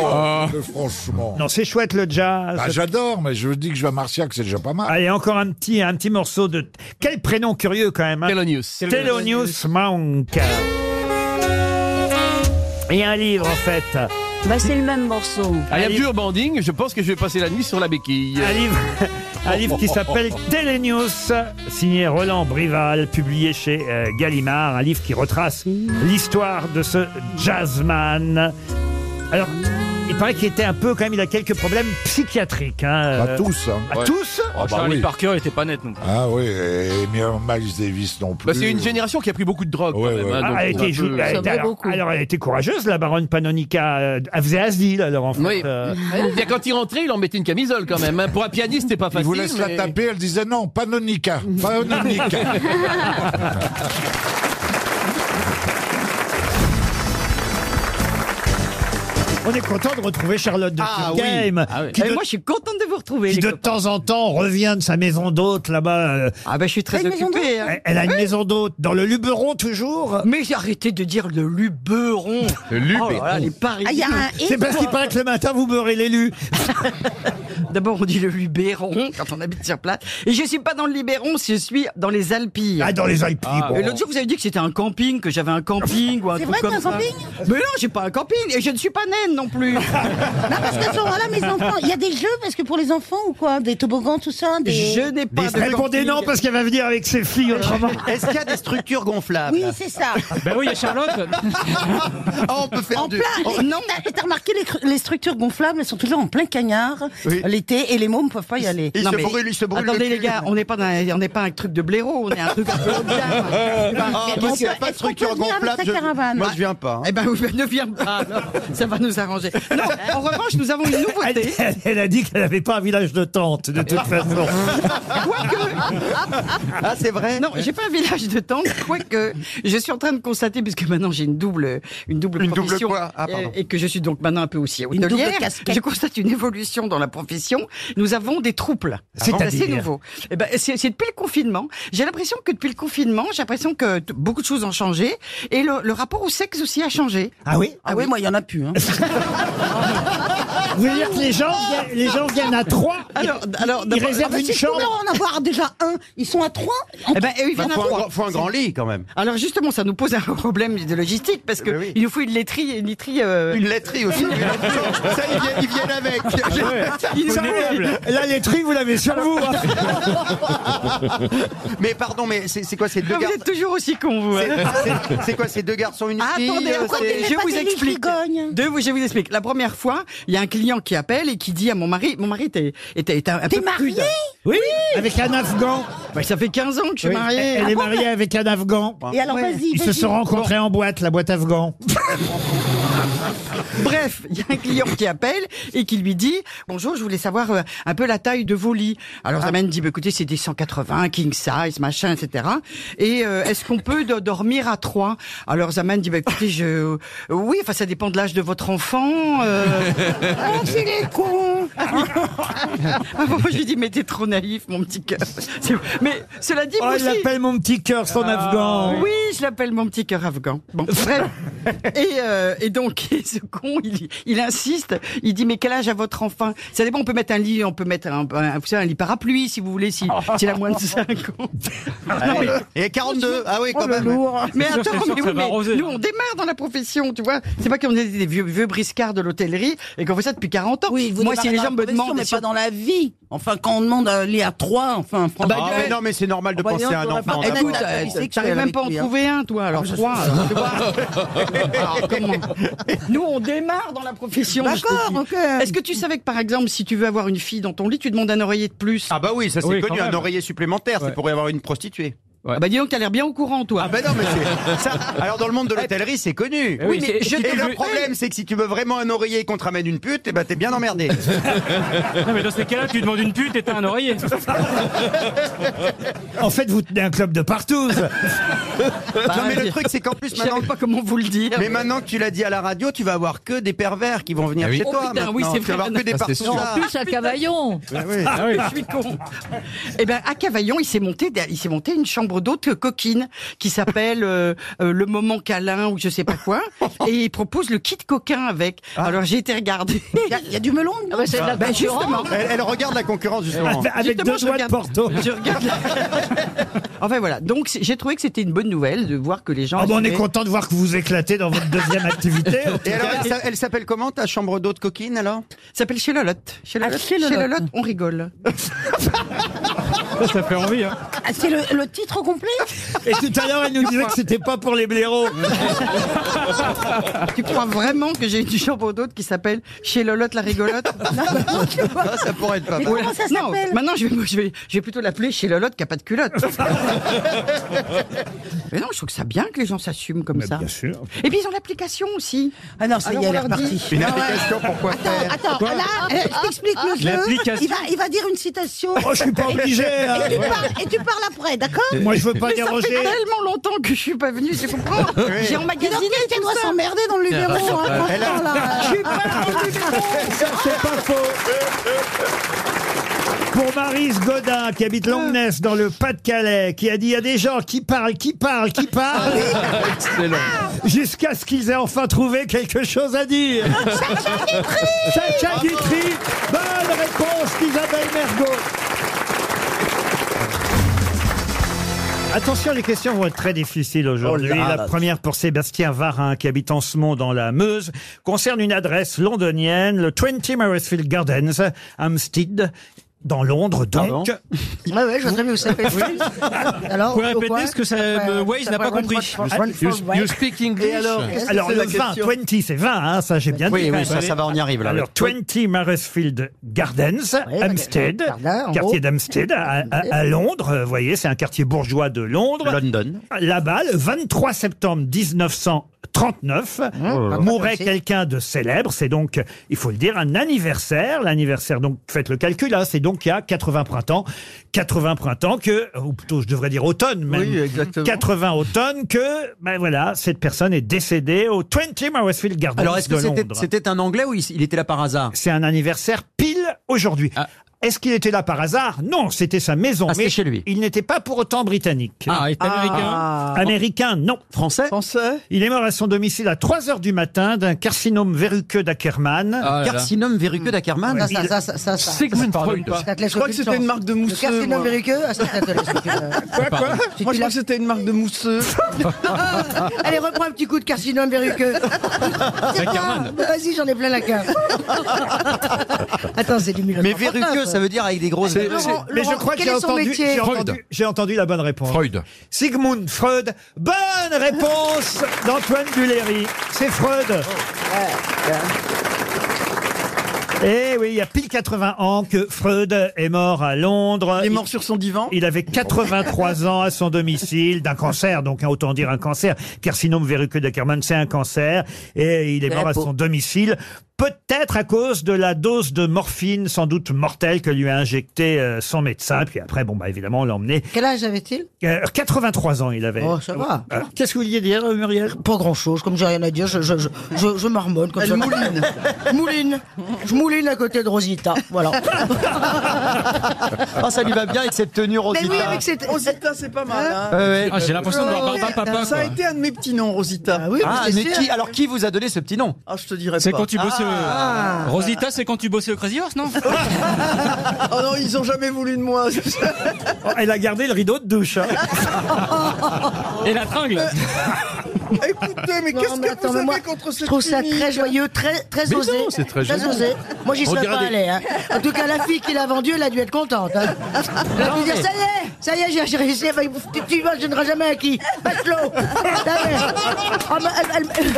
S4: Oh, franchement.
S1: Ah. Non, c'est chouette le jazz.
S4: Bah, J'adore, mais je vous dis que je vais à Martiac, c'est déjà pas mal.
S1: Allez, encore un petit, un petit morceau de... Quel prénom curieux quand même hein
S13: Thelonious.
S1: Thelonious Monk. Et un livre en fait.
S20: Bah, c'est le même morceau.
S13: I am pure banding, je pense que je vais passer la nuit sur la béquille.
S1: Un livre, un livre qui s'appelle Thelenius, signé Roland Brival, publié chez euh, Gallimard, un livre qui retrace l'histoire de ce jazzman. Alors, il paraît qu'il était un peu, quand même, il a quelques problèmes psychiatriques. Hein,
S4: Bah,
S1: euh,
S4: tous, hein.
S1: à
S4: Ouais.
S1: tous
S4: Ah, bah
S11: Charlie
S4: oui.
S11: Parker était pas net non plus.
S4: Ah oui, et Miles Davis non plus.
S13: Bah, c'est une génération qui a pris beaucoup de drogue. quand
S22: Eh ben,
S13: même, hein,
S1: Ah,
S13: donc
S1: elle
S13: on a
S1: était, jou-
S13: peu-
S1: elle était- alors, alors, elle était courageuse, la baronne Panonica. euh, Elle faisait asile, alors, en fait.
S13: Oui.
S1: euh.
S13: Bien, quand il rentrait, il en mettait une camisole quand même. hein. Pour un pianiste, c'était pas
S4: Il
S13: facile.
S4: vous laisse la
S13: mais-
S4: taper, elle disait non, Panonica, Panonica.
S1: On est content de retrouver Charlotte de
S22: Ah oui.
S1: Turckheim, qui
S22: Et
S1: de-
S22: moi, je suis contente de vous retrouver.
S1: qui
S22: les
S1: de
S22: copains.
S1: temps en temps revient de sa maison d'hôte là-bas.
S22: Ah ben je suis très
S1: Elle a une maison
S22: occupée,
S1: d'hôte
S22: hein.
S1: Elle, elle a une maison d'hôte dans le Luberon toujours.
S22: Mais j'ai arrêté de dire le luberon.
S1: Le Luberon.
S22: Oh là là, les Parisiens.
S12: Ah, il y a un et,
S1: C'est parce qu'il paraît que le matin vous beurrez l'élu.
S22: D'abord on dit le luberon quand on habite sur place. Et je suis pas dans le Luberon, je suis dans les Alpilles.
S1: Ah, dans les Alpilles, bon.
S22: Et l'autre jour vous avez dit que c'était un camping, que j'avais un camping ou un
S12: C'est
S22: truc
S12: vrai que
S22: comme
S12: t'as un
S22: ça.
S12: camping
S22: Mais non, j'ai pas un camping et je ne suis pas naine non plus.
S12: Non, parce que sont là mes enfants. Il y a des jeux parce que pour les enfants ou quoi Des toboggans, tout ça des...
S22: Je n'ai pas de
S1: Répondez
S22: camping.
S1: non parce qu'elle va venir avec ses filles autrement.
S22: Est-ce qu'il y a des structures gonflables
S12: Oui, c'est ça.
S11: Ben oui, il y a Charlotte.
S2: Ah,
S22: on peut faire
S12: En plein.
S2: Oh,
S9: Oh.
S12: les- T'as t'as remarqué, les, cr- les structures gonflables, elles sont toujours en plein cagnard
S22: Oui.
S12: l'été et les mômes ne peuvent pas y aller.
S22: Non, mais- Attendez les gars, on n'est pas, dans un- on n'est pas un truc de blaireau, on est un truc un peu haut de gamme. Tu
S12: Ah,
S22: vois.
S12: parce qu'il y a pas de Est-ce qu'on peut structure venir avec gonflable, sa je- caravane
S9: Moi, je viens pas. hein.
S22: Eh ben, oui, ben, ne viens pas. alors. Ah, Ça va nous arranger. Non, en revanche, nous avons une nouveauté.
S1: Elle, elle a dit qu'elle n'avait pas un village de tente, de toute façon.
S22: Ah, c'est vrai Non, j'ai pas un village de tentes, quoique je suis en train de constater, puisque maintenant j'ai une double, une double
S9: Une double
S22: profession,
S9: quoi Ah,
S22: euh,
S9: pardon.
S22: et que je suis donc maintenant un peu aussi
S9: double
S22: hôtelière,
S9: casquette.
S22: je constate une évolution dans la profession. Nous avons des troubles.
S9: Ah C'est-à-dire
S22: assez nouveau. Eh ben, c'est c'est depuis le confinement. J'ai l'impression que depuis le confinement, j'ai l'impression que t- beaucoup de choses ont changé, et le, le rapport au sexe aussi a changé.
S1: Ah oui
S22: Ah oui, moi, il y en a plus.
S1: Vous voulez dire que les gens, viennent- les gens viennent à trois
S22: Alors, alors,
S1: Ils réservent
S22: Ah bah,
S1: une
S22: c'est
S1: chambre
S22: énorme d'en avoir déjà un. Ils sont à trois. Eh ben, il
S9: Bah, faut un grand- faut un grand lit, quand même. Eh ben
S22: Alors justement, ça nous pose un problème de logistique parce que il nous faut une laiterie, une laiterie. euh,
S9: Une laiterie aussi. Ça, ils viennent, ils viennent avec.
S22: Ah Ils sont-
S1: La laiterie, vous l'avez sur vous.
S9: mais Eh, pardon, mais c'est c'est quoi ces
S22: Ah,
S9: deux
S22: Vous
S9: garçons
S22: êtes toujours aussi con, vous. hein.
S9: C'est- C'est quoi ces deux garçons une
S22: Ah,
S9: fille,
S22: attendez,
S9: euh,
S22: attendez,
S9: c'est-
S22: je vous explique. Deux, je vous explique. La première fois, il y a un client qui appelle et qui dit à mon mari, mon mari était, était, était un, un peu marié
S1: Oui, avec un Afghan.
S22: ça fait 15 ans que je suis
S1: Oui,
S22: mariée.
S1: Elle est mariée avec un Afghan.
S22: Et alors, vas-y,
S1: Ils se
S22: vas-y.
S1: sont rencontrés en boîte, la boîte Afghan.
S22: Bref, il y a un client qui appelle et qui lui dit Bonjour, je voulais savoir euh, un peu la taille de vos lits. Alors
S1: Ah.
S22: la Zaman dit Bah, Écoutez, c'est des 180, king size, machin, etc. Et euh, est-ce qu'on peut do- dormir à trois Alors Zaman dit Bah, Écoutez, je... oui, enfin ça dépend de l'âge de votre enfant. euh. Ah, c'est les cons Ah, bon, Je lui dis Mais t'es trop naïf, mon petit cœur. C'est- Mais cela dit,
S1: Oh,
S22: moi
S1: il
S22: aussi-
S1: l'appelle mon petit cœur, son Afghan.
S22: oui, je l'appelle mon petit cœur afghan. Bon, bref. Et, euh, et donc, et ce con, il, il insiste. Il dit, mais quel âge a votre enfant Ça dépend, on peut mettre un lit, on peut mettre un, un- vous savez, un lit parapluie, si vous voulez, si, si elle a moins de 5 ans.
S9: Oh, Ah Et 42, ah oui, quand
S22: Oh, le
S9: même.
S22: lourd. Mais attends,
S9: C'est sûr
S22: mais
S9: que ça
S22: oui,
S9: va
S22: mais
S9: arroser.
S22: nous, on démarre dans la profession, tu vois. C'est pas qu'on est des vieux, vieux briscards de l'hôtellerie et qu'on fait ça depuis 40 ans. Moi, si les gens me demandent...
S5: mais pas dans la vie. Enfin, quand on demande un lit à trois, enfin,
S9: Ah bah,
S5: franchement.
S9: mais non, mais c'est normal de
S5: bah,
S9: penser
S5: dis
S9: à un
S5: donc,
S9: enfant. hein.
S5: t'aurais pas-
S9: d'abord.
S22: Ah,
S5: Eh, t'as- t'as- t'as-
S22: J'arrive même pas à en
S5: avec lui, hein.
S22: trouver un, toi. Alors, trois, alors, tu vois. Alors, comment Nous, on démarre dans la profession. je te
S5: D'accord,
S22: dis. Est-ce que tu savais que, par exemple, si tu veux avoir une fille dans ton lit, tu demandes un oreiller de plus
S9: Ah bah oui, ça c'est
S22: Oui,
S9: connu,
S22: quand
S9: un
S22: même.
S9: oreiller supplémentaire, c'est pour y avoir une prostituée.
S22: Ah bah dis donc, t'as l'air bien au courant, toi. Eh,
S9: Ah bah non, mais c'est- ça. Alors dans le monde de l'hôtellerie, c'est connu.
S22: Oui, mais je-
S9: et
S22: je-
S9: le problème, c'est que si tu veux vraiment un oreiller et qu'on te ramène une pute, eh ben t'es bien emmerdé.
S11: Non, mais dans ces cas-là, tu demandes une pute et t'as un oreiller.
S1: En fait, vous tenez un club de partouze.
S9: non mais le truc c'est qu'en plus
S1: Je
S9: maintenant
S22: pas comment vous le dire.
S9: Mais maintenant que tu l'as dit à la radio, tu vas avoir que des pervers qui vont venir
S18: Ah oui.
S9: chez
S18: Oh
S9: toi.
S18: putain, oui,
S9: maintenant.
S18: c'est
S9: Tu
S18: vrai.
S9: vas avoir que
S1: Ah,
S9: des
S18: Ça, c'est sûr.
S9: partout.
S18: En plus, à Cavaillon.
S22: Ah, Je suis con. Eh ben, à Cavaillon, il s'est monté, il s'est monté une chambre d'hôte coquine qui s'appelle euh, euh, le moment câlin ou je sais pas quoi, et il propose le kit coquin avec.
S1: Ah.
S22: Alors j'ai été regarder. Il y a- il y, a du melon. dedans
S18: bah, c'est de la
S22: Ben, justement.
S18: concurrence.
S9: Elle, elle regarde la concurrence justement.
S22: Avec- avec Eh Justement, deux je doigts de regarde-
S1: Porto.
S22: Je regarde. Enfin voilà. Donc c'est- j'ai trouvé que c'était une bonne nouvelle de voir que les gens.
S1: Ah bon, on est
S22: assumaient-
S1: content de voir que vous vous éclatez dans votre deuxième activité. en tout
S9: Et alors,
S1: cas.
S9: elle s'a- elle s'appelle comment ta chambre d'hôte coquine alors Ah,
S22: S'appelle chez Lolotte. Chez Lolotte, chez
S5: chez Lolotte.
S22: Lolotte, on rigole.
S11: Ça, ça fait envie, hein.
S5: Ah, c'est le, le titre complet
S1: Et tout à l'heure, elle nous disait que c'était pas pour les blaireaux.
S22: Tu crois vraiment que j'ai une chambre d'hôte qui s'appelle Chez Lolotte la rigolote
S9: Ah, Ça pourrait être pas
S22: Ouais.
S9: mal.
S5: ça
S22: Non,
S5: s'appelle
S22: Maintenant, je vais, je, vais, je vais plutôt l'appeler Chez Lolotte qui a pas de culotte. Mais non, je trouve que ça bien que les gens s'assument comme ça. Bien
S1: sûr.
S22: Et puis, ils ont l'application aussi.
S5: Ah non, ça
S22: Alors,
S5: y est,
S22: on
S5: elle est
S22: leur dit- Ah
S5: repartie.
S9: Une application pour quoi faire
S5: Ah, Attends, là, euh, je t'explique le jeu.
S1: L'application.
S5: Il va, il va dire une citation.
S1: Oh, je suis pas obligé, hein.
S5: Et tu parles, et tu parles après, d'accord
S1: Moi, je veux pas
S22: Mais Ça
S1: déroger.
S22: fait tellement longtemps que je suis pas venue, tu comprends J'ai
S5: Dis donc,
S22: emmagasiné
S5: tu
S22: tout
S5: dois
S22: ça.
S5: s'emmerder dans le Luberon, hein, franchement, là.
S22: Je suis pas dans le Luberon.
S1: Ça, c'est pas faux. Pour Marise Godin, qui habite Longnes dans le Pas-de-Calais, qui a dit il y a des gens qui parlent, qui parlent, qui parlent,
S7: Excellent.
S1: jusqu'à ce qu'ils aient enfin trouvé quelque chose à dire. Sacha Guitry, bonne réponse d'Isabelle Mergot. Attention, les questions vont être très difficiles aujourd'hui.
S9: Oh là
S1: la
S9: là.
S1: première pour Sébastien Varin, qui habite en Semont dans la Meuse, concerne une adresse londonienne, le 20 Maresfield Gardens, Hampstead, dans Londres. Donc,
S5: Ouais, ouais, je voudrais bien où ça fait. Alors,
S11: Vous pouvez répéter
S5: pourquoi
S11: ce que ça-
S5: Ouais,
S11: euh, Waze
S5: ça
S11: n'a pas
S5: va, one
S11: compris.
S5: for-
S11: You-
S5: one for
S11: you-
S5: Waze.
S11: you speak English.
S5: Et alors, est-ce que
S1: alors
S5: c'est
S1: le
S5: la
S1: 20,
S5: question
S1: 20, c'est 20, hein, ça j'ai bien
S9: Oui,
S1: dit.
S9: oui,
S1: quand même.
S9: ça, ça va, on y arrive, là,
S1: Alors, 20 Maresfield Gardens,
S5: Ouais,
S1: Hampstead,
S5: Jardin, en
S1: quartier
S5: haut.
S1: d'Hampstead, à, à- à Londres, euh, vous voyez, c'est un quartier bourgeois de Londres.
S9: London.
S1: Là-bas, le 23 septembre 1900. 39,
S6: Oh Ah,
S1: mourait quelqu'un de célèbre. C'est donc, il faut le dire, un anniversaire. L'anniversaire, donc faites le calcul, hein, c'est donc il y a 80 printemps. 80 printemps que, ou plutôt je devrais dire automne même.
S6: Oui, exactement.
S1: 80 automne que, ben voilà, cette personne est décédée au 20 Maresfield Gardens
S9: Alors, est-ce que
S1: de
S9: c'était-
S1: Londres.
S9: c'était un Anglais ou il, il était là par hasard
S1: C'est un anniversaire pile aujourd'hui. Est-ce qu'il était là par hasard Non, c'était sa maison. mais chez lui. Il n'était pas pour autant britannique.
S9: Ah, il était Ah. américain
S1: Américain, non.
S9: Français
S22: Français.
S1: Il est mort à son domicile à 3 heures du matin d'un carcinome verruqueux d'Ackermann.
S9: Ah là là. Carcinome verruqueux d'Ackermann
S22: Ça, ça, ça, ça, ça, ça.
S9: Sigmund Freud.
S22: Je
S9: crois que c'était une marque de mousseux,
S22: Le carcinome
S9: moi.
S22: verruqueux, ah, ça, ça te laisse
S9: Quoi, quoi
S22: Ah, Moi, je crois que c'était une marque de mousseux. Allez, reprends un petit coup de carcinome verruqueux. C'est quoi
S9: Ackermann.
S22: Vas-y, j'en ai plein la cave. Attends, c'est du 1939.
S9: Mais verruqueux, ça veut dire avec des grosses...
S1: C'est- c'est- mais je crois que j'ai entendu, j'ai entendu- j'ai entendu la bonne réponse.
S9: Freud.
S1: Sigmund Freud. Bonne réponse d'Antoine Duléry. C'est Freud. Eh oui, il y a pile 80 ans que Freud est mort à Londres. Il est mort
S22: sur son divan
S1: Il avait 83 ans à son domicile, d'un cancer, donc hein, autant dire un cancer. Carcinome verruqueux d'Ackermann, c'est un cancer. Et il est
S9: De la
S1: mort à
S9: peau.
S1: son domicile. Peut-être à cause de la dose de morphine, sans doute mortelle, que lui a injectée euh, son médecin. Puis après, bon, bah, évidemment, on l'a emmené.
S22: Quel âge avait-il
S1: Euh, 83 ans, il avait.
S22: Oh, ça va.
S1: Euh, Qu'est-ce que vous vouliez dire, Muriel
S22: Pas grand-chose, comme j'ai rien à dire, je, je, je, je, je marmonne comme
S1: Elle
S22: ça.
S1: mouline.
S22: mouline. Je mouline à côté de Rosita, voilà.
S9: Oh, ça lui va bien avec cette tenue Rosita.
S22: Mais oui, avec cette... Rosita, c'est pas mal.
S9: Ouais, ouais.
S7: Ah, j'ai l'impression de voir Barbara Papa,
S21: hein. Ça a
S7: quoi.
S21: été un de mes petits noms, Rosita.
S22: oui,
S9: Ah, mais qui, alors qui vous a donné ce petit nom
S21: Ah, je te dirais pas.
S7: C'est quand tu bossais
S21: Ah.
S7: au... Rosita, c'est quand tu bossais au Crazy Horse, non
S21: Oh non, ils ont jamais voulu de moi.
S1: Oh, Elle a gardé le rideau de douche. hein.
S7: Et la tringle
S22: Écoutez, mais qu'est-ce que vous avez contre ce Je trouve ça très joyeux, très, très
S7: Mais
S22: osé.
S7: non, c'est très joli.
S22: osé. Moi, j'y serais
S7: Regardez.
S22: pas allé. hein. En tout cas, la fille qui l'a vendue, elle a dû être contente. hein. Elle a dû
S9: Non,
S22: dire,
S9: mais-
S22: ça y est, ça y est, j'ai- j'ai réussi. Enfin, tu, tu imagineras jamais à qui. Bachelot. Ta mère. Oh, mais elle- elle-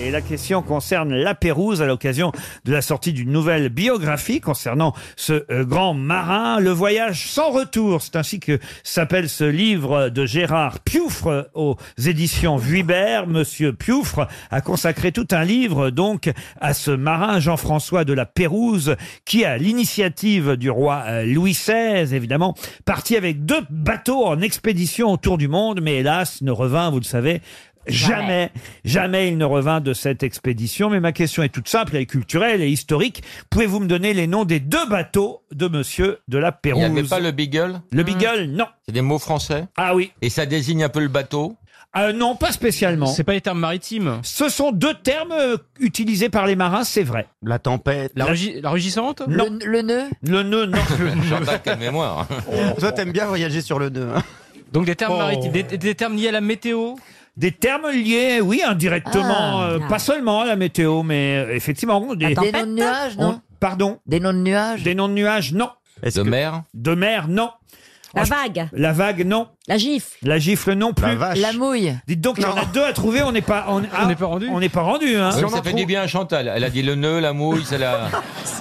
S1: Et la question concerne la Pérouse à l'occasion de la sortie d'une nouvelle biographie concernant ce euh, grand marin, Le voyage sans retour. C'est ainsi que s'appelle ce livre de Gérard Pioufre aux éditions Vuibert. Monsieur Pioufre a consacré tout un livre donc à ce marin Jean-François de la Pérouse qui, à l'initiative du roi euh, Louis XVI, évidemment, partit avec deux bateaux en expédition autour du monde, mais hélas, ne revint, vous le savez, Jamais, jamais il ne revint de cette expédition. Mais ma question est toute simple, elle est culturelle et historique. Pouvez-vous me donner les noms des deux bateaux de Monsieur de la
S3: Il
S1: Pérouse
S3: n'y avait pas le Beagle Mmh.
S1: Le Beagle, non.
S3: C'est des mots français
S1: Ah oui.
S3: Et ça désigne un peu le bateau
S1: Euh, non, pas spécialement.
S3: C'est
S1: pas les termes maritimes. Ce sont deux termes euh, utilisés par les marins, c'est vrai.
S9: La tempête.
S3: La rugi- la rugissante
S1: Non.
S25: Le, le nœud
S1: Le nœud, non.
S3: Jean-Jacques a de mémoire.
S9: Oh. Toi, t'aimes bien voyager sur le nœud. hein.
S3: Donc des
S1: termes maritimes,
S3: des, termes liés à la météo
S1: Oh. Des termes liés, oui, indirectement.
S25: Ah.
S1: euh, pas seulement à la météo, mais euh, effectivement. Des,
S25: Des noms de nuages, non
S1: On- Pardon
S25: Des noms de nuages
S1: Des noms de nuages, non.
S3: De mer
S1: De mer, non.
S25: La vague
S1: La vague, non.
S25: La gifle
S1: La gifle non plus.
S25: La mouille
S1: Dites donc, il y en a deux à trouver, on n'est pas, on, n'est pas rendu. On n'est pas rendu, hein.
S3: Ah ça fait du bien à Chantal. Elle a dit le nœud, la mouille, c'est la...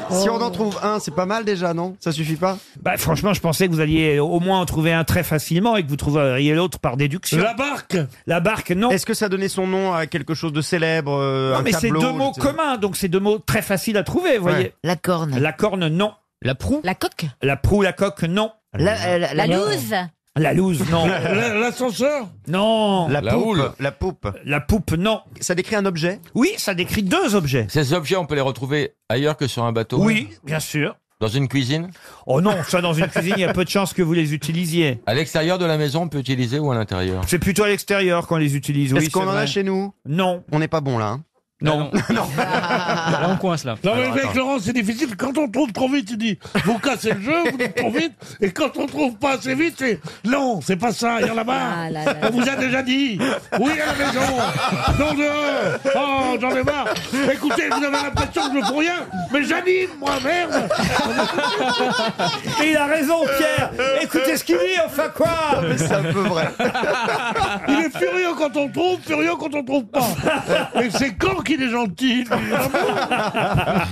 S9: Si on en trouve un, c'est pas mal déjà, non Ça suffit pas
S1: Bah, franchement, je pensais que vous alliez au moins en trouver un très facilement et que vous trouveriez l'autre par déduction.
S9: La
S1: barque La barque, non.
S9: Est-ce que ça donnait son nom à quelque chose de célèbre euh,
S1: Non,
S9: un
S1: mais c'est
S9: tableau,
S1: deux
S9: je
S1: mots
S9: sais-
S1: communs, donc c'est deux mots très faciles à trouver, vous
S9: Ouais.
S1: voyez.
S25: La corne
S1: La corne, non. La proue
S25: La coque
S1: La proue, la coque, non.
S25: La, euh, la, la loose
S1: La loose, non.
S19: L'ascenseur
S1: Non.
S9: La,
S3: La
S9: poupe.
S3: houle.
S9: La poupe.
S1: La poupe, non.
S9: Ça décrit un objet
S1: Oui, ça décrit deux objets.
S3: Ces objets, on peut les retrouver ailleurs que sur un bateau
S1: Oui, bien sûr.
S3: Dans une cuisine
S1: Oh non, ça dans une cuisine, il y a peu de chances que vous les utilisiez.
S3: À l'extérieur de la maison, on peut utiliser ou à l'intérieur
S1: C'est plutôt à l'extérieur qu'on les utilise. oui,
S9: Est-ce qu'on
S1: c'est
S9: en a
S1: vrai.
S9: chez nous
S1: Non.
S9: On n'est pas bon là. hein.
S1: Non.
S7: Là, on coince, là.
S19: Non, mais
S9: Alors,
S19: mec,
S9: attends.
S19: Laurent, c'est difficile. Quand on trouve trop vite, tu dis, vous cassez le jeu, vous dites trop vite. Et quand on trouve pas assez vite, c'est, non, c'est pas ça, il y en a marre.
S25: Ah là là
S19: On vous a déjà dit. Oui, à la maison. Non, dehors. Oh, j'en ai marre. Écoutez, vous avez l'impression que je fais rien. Mais j'anime, moi, merde.
S1: Et il a raison, Pierre. Écoutez ce qu'il dit, enfin quoi
S9: C'est un peu vrai.
S19: Il est furieux quand on trouve, furieux quand on trouve pas. Et c'est quand qu'il est gentil.
S1: Ah.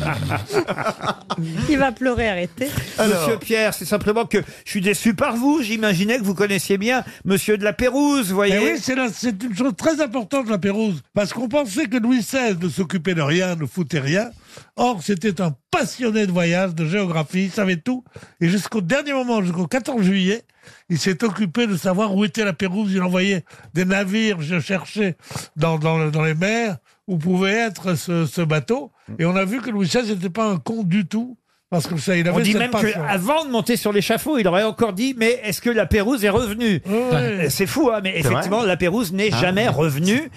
S7: Il va pleurer, arrêtez.
S1: Monsieur Pierre, c'est simplement que je suis déçu par vous. J'imaginais que vous connaissiez bien Monsieur de la Pérouse, voyez.
S19: Eh oui, c'est la- c'est une chose très importante, la Pérouse, parce qu'on pensait que Louis XVI ne s'occupait de rien, ne foutait rien. Or, c'était un passionné de voyage, de géographie, il savait tout. Et jusqu'au dernier moment, jusqu'au 14 juillet, il s'est occupé de savoir où était la Pérouse. Il envoyait des navires je cherchais dans, dans, le- dans les mers où pouvait être ce, ce bateau. Et on a vu que Louis XVI n'était pas un con du tout, parce que ça, il avait
S1: On dit
S19: cette
S1: même
S19: passion.
S1: qu'avant de monter sur l'échafaud, il aurait encore dit Mais est-ce que la Pérouse est revenue Euh, C'est fou, hein, mais
S19: C'est vrai.
S1: effectivement, la Pérouse n'est
S19: Ah.
S1: jamais revenue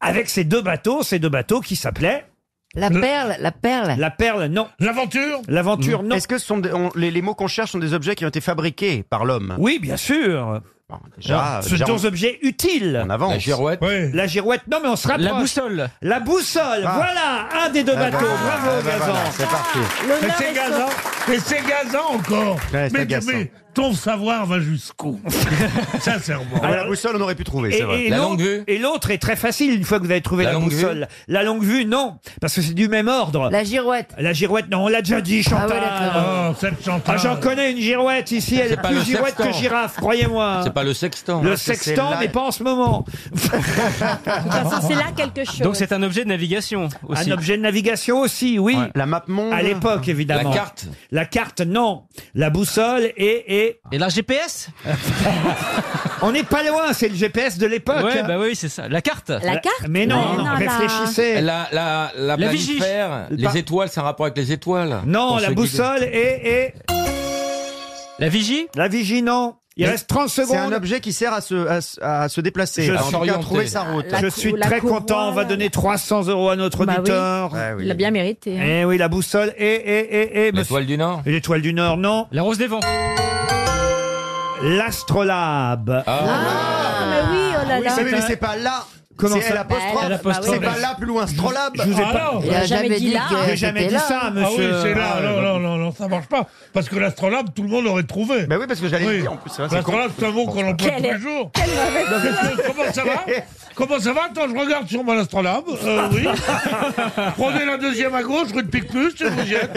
S1: avec ces deux bateaux, ces deux bateaux qui s'appelaient.
S10: La
S1: Le-
S10: perle, la perle.
S1: La perle, non.
S19: L'aventure
S1: L'aventure, non.
S9: Est-ce que ce sont des- on- les, les mots qu'on cherche sont des objets qui ont été fabriqués par l'homme
S1: Oui, bien sûr. Ah,
S9: déjà,
S1: ce
S9: déjà,
S1: sont
S9: on-
S1: des objets utiles.
S9: on avance. La girouette.
S1: La girouette, non, mais on se rapproche.
S9: La boussole.
S1: La boussole,
S9: Ah.
S1: voilà, un des deux
S9: Ah ben,
S1: bateaux.
S9: ah
S1: Bravo,
S9: ben
S1: Gazan.
S9: voilà, c'est parti.
S19: Mais c'est gazant, mais c'est gazant encore.
S9: Ouais, c'est
S19: mais,
S9: agaçant.
S19: mais ton savoir va jusqu'où Sincèrement.
S9: Ah, la boussole, on aurait pu trouver,
S1: Et,
S9: c'est vrai.
S1: et l'autre- et l'autre est très facile une fois que vous avez trouvé
S9: La
S1: la,
S9: longue vue
S1: boussole. La longue vue, non, parce que c'est du même ordre.
S10: La girouette.
S1: La girouette, non, on l'a déjà dit, Chantal.
S19: Oh, cette
S1: Ah,
S19: Chantal.
S1: j'en connais une girouette ici, elle
S16: C'est
S1: est
S16: pas
S1: plus
S16: le
S1: girouette que
S16: sextant.
S1: girafe, croyez-moi.
S16: C'est pas le sextant.
S1: Le sextant, mais pas en ce moment.
S7: C'est là quelque
S1: Ah,
S7: chose.
S31: Donc c'est un objet de navigation aussi.
S1: Un objet de navigation aussi, oui.
S9: La map monde.
S1: À l'époque, évidemment.
S31: La carte.
S1: La carte, non. La boussole et. Et,
S31: la GPS
S1: On n'est pas loin, c'est le GPS de l'époque.
S31: Ouais,
S1: hein.
S31: bah oui, c'est ça. La carte
S1: La- Mais non, non, réfléchissez.
S16: La, la, la,
S1: La vigie.
S16: planifère,
S1: Le
S16: les
S1: pa-
S16: étoiles, c'est un rapport avec les étoiles.
S1: Non,
S16: Pour
S1: la
S16: se
S1: boussole
S16: guider.
S1: et, et.
S31: La vigie
S1: La vigie, non. Il
S9: Mais
S1: reste 30 secondes.
S9: C'est un objet Ah, qui sert à se, à, se- à se déplacer,
S1: Je
S9: à,
S1: suis-
S9: en tout cas, à trouver sa route.
S1: Je suis très content. On va donner 300 euros à notre
S10: Bah oui.
S1: auditeur.
S10: Il l'a bien mérité. hein.
S1: Eh oui, la boussole. Et, et, eh, et, et.
S16: L'étoile du Nord.
S1: L'étoile du Nord, non.
S31: La rose des vents.
S1: L'astrolabe.
S7: Ah, mais oui, oh là
S9: Oui,
S7: là.
S9: c'est- mais c'est pas là.
S1: Comment
S9: c'est
S1: ça
S9: l'apostrophe.
S1: Bah, l'apostrophe.
S9: C'est pas là plus loin, strolabe.
S1: Je vous ai
S19: Ah
S1: pas-
S19: non.
S10: Il a jamais dit là.
S19: hein.
S1: que J'ai jamais
S10: c'était
S1: dit
S10: là.
S1: ça,
S19: Ah oui,
S1: monsieur.
S19: c'est là. Non, non, non, non, ça marche pas. Parce que l'astrolabe, tout le monde aurait trouvé.
S9: Bah oui, parce que j'allais le dire, en plus, c'est vrai, c'est
S19: L'astrolabe,
S9: con.
S19: c'est un mot qu'on emploie tous les jours. Comment ça va Comment ça va Attends, je regarde sur mon astrolabe. Euh, oui. Prenez la deuxième à gauche, rue de Picpus, je vous jette.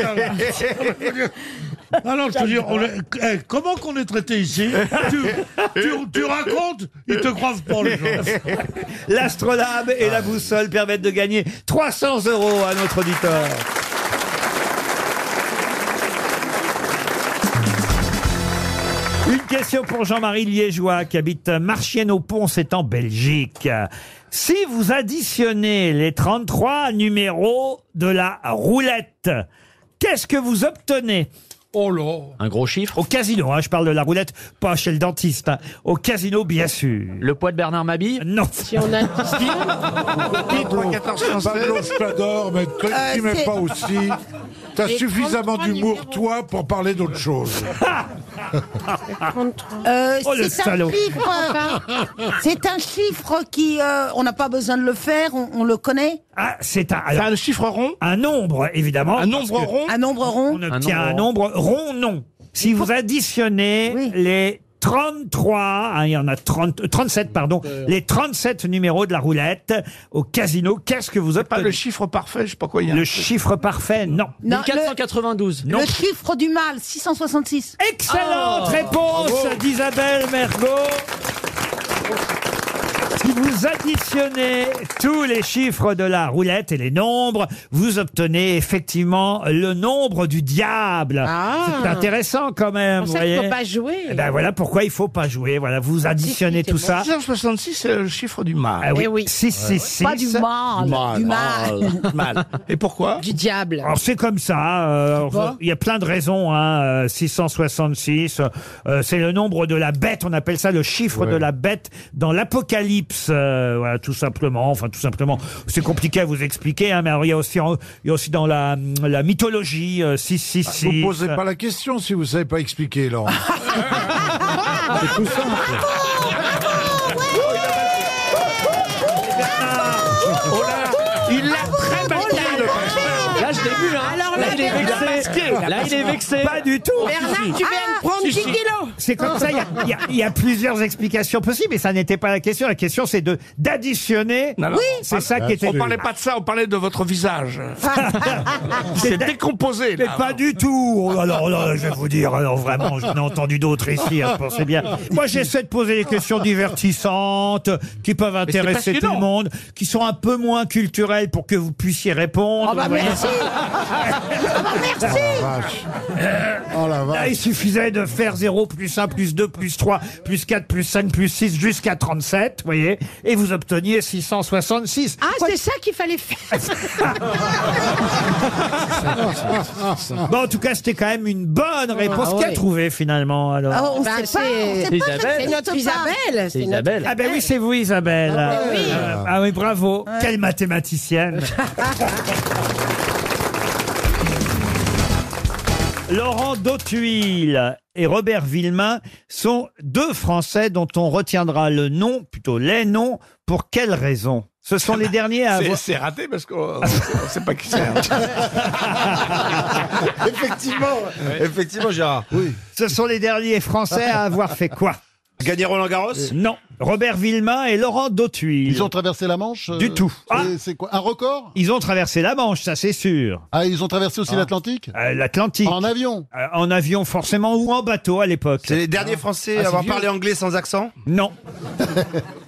S19: Ah non, je te dis, on est- eh, comment qu'on est traité ici tu, tu- tu racontes, ils te croivent pas Ah. les gens.
S1: L'astrolabe et la boussole permettent de gagner 300 euros à notre auditeur. Une question pour Jean-Marie Liégeois qui habite Marchienne-au-Pont, c'est en Belgique. Si vous additionnez les 33 numéros de la roulette, qu'est-ce que vous obtenez
S19: Oh là
S1: Un gros chiffre Au casino, hein, je parle de la roulette, pas chez le dentiste. hein. Au casino, bien sûr. Le poids de Bernard Mabille Non.
S7: Si on a
S4: Pablo, je t'adore, mais toi
S7: Euh,
S4: qui m'aimes
S7: c'est-
S4: pas aussi. T'as
S7: Les
S4: suffisamment
S7: 33
S4: d'humour, toi, pour parler d'autre chose.
S2: Euh,
S4: Oh, le
S2: c'est un
S4: salaud.
S2: chiffre. C'est un chiffre qui, euh, on n'a pas besoin de le faire, on, on le connaît.
S1: Ah, c'est un, alors, un chiffre rond Un nombre, évidemment. Un nombre rond
S2: Un nombre rond.
S1: On obtient un nombre rond, non. Si vous additionnez les 33, hein, il y en a 30, euh, 37, pardon, les 37 numéros de la roulette au casino, qu'est-ce que vous obtenez Pas le
S32: chiffre parfait, je sais pas quoi
S1: Le chiffre parfait, non.
S2: Non,
S1: 1492.
S2: Le chiffre du mal, 666.
S1: Excellente
S7: Oh.
S1: réponse d'Isabelle Mergo. Si vous additionnez tous les chiffres de la roulette et les nombres, vous obtenez effectivement le nombre du diable. C'est intéressant quand même.
S7: pour
S1: vous
S7: ça Ah. qu'il
S1: voyez.
S7: faut pas jouer.
S1: Eh Ben voilà pourquoi il faut pas jouer. Voilà, vous additionnez tout ça.
S32: 66, c'est le chiffre du mal.
S1: Ah oui. Eh oui. Six, six, six. Pas du mal, du
S19: Oh
S1: mal.
S32: Mal. Et pourquoi
S7: Du diable.
S1: Alors c'est comme ça, euh,
S7: Pourquoi
S1: il y a plein de raisons, hein, euh, 666, euh, c'est le nombre de la bête, on appelle ça le chiffre de la bête dans l'Apocalypse, euh, voilà, tout simplement, enfin tout simplement, c'est compliqué à vous expliquer, hein, mais alors, il y a aussi, en- il y a aussi dans la, la mythologie, euh, 666.
S4: Ah, Vous posez pas la question si vous savez pas expliquer, Laurent. C'est tout simple.
S7: Ah, oh
S32: Il l'a très mal dit, le
S7: Alors
S1: là, il est vexé. Là, il est vexé. Pas du tout.
S7: Bernard, tu viens de prendre 10 kilos.
S1: C'est comme ça, il y a- il y, a- il y a plusieurs explications possibles, et ça n'était pas la question. La question, c'est de d'additionner.
S19: Non, non.
S1: C'est ça
S19: Ah,
S1: qui était.
S19: On parlait pas de ça, on parlait de votre visage. C'est décomposé.
S1: Mais
S19: là.
S1: pas du tout. Alors là, je vais vous dire, alors vraiment, j'en ai entendu d'autres ici. hein, pensez bien. Moi, j'essaie de poser des questions divertissantes qui peuvent
S19: c'est
S1: intéresser tout
S19: passionnant.
S1: le monde, qui sont un peu moins culturelles pour que vous puissiez
S7: Ah,
S19: Ah,
S1: répondre.
S19: bah,
S7: bah,
S1: vous voyez. Euh,
S7: Oh,
S1: Là, il suffisait de faire 0 plus 1 plus 2 plus 3 plus 4 plus 5 plus 6 jusqu'à 37, vous voyez, et vous obteniez 666.
S7: Ah, c'est ça qu'il fallait faire.
S1: Bon, en tout cas, c'était quand même une bonne réponse.
S7: Ah
S1: Qui a
S7: ouais.
S1: trouvé finalement alors
S2: Oh,
S7: Ah, on sait pas, on sait pas, Isabelle. c'est notre Isabelle, c'est
S1: C'est
S7: notre
S1: Isabelle. Ah ben oui, c'est vous Isabelle.
S7: Ah ben oui.
S1: Euh, ah oui, bravo. Quelle mathématicienne. Laurent Dautuil et Robert Villemain sont deux Français dont on retiendra le nom, plutôt les noms, pour quelles raisons Ce sont les derniers à
S19: C'est-
S1: avoir...
S19: C'est raté parce qu'on on sait pas qui c'est.
S8: Effectivement, effectivement, Gérard. Oui.
S1: Ce sont les derniers Français à avoir fait quoi Euh,
S8: Gagner Roland Garros
S1: Non. Robert Villemain et Laurent Dautuil.
S23: Ils ont traversé la Manche euh,
S1: Du tout.
S19: Ah,
S23: c'est-
S7: Ah,
S23: C'est quoi Un record
S1: Ils ont traversé la Manche, ça c'est sûr.
S23: Ah, ils ont traversé aussi
S1: Ah.
S23: l'Atlantique
S1: Euh, L'Atlantique.
S23: En avion
S1: Euh, en avion forcément ou en bateau à l'époque.
S8: C'est les derniers
S23: Ah.
S8: Français à avoir parlé anglais sans accent
S1: Non.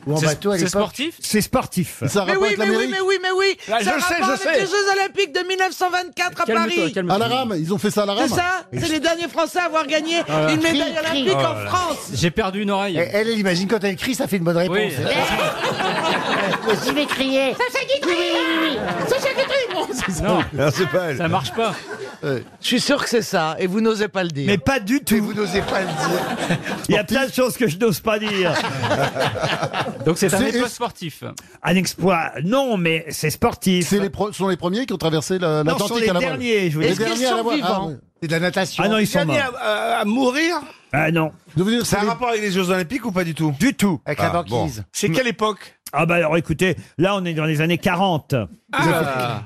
S8: Ou en C'est- bateau à c'est l'époque
S1: sportif C'est sportif.
S7: mais oui, mais oui, mais oui, mais oui. ça
S1: Là, je sais,
S7: rapporte
S1: je
S7: les
S1: sais.
S7: deux Jeux Olympiques de 1924 à Paris. Ah,
S23: À la rame, ils ont fait ça à la rame
S7: C'est ça C'est les derniers Français à avoir gagné
S17: euh,
S8: Ah,
S7: une
S8: cri,
S7: médaille
S8: cri.
S7: olympique
S8: Oh
S7: en
S8: là là.
S7: France.
S9: J'ai perdu une oreille.
S8: Elle, elle imagine quand elle crie, ça fait une bonne réponse.
S9: Oui.
S7: Je vais crier. Sacha Guitry oui, oui, oui. Sacha Guitry Oh,
S8: Non.
S23: c'est pas elle.
S9: Ça marche pas.
S3: Je suis sûr que c'est ça, et vous n'osez pas le dire.
S1: Mais pas du tout.
S3: vous n'osez pas le dire.
S1: Il y a plein de choses que je n'ose pas dire.
S9: Donc c'est un
S23: C'est-
S9: exploit sportif.
S1: Un exploit, non, mais c'est sportif.
S23: C'est les pro- sont les premiers qui ont traversé la-
S1: Non,
S23: l'Atlantique
S1: ce sont les
S23: à la
S1: derniers, je veux dire. Est-ce qu'ils sont vivants
S23: C'est de la natation.
S1: Ah non, ils sont
S23: Dernier
S1: morts.
S19: à, à mourir
S1: Ah non.
S8: C'est un rapport avec les Jeux Olympiques ou pas du tout Ah,
S1: Du tout.
S8: Avec la banquise.
S19: C'est quelle époque
S1: Ah bah alors écoutez, là on est dans les années 40.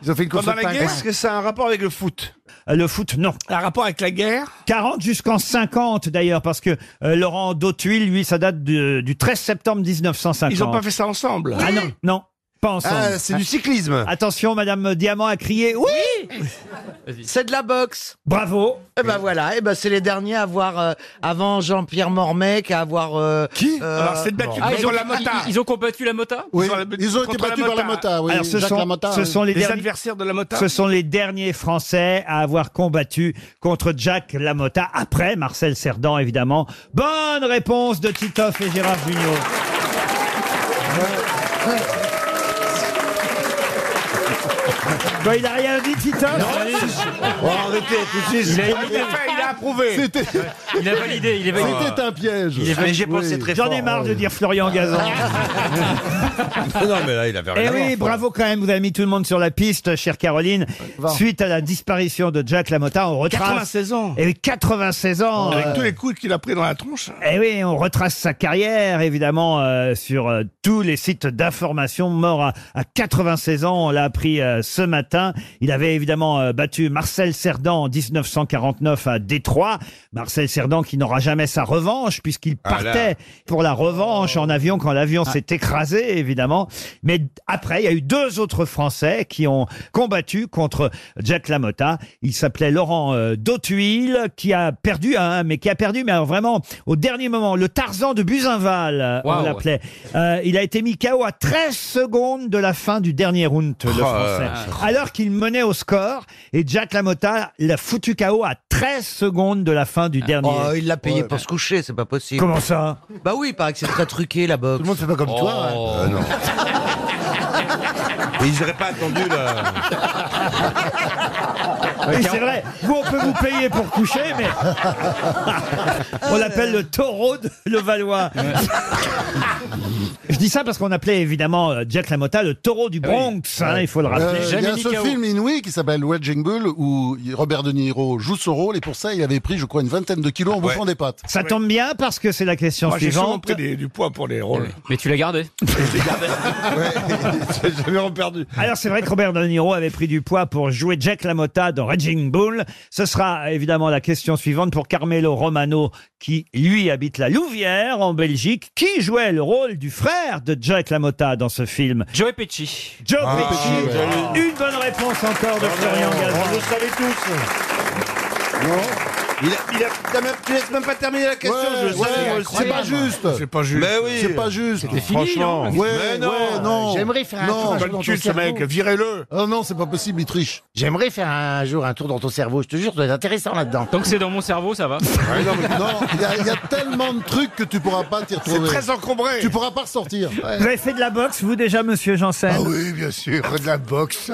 S8: Ils ont fait une course Pendant Ah. la guerre, est-ce que ça a un rapport avec le foot
S1: Euh, Le foot, non.
S19: Un rapport avec la guerre
S1: 40 jusqu'en 50 d'ailleurs, parce que euh, Laurent Dautuil, lui, ça date de- du 13 septembre 1950.
S19: Ils ont pas fait ça ensemble
S1: Ah non, non, pas ensemble.
S8: Ah, c'est du cyclisme.
S1: Attention, Madame Diamant a crié oui.
S3: C'est de la boxe.
S1: Bravo.
S3: Eh ben voilà, eh ben c'est les derniers à avoir euh, avant Jean-Pierre Mormet qu'à avoir qui
S8: Euh,
S19: Alors, c'est de battu
S3: Ah,
S19: contre
S9: ils, ont,
S19: la mota.
S9: ils- ils ont combattu la mota
S23: Oui,
S19: Sur la-
S23: ils ont été
S19: contre
S23: battus
S19: la
S23: par la
S19: Mota.
S23: Mota, oui.
S1: Alors, ce
S23: Jacques
S1: sont-
S23: Lamotta,
S1: ce
S23: oui.
S1: sont les
S19: Les
S1: derniers-
S19: adversaires de la Mota
S1: Ce sont les derniers Français à avoir combattu contre Jack Lamotta, après Marcel Cerdan, évidemment. Bonne réponse de Titoff et Gérard Junior. Bon, il a rien dit, Titoff
S8: Oh, arrêtez, tout de suite.
S19: Il a fait, il a approuvé.
S23: C'était
S9: Il a validé, il est validé.
S23: c'était un piège.
S9: Il est
S8: Mais j'ai pensé très
S1: J'en
S8: fort,
S1: ai marre
S8: oui.
S1: de dire Florian Gazan.
S8: non, mais là, il avait
S1: Eh oui, bravo quand même, vous avez mis tout le monde sur la piste, chère Caroline. Suite à la disparition de Jack Lamotta, on retrace...
S19: 96 ans.
S1: Eh oui, 96 ans
S19: Avec
S1: euh,
S19: tous les coups qu'il a pris dans la tronche.
S1: Eh oui, on retrace sa carrière, évidemment, euh, sur euh, tous les sites d'information. Mort à, à 96 ans, on l'a appris euh, ce matin. Il avait évidemment euh, battu Marcel Cerdan en 1949 à Détroit. Marcel Cerdan qui n'aura jamais sa revanche, puisqu'il
S33: Ah là.
S1: partait pour la revanche en avion quand l'avion s'est
S34: Ah.
S1: écrasé, évidemment. Mais d- après, il y a eu deux autres Français qui ont combattu contre Jack Lamotta. Il s'appelait Laurent euh, Dautuil, qui a perdu, hein, mais qui a perdu, mais alors vraiment au dernier moment. Le Tarzan de Buzinval, euh, on
S34: Waouh.
S1: l'appelait. Euh, il a été mis KO à 13 secondes de la fin du dernier round, le
S34: Oh,
S1: Français.
S34: euh,
S1: Alors qu'il menait au score, et Jack Lamotta l'a foutu KO à 13 secondes de la fin du
S34: Ah.
S1: dernier.
S3: Oh, il l'a payé pour se coucher, c'est pas possible.
S1: Comment ça
S3: Bah oui, il paraît que c'est très truqué la boxe. Tout le monde fait pas comme
S8: toi, hein. Euh, non. Ils n'auraient pas attendu là.
S1: Ah Oui, c'est vrai, vous on peut vous payer pour coucher, mais on l'appelle le taureau de Levallois. Je dis ça parce qu'on appelait évidemment euh, Jack LaMotta le taureau du Bronx, hein, il faut le rappeler.
S23: Euh, Il y a ce film inouï qui s'appelle Wedging Bull où Robert De Niro joue ce rôle et pour ça il avait pris je crois une vingtaine de
S1: Ah
S23: kilos en bouffant des pâtes.
S1: Ça tombe bien parce que c'est la question
S23: Moi, j'ai souvent
S1: suivante.
S2: pris des- du poids pour les rôles.
S7: Mais tu l'as gardé
S2: J'ai jamais reperdu.
S1: Alors c'est vrai que Robert De Niro avait pris du poids pour jouer Jack LaMotta dans Raging Bull. Ce sera évidemment la question suivante pour Carmelo Romano qui lui habite la Louvière en Belgique. Qui jouait le rôle du frère de Jack LaMotta dans ce film
S7: Joey Pesci.
S1: Joe
S7: Ah,
S1: Pesci.
S7: joli.
S1: Une bonne réponse encore de Florian Gazan.
S17: Vous le savez tous. Non. Il a, il a, t'as même, tu laisses même pas terminer la question.
S23: Ouais,
S17: je le savais,
S23: ouais,
S17: moi aussi.
S23: c'est pas juste.
S2: C'est pas juste.
S17: Mais oui.
S23: C'est pas juste.
S17: C'était fini, Franchement. non
S23: Ouais,
S17: Mais non.
S23: ouais, non.
S17: J'aimerais faire un
S23: non.
S17: tour dans ton Calcule, ce cerveau. mec,
S23: Virez-le. Oh non, c'est pas possible, il triche.
S17: J'aimerais faire un jour un tour dans ton cerveau, je te jure, tu dois être intéressant là-dedans.
S7: Donc c'est dans mon cerveau, ça va
S23: non, mais non, il y, a- il y a tellement de trucs que tu pourras pas t'y retrouver.
S17: très encombré.
S23: Tu pourras pas ressortir. Ouais.
S1: Vous avez fait de la boxe, vous déjà, monsieur Janssen
S8: Ah oui, bien sûr, de la boxe.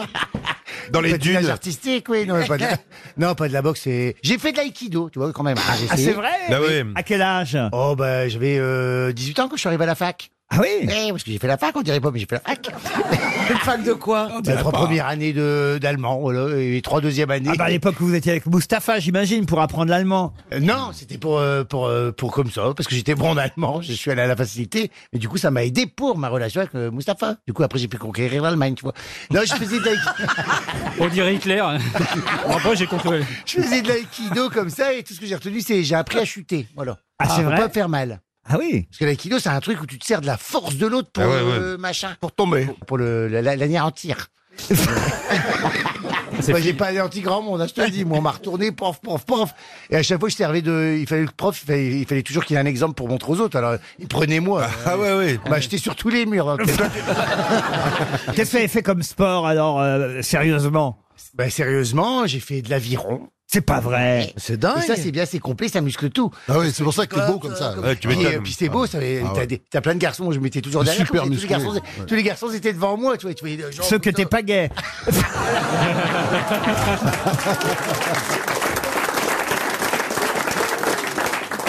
S17: Dans les dunes.
S8: artistique, oui. Non, mais pas de la, non, pas de la boxe. c'est- J'ai fait de l'aïkido, tu vois, quand même. Ah, j'ai
S1: Ah,
S8: essayé.
S1: c'est vrai
S8: Bah
S1: Mais
S8: oui.
S1: À quel âge
S8: Oh, bah, j'avais euh, 18 ans quand je suis arrivé à la fac.
S1: Ah oui
S8: Eh, parce que j'ai fait la fac, on dirait pas, mais j'ai fait la fac. Une fac de quoi
S1: dirait
S8: Bah, Trois
S1: Ah, bah, pas.
S8: premières années de- d'allemand, voilà, et trois deuxièmes années.
S1: Ah bah à l'époque où vous étiez avec Mustapha, j'imagine, pour apprendre l'allemand.
S8: Euh, Non, c'était pour, euh, pour, euh, pour comme ça, parce que j'étais bon en allemand, je suis allé à la facilité, mais du coup, ça m'a aidé pour ma relation avec euh, Mustapha. Du coup, après, j'ai pu conquérir l'Allemagne, tu vois. Non, je faisais de l'aïkido.
S7: On dirait Hitler. hein. Après, j'ai contrôlé.
S8: je faisais de l'aïkido comme ça, et tout ce que j'ai retenu, c'est j'ai appris à chuter. Voilà.
S1: Ah, c'est
S8: pour
S1: vrai
S8: pas me faire mal.
S1: Ah oui
S8: Parce que l'aïkido, c'est un truc où tu te sers de la force de l'autre pour
S17: Ah ouais,
S8: le
S17: ouais.
S8: machin.
S17: Pour tomber.
S8: Pour, pour le- la- la- l'anéantir. Moi, j'ai pas anéanti grand monde, hein, je te le dis. Moi, on m'a retourné, prof, prof, prof. Et à chaque fois, je servais de. Il fallait que le prof, il fallait, il fallait toujours qu'il ait un exemple pour montrer aux autres. Alors, il prenait moi. Ah ouais, ouais. Bah, j'étais sur tous les murs. hein.
S1: Qu'est-ce que vous avez fait comme sport alors, euh, sérieusement
S8: bah, sérieusement, j'ai fait de l'aviron.
S1: C'est pas vrai.
S8: C'est dingue. ça, c'est bien, c'est complet, ça muscle tout.
S23: Ah oui, c'est pour ça que t'es beau comme ça.
S8: Et puis, euh, puis c'est beau, ça, mais
S23: Ah
S8: t'as,
S23: ouais.
S8: des- t'as plein de garçons, moi, je m'étais toujours
S23: Des
S8: derrière.
S23: super
S8: comme ça, tous, les
S23: musclés,
S8: garçons,
S23: ouais.
S8: tous les garçons étaient devant moi, tu vois. Tu vois genre,
S1: Ceux que t'es pas gay.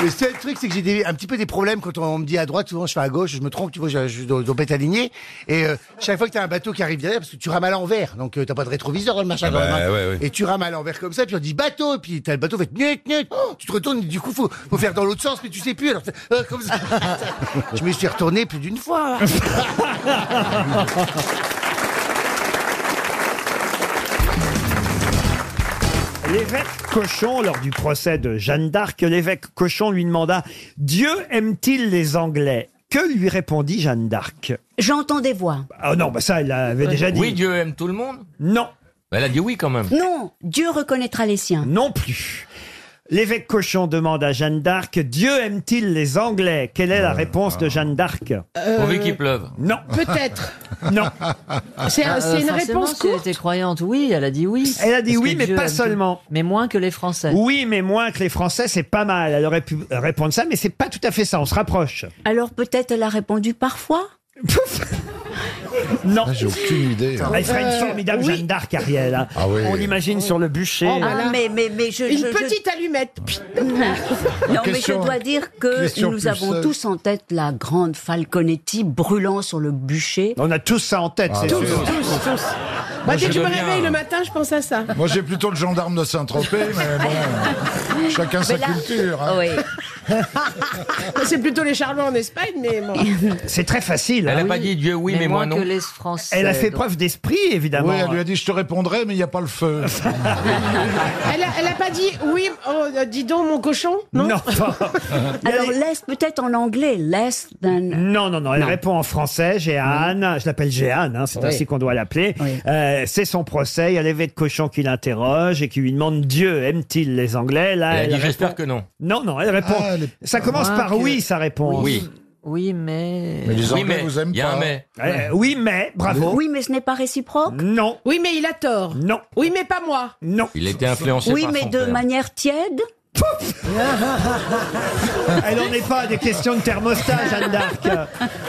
S8: Le seul truc, c'est que j'ai des- un petit peu des problèmes quand on me dit à droite, souvent je fais à gauche, je me trompe, tu vois, je, je dois dois pas être aligné. Et euh, chaque fois que t'as un bateau qui arrive derrière, parce que tu rames à l'envers, donc euh, t'as pas de rétroviseur dans le machin.
S17: Ah
S8: quand
S17: bah,
S8: même, hein.
S17: ouais, ouais.
S8: Et tu rames à l'envers comme ça, puis on dit bateau, et puis t'as le bateau fait nut, nut. Oh, tu te retournes, et du coup, faut, faut faire dans l'autre sens, mais tu sais plus. Alors, euh, comme ça. je me suis retourné plus d'une fois.
S1: L'évêque Cochon, lors du procès de Jeanne d'Arc, l'évêque Cochon lui demanda Dieu aime-t-il les Anglais Que lui répondit Jeanne d'Arc
S14: J'entends des voix.
S1: Ah non, bah ça, elle l'avait déjà dit.
S3: Oui, Dieu aime tout le monde. Bah,
S1: Non.
S3: Elle a dit oui quand même.
S14: Non, Dieu reconnaîtra les siens.
S1: Non plus. L'évêque Cochon demande à Jeanne d'Arc Dieu aime-t-il les Anglais Quelle est la réponse de Jeanne d'Arc
S3: Pourvu qu'il pleuve.
S1: Non.
S5: Peut-être.
S1: Non.
S5: C'est un- c'est une
S14: Euh,
S5: réponse
S18: Ah, euh, si elle était croyante, oui, elle a dit oui.
S1: Elle a dit
S18: Parce
S1: oui,
S18: que
S1: mais
S18: Dieu
S1: pas
S18: aime tout.
S1: seulement.
S18: Mais moins que les Français.
S1: Oui, mais moins que les Français, c'est pas mal. Elle aurait pu répondre ça, mais c'est pas tout à fait ça. On se rapproche.
S14: Alors peut-être elle a répondu parfois
S1: Non.
S23: J'ai aucune idée.
S1: Elle ferait une formidable Jeanne d'Arc, Ariel. hein.
S23: Ah oui.
S1: On l'imagine sur le bûcher.
S7: Oh,
S14: Ah, mais, mais, mais je,
S5: Une
S14: je- je-
S5: petite allumette.
S14: Euh, Non, mais je
S5: Question-
S14: dois dire que
S1: hein. question
S14: nous
S1: plus euh,
S14: avons
S1: seule.
S14: tous en tête la grande Falconetti brûlant sur le bûcher. Ah,
S1: On a tous ça en tête, c'est
S14: tous,
S1: sûr.
S14: tous, tous.
S17: Bah,
S5: Moi, dès
S4: je
S5: que je me
S4: deviens-
S5: réveille le matin, je pense à ça.
S4: Moi, j'ai plutôt le gendarme de Saint-Tropez, mais bon, chacun sa
S5: Mais là-
S4: culture. hein.
S5: C'est plutôt les charlots en Espagne, mais bon.
S1: C'est très facile.
S3: Elle
S1: hein.
S3: a pas dit Dieu oui, mais, moi non.
S18: Français.
S1: Elle a fait preuve d'esprit, évidemment.
S4: Oui, elle lui a dit, je te répondrai, mais il n'y a pas le feu.
S5: Elle a, elle a pas dit oui, oh, euh, dis donc mon cochon Non.
S14: Alors laisse peut-être en anglais, less than.
S1: Ah. Non, non, non, elle
S14: Non.
S1: répond en français, Jeanne, je l'appelle Jeanne, hein, c'est
S14: Oui.
S1: ainsi qu'on doit l'appeler. Euh, c'est son procès, il y a l'évêque Cochon qui l'interroge et qui lui demande Dieu aime-t-il les Anglais Là,
S3: Elle a dit
S1: répond-
S3: j'espère que non.
S1: Non, non, elle répond.
S4: Ah, elle est-
S1: Ça commence
S18: Moins
S1: par
S18: que-
S1: oui, sa réponse.
S3: Oui.
S18: Oui, mais.
S4: Mais les
S3: Oui,
S4: Anglais
S3: mais,
S4: vous aiment
S3: il y a
S4: pas.
S3: un mais.
S1: Euh, oui, mais, bravo.
S14: Oui, mais ce n'est pas réciproque.
S1: Non,
S5: Oui, mais il a tort.
S1: non,
S5: Oui, mais pas moi.
S1: non.
S3: Il était influencé
S14: Oui,
S3: par
S14: mais
S3: son
S14: de
S3: père.
S14: manière tiède.
S1: Elle n'en est pas à des questions de thermostat, Jeanne d'Arc.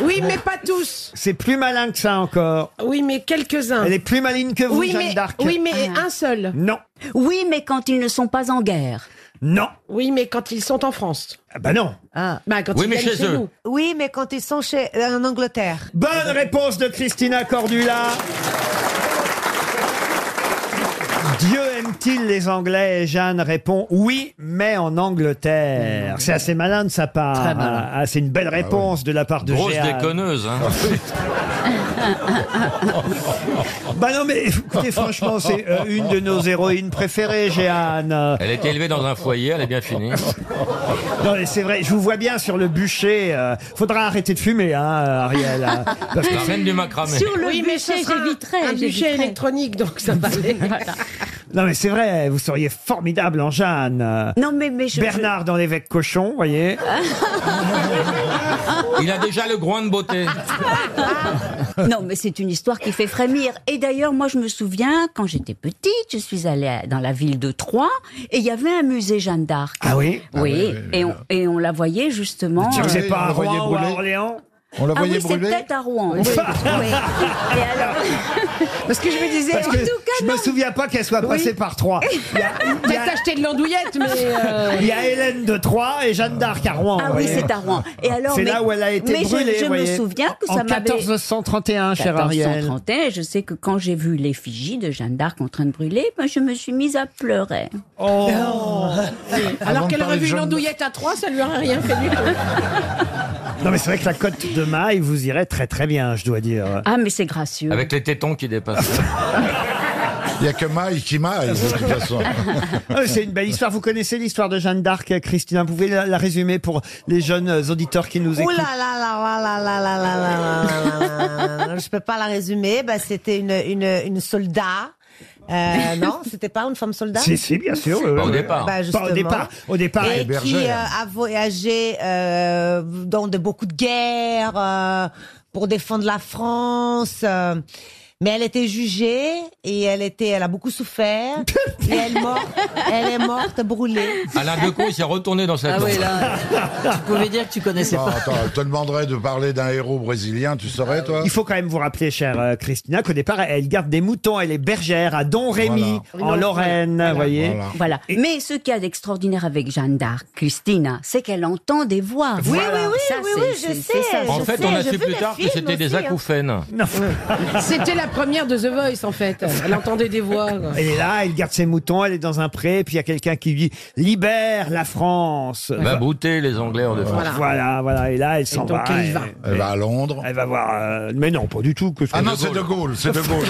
S5: Oui, mais pas tous.
S1: C'est plus malin que ça encore.
S5: Oui, mais quelques-uns.
S1: Elle est plus maligne que vous,
S5: oui,
S1: Jeanne
S5: mais,
S14: Ah.
S1: d'Arc.
S5: oui, mais un seul.
S1: Non.
S14: Oui, mais quand ils ne sont pas en guerre.
S1: Non.
S7: Oui, mais quand ils sont en France.
S1: Ah bah non.
S7: Bah, quand
S1: Oui,
S7: ils
S1: mais
S7: viennent
S1: chez eux.
S7: nous.
S2: Oui, mais quand ils sont chez, euh, en Angleterre.
S1: Bonne réponse de Christina Cordula. Dieu aime-t-il les Anglais Et Jeanne répond oui, mais en Angleterre. C'est assez malin de sa part.
S9: Très malin.
S1: hein. Ah, c'est une belle réponse de la part de
S9: Grosse
S1: Jeanne.
S9: déconneuse, hein.
S1: Bah non, mais écoutez, franchement, c'est euh, une de nos héroïnes préférées, Jeanne.
S9: Elle a été élevée dans un foyer, elle est bien finie.
S1: Non, mais c'est vrai, je vous vois bien sur le bûcher. euh, faudra arrêter de fumer, hein, Ariel. hein, parce que
S9: La reine du macramé.
S7: oui, mais ça sera Un bûcher électronique, donc ça va aller.
S1: Non, mais c'est vrai, vous seriez formidable en Jeanne. Euh,
S20: Non, mais, mais je.
S1: Bernard dans l'évêque cochon, voyez.
S9: Il a déjà le groin de beauté.
S20: non, mais c'est une histoire qui fait frémir. Et d'ailleurs, moi, je me souviens, quand j'étais petite, je suis allée à- dans la ville de Troyes et il y avait un musée Jeanne d'Arc.
S1: Ah oui
S20: Oui, et, on, et on la voyait justement.
S1: Tu sais
S20: euh,
S1: pas à
S20: on la
S1: Rouen
S20: voyait
S1: ou à
S20: brûler.
S1: Orléans
S20: On la Ah voyait oui, c'est brûler peut-être à Rouen. Oui. Oui.
S1: Parce que je me
S20: disais, en tout cas,
S1: je me souviens pas qu'elle soit passée par Troyes. Il y a- il y a-
S7: Peut-être acheter de l'andouillette, mais. euh,
S1: Il y a Hélène de Troyes et Jeanne d'Arc à Rouen.
S20: Ah
S1: vous
S20: oui,
S1: voyez.
S20: c'est à Rouen. Et alors,
S1: Ah, c'est
S20: mais-
S1: là où elle a été
S20: mais je-
S1: brûlée.
S20: je me
S1: voyez.
S20: souviens que
S1: En
S20: ça m'avait-
S1: 1431, cher Ariel.
S20: 1431, et je sais que quand j'ai vu l'effigie de Jeanne d'Arc en train de brûler, ben, je me suis mise à pleurer.
S1: Oh
S7: Alors qu'elle aurait vu une andouillette à trois, ça lui aurait rien fait du tout.
S1: Non, mais c'est vrai que la côte de Maille vous irait très très bien, je dois dire.
S20: Ah, mais c'est gracieux.
S9: Avec les tétons qui dépassent.
S4: Il n'y a que maille qui maille, de toute façon.
S1: Ah, C'est une belle histoire. Vous connaissez l'histoire de Jeanne d'Arc, Christina. Vous pouvez la, la résumer pour les jeunes euh, auditeurs qui nous
S2: Ouh
S1: écoutent.
S2: là là là là là là là là là là là là. Je peux pas la résumer. Bah, c'était une, une, une soldat. Euh, non, c'était pas une femme soldat Ben,
S1: Si, si, bien sûr, oui, Pas au oui. départ. Pas au
S2: justement.
S1: départ. Au départ, elle est
S2: Et qui
S1: bergère.
S2: euh, a voyagé euh, dans de beaucoup de guerres euh, pour défendre la France. euh, mais elle était jugée et elle était, elle a beaucoup souffert. et elle, mort, elle est morte brûlée.
S9: Alain Decaux, il s'est retourné dans sa
S2: Ah
S9: tombe.
S2: oui, là. Tu pouvais dire que tu connaissais
S4: Non, attends, elle te demanderait de parler d'un héros brésilien, tu saurais, toi
S1: Il faut quand même vous rappeler, chère euh, Christina, qu'au départ, elle garde des moutons. Elle est bergère à Don Rémy, en Lorraine, vous voyez.
S20: Voilà. Mais ce qu'il y a d'extraordinaire avec Jeanne d'Arc, Christina, c'est qu'elle entend des voix.
S2: Oui, oui, oui,
S20: Ça,
S2: oui,
S20: c'est-
S2: oui,
S20: c'est-
S2: je
S20: c'est
S2: sais.
S20: ça.
S9: En
S2: je
S9: fait,
S2: sais,
S9: on a
S2: je
S9: su
S2: fais
S9: plus
S2: des
S9: tard que
S2: films
S9: c'était des
S2: aussi, hein.
S9: acouphènes.
S7: C'était la première de The Voice, en fait. Elle entendait des voix. quoi.
S9: Hein.
S1: Elle est là, elle garde ses moutons, elle est dans un pré, puis il y a quelqu'un qui lui dit libère la France.
S9: Va bouter les Anglais en défense.
S1: Voilà. voilà, voilà. Et là, elle s'en
S9: donc,
S1: va.
S9: elle y va.
S1: Elle va à Londres. Elle va voir. euh, mais non, pas du tout. que-
S4: Ah
S1: que
S4: non,
S1: de
S4: c'est De Gaulle, c'est De Gaulle.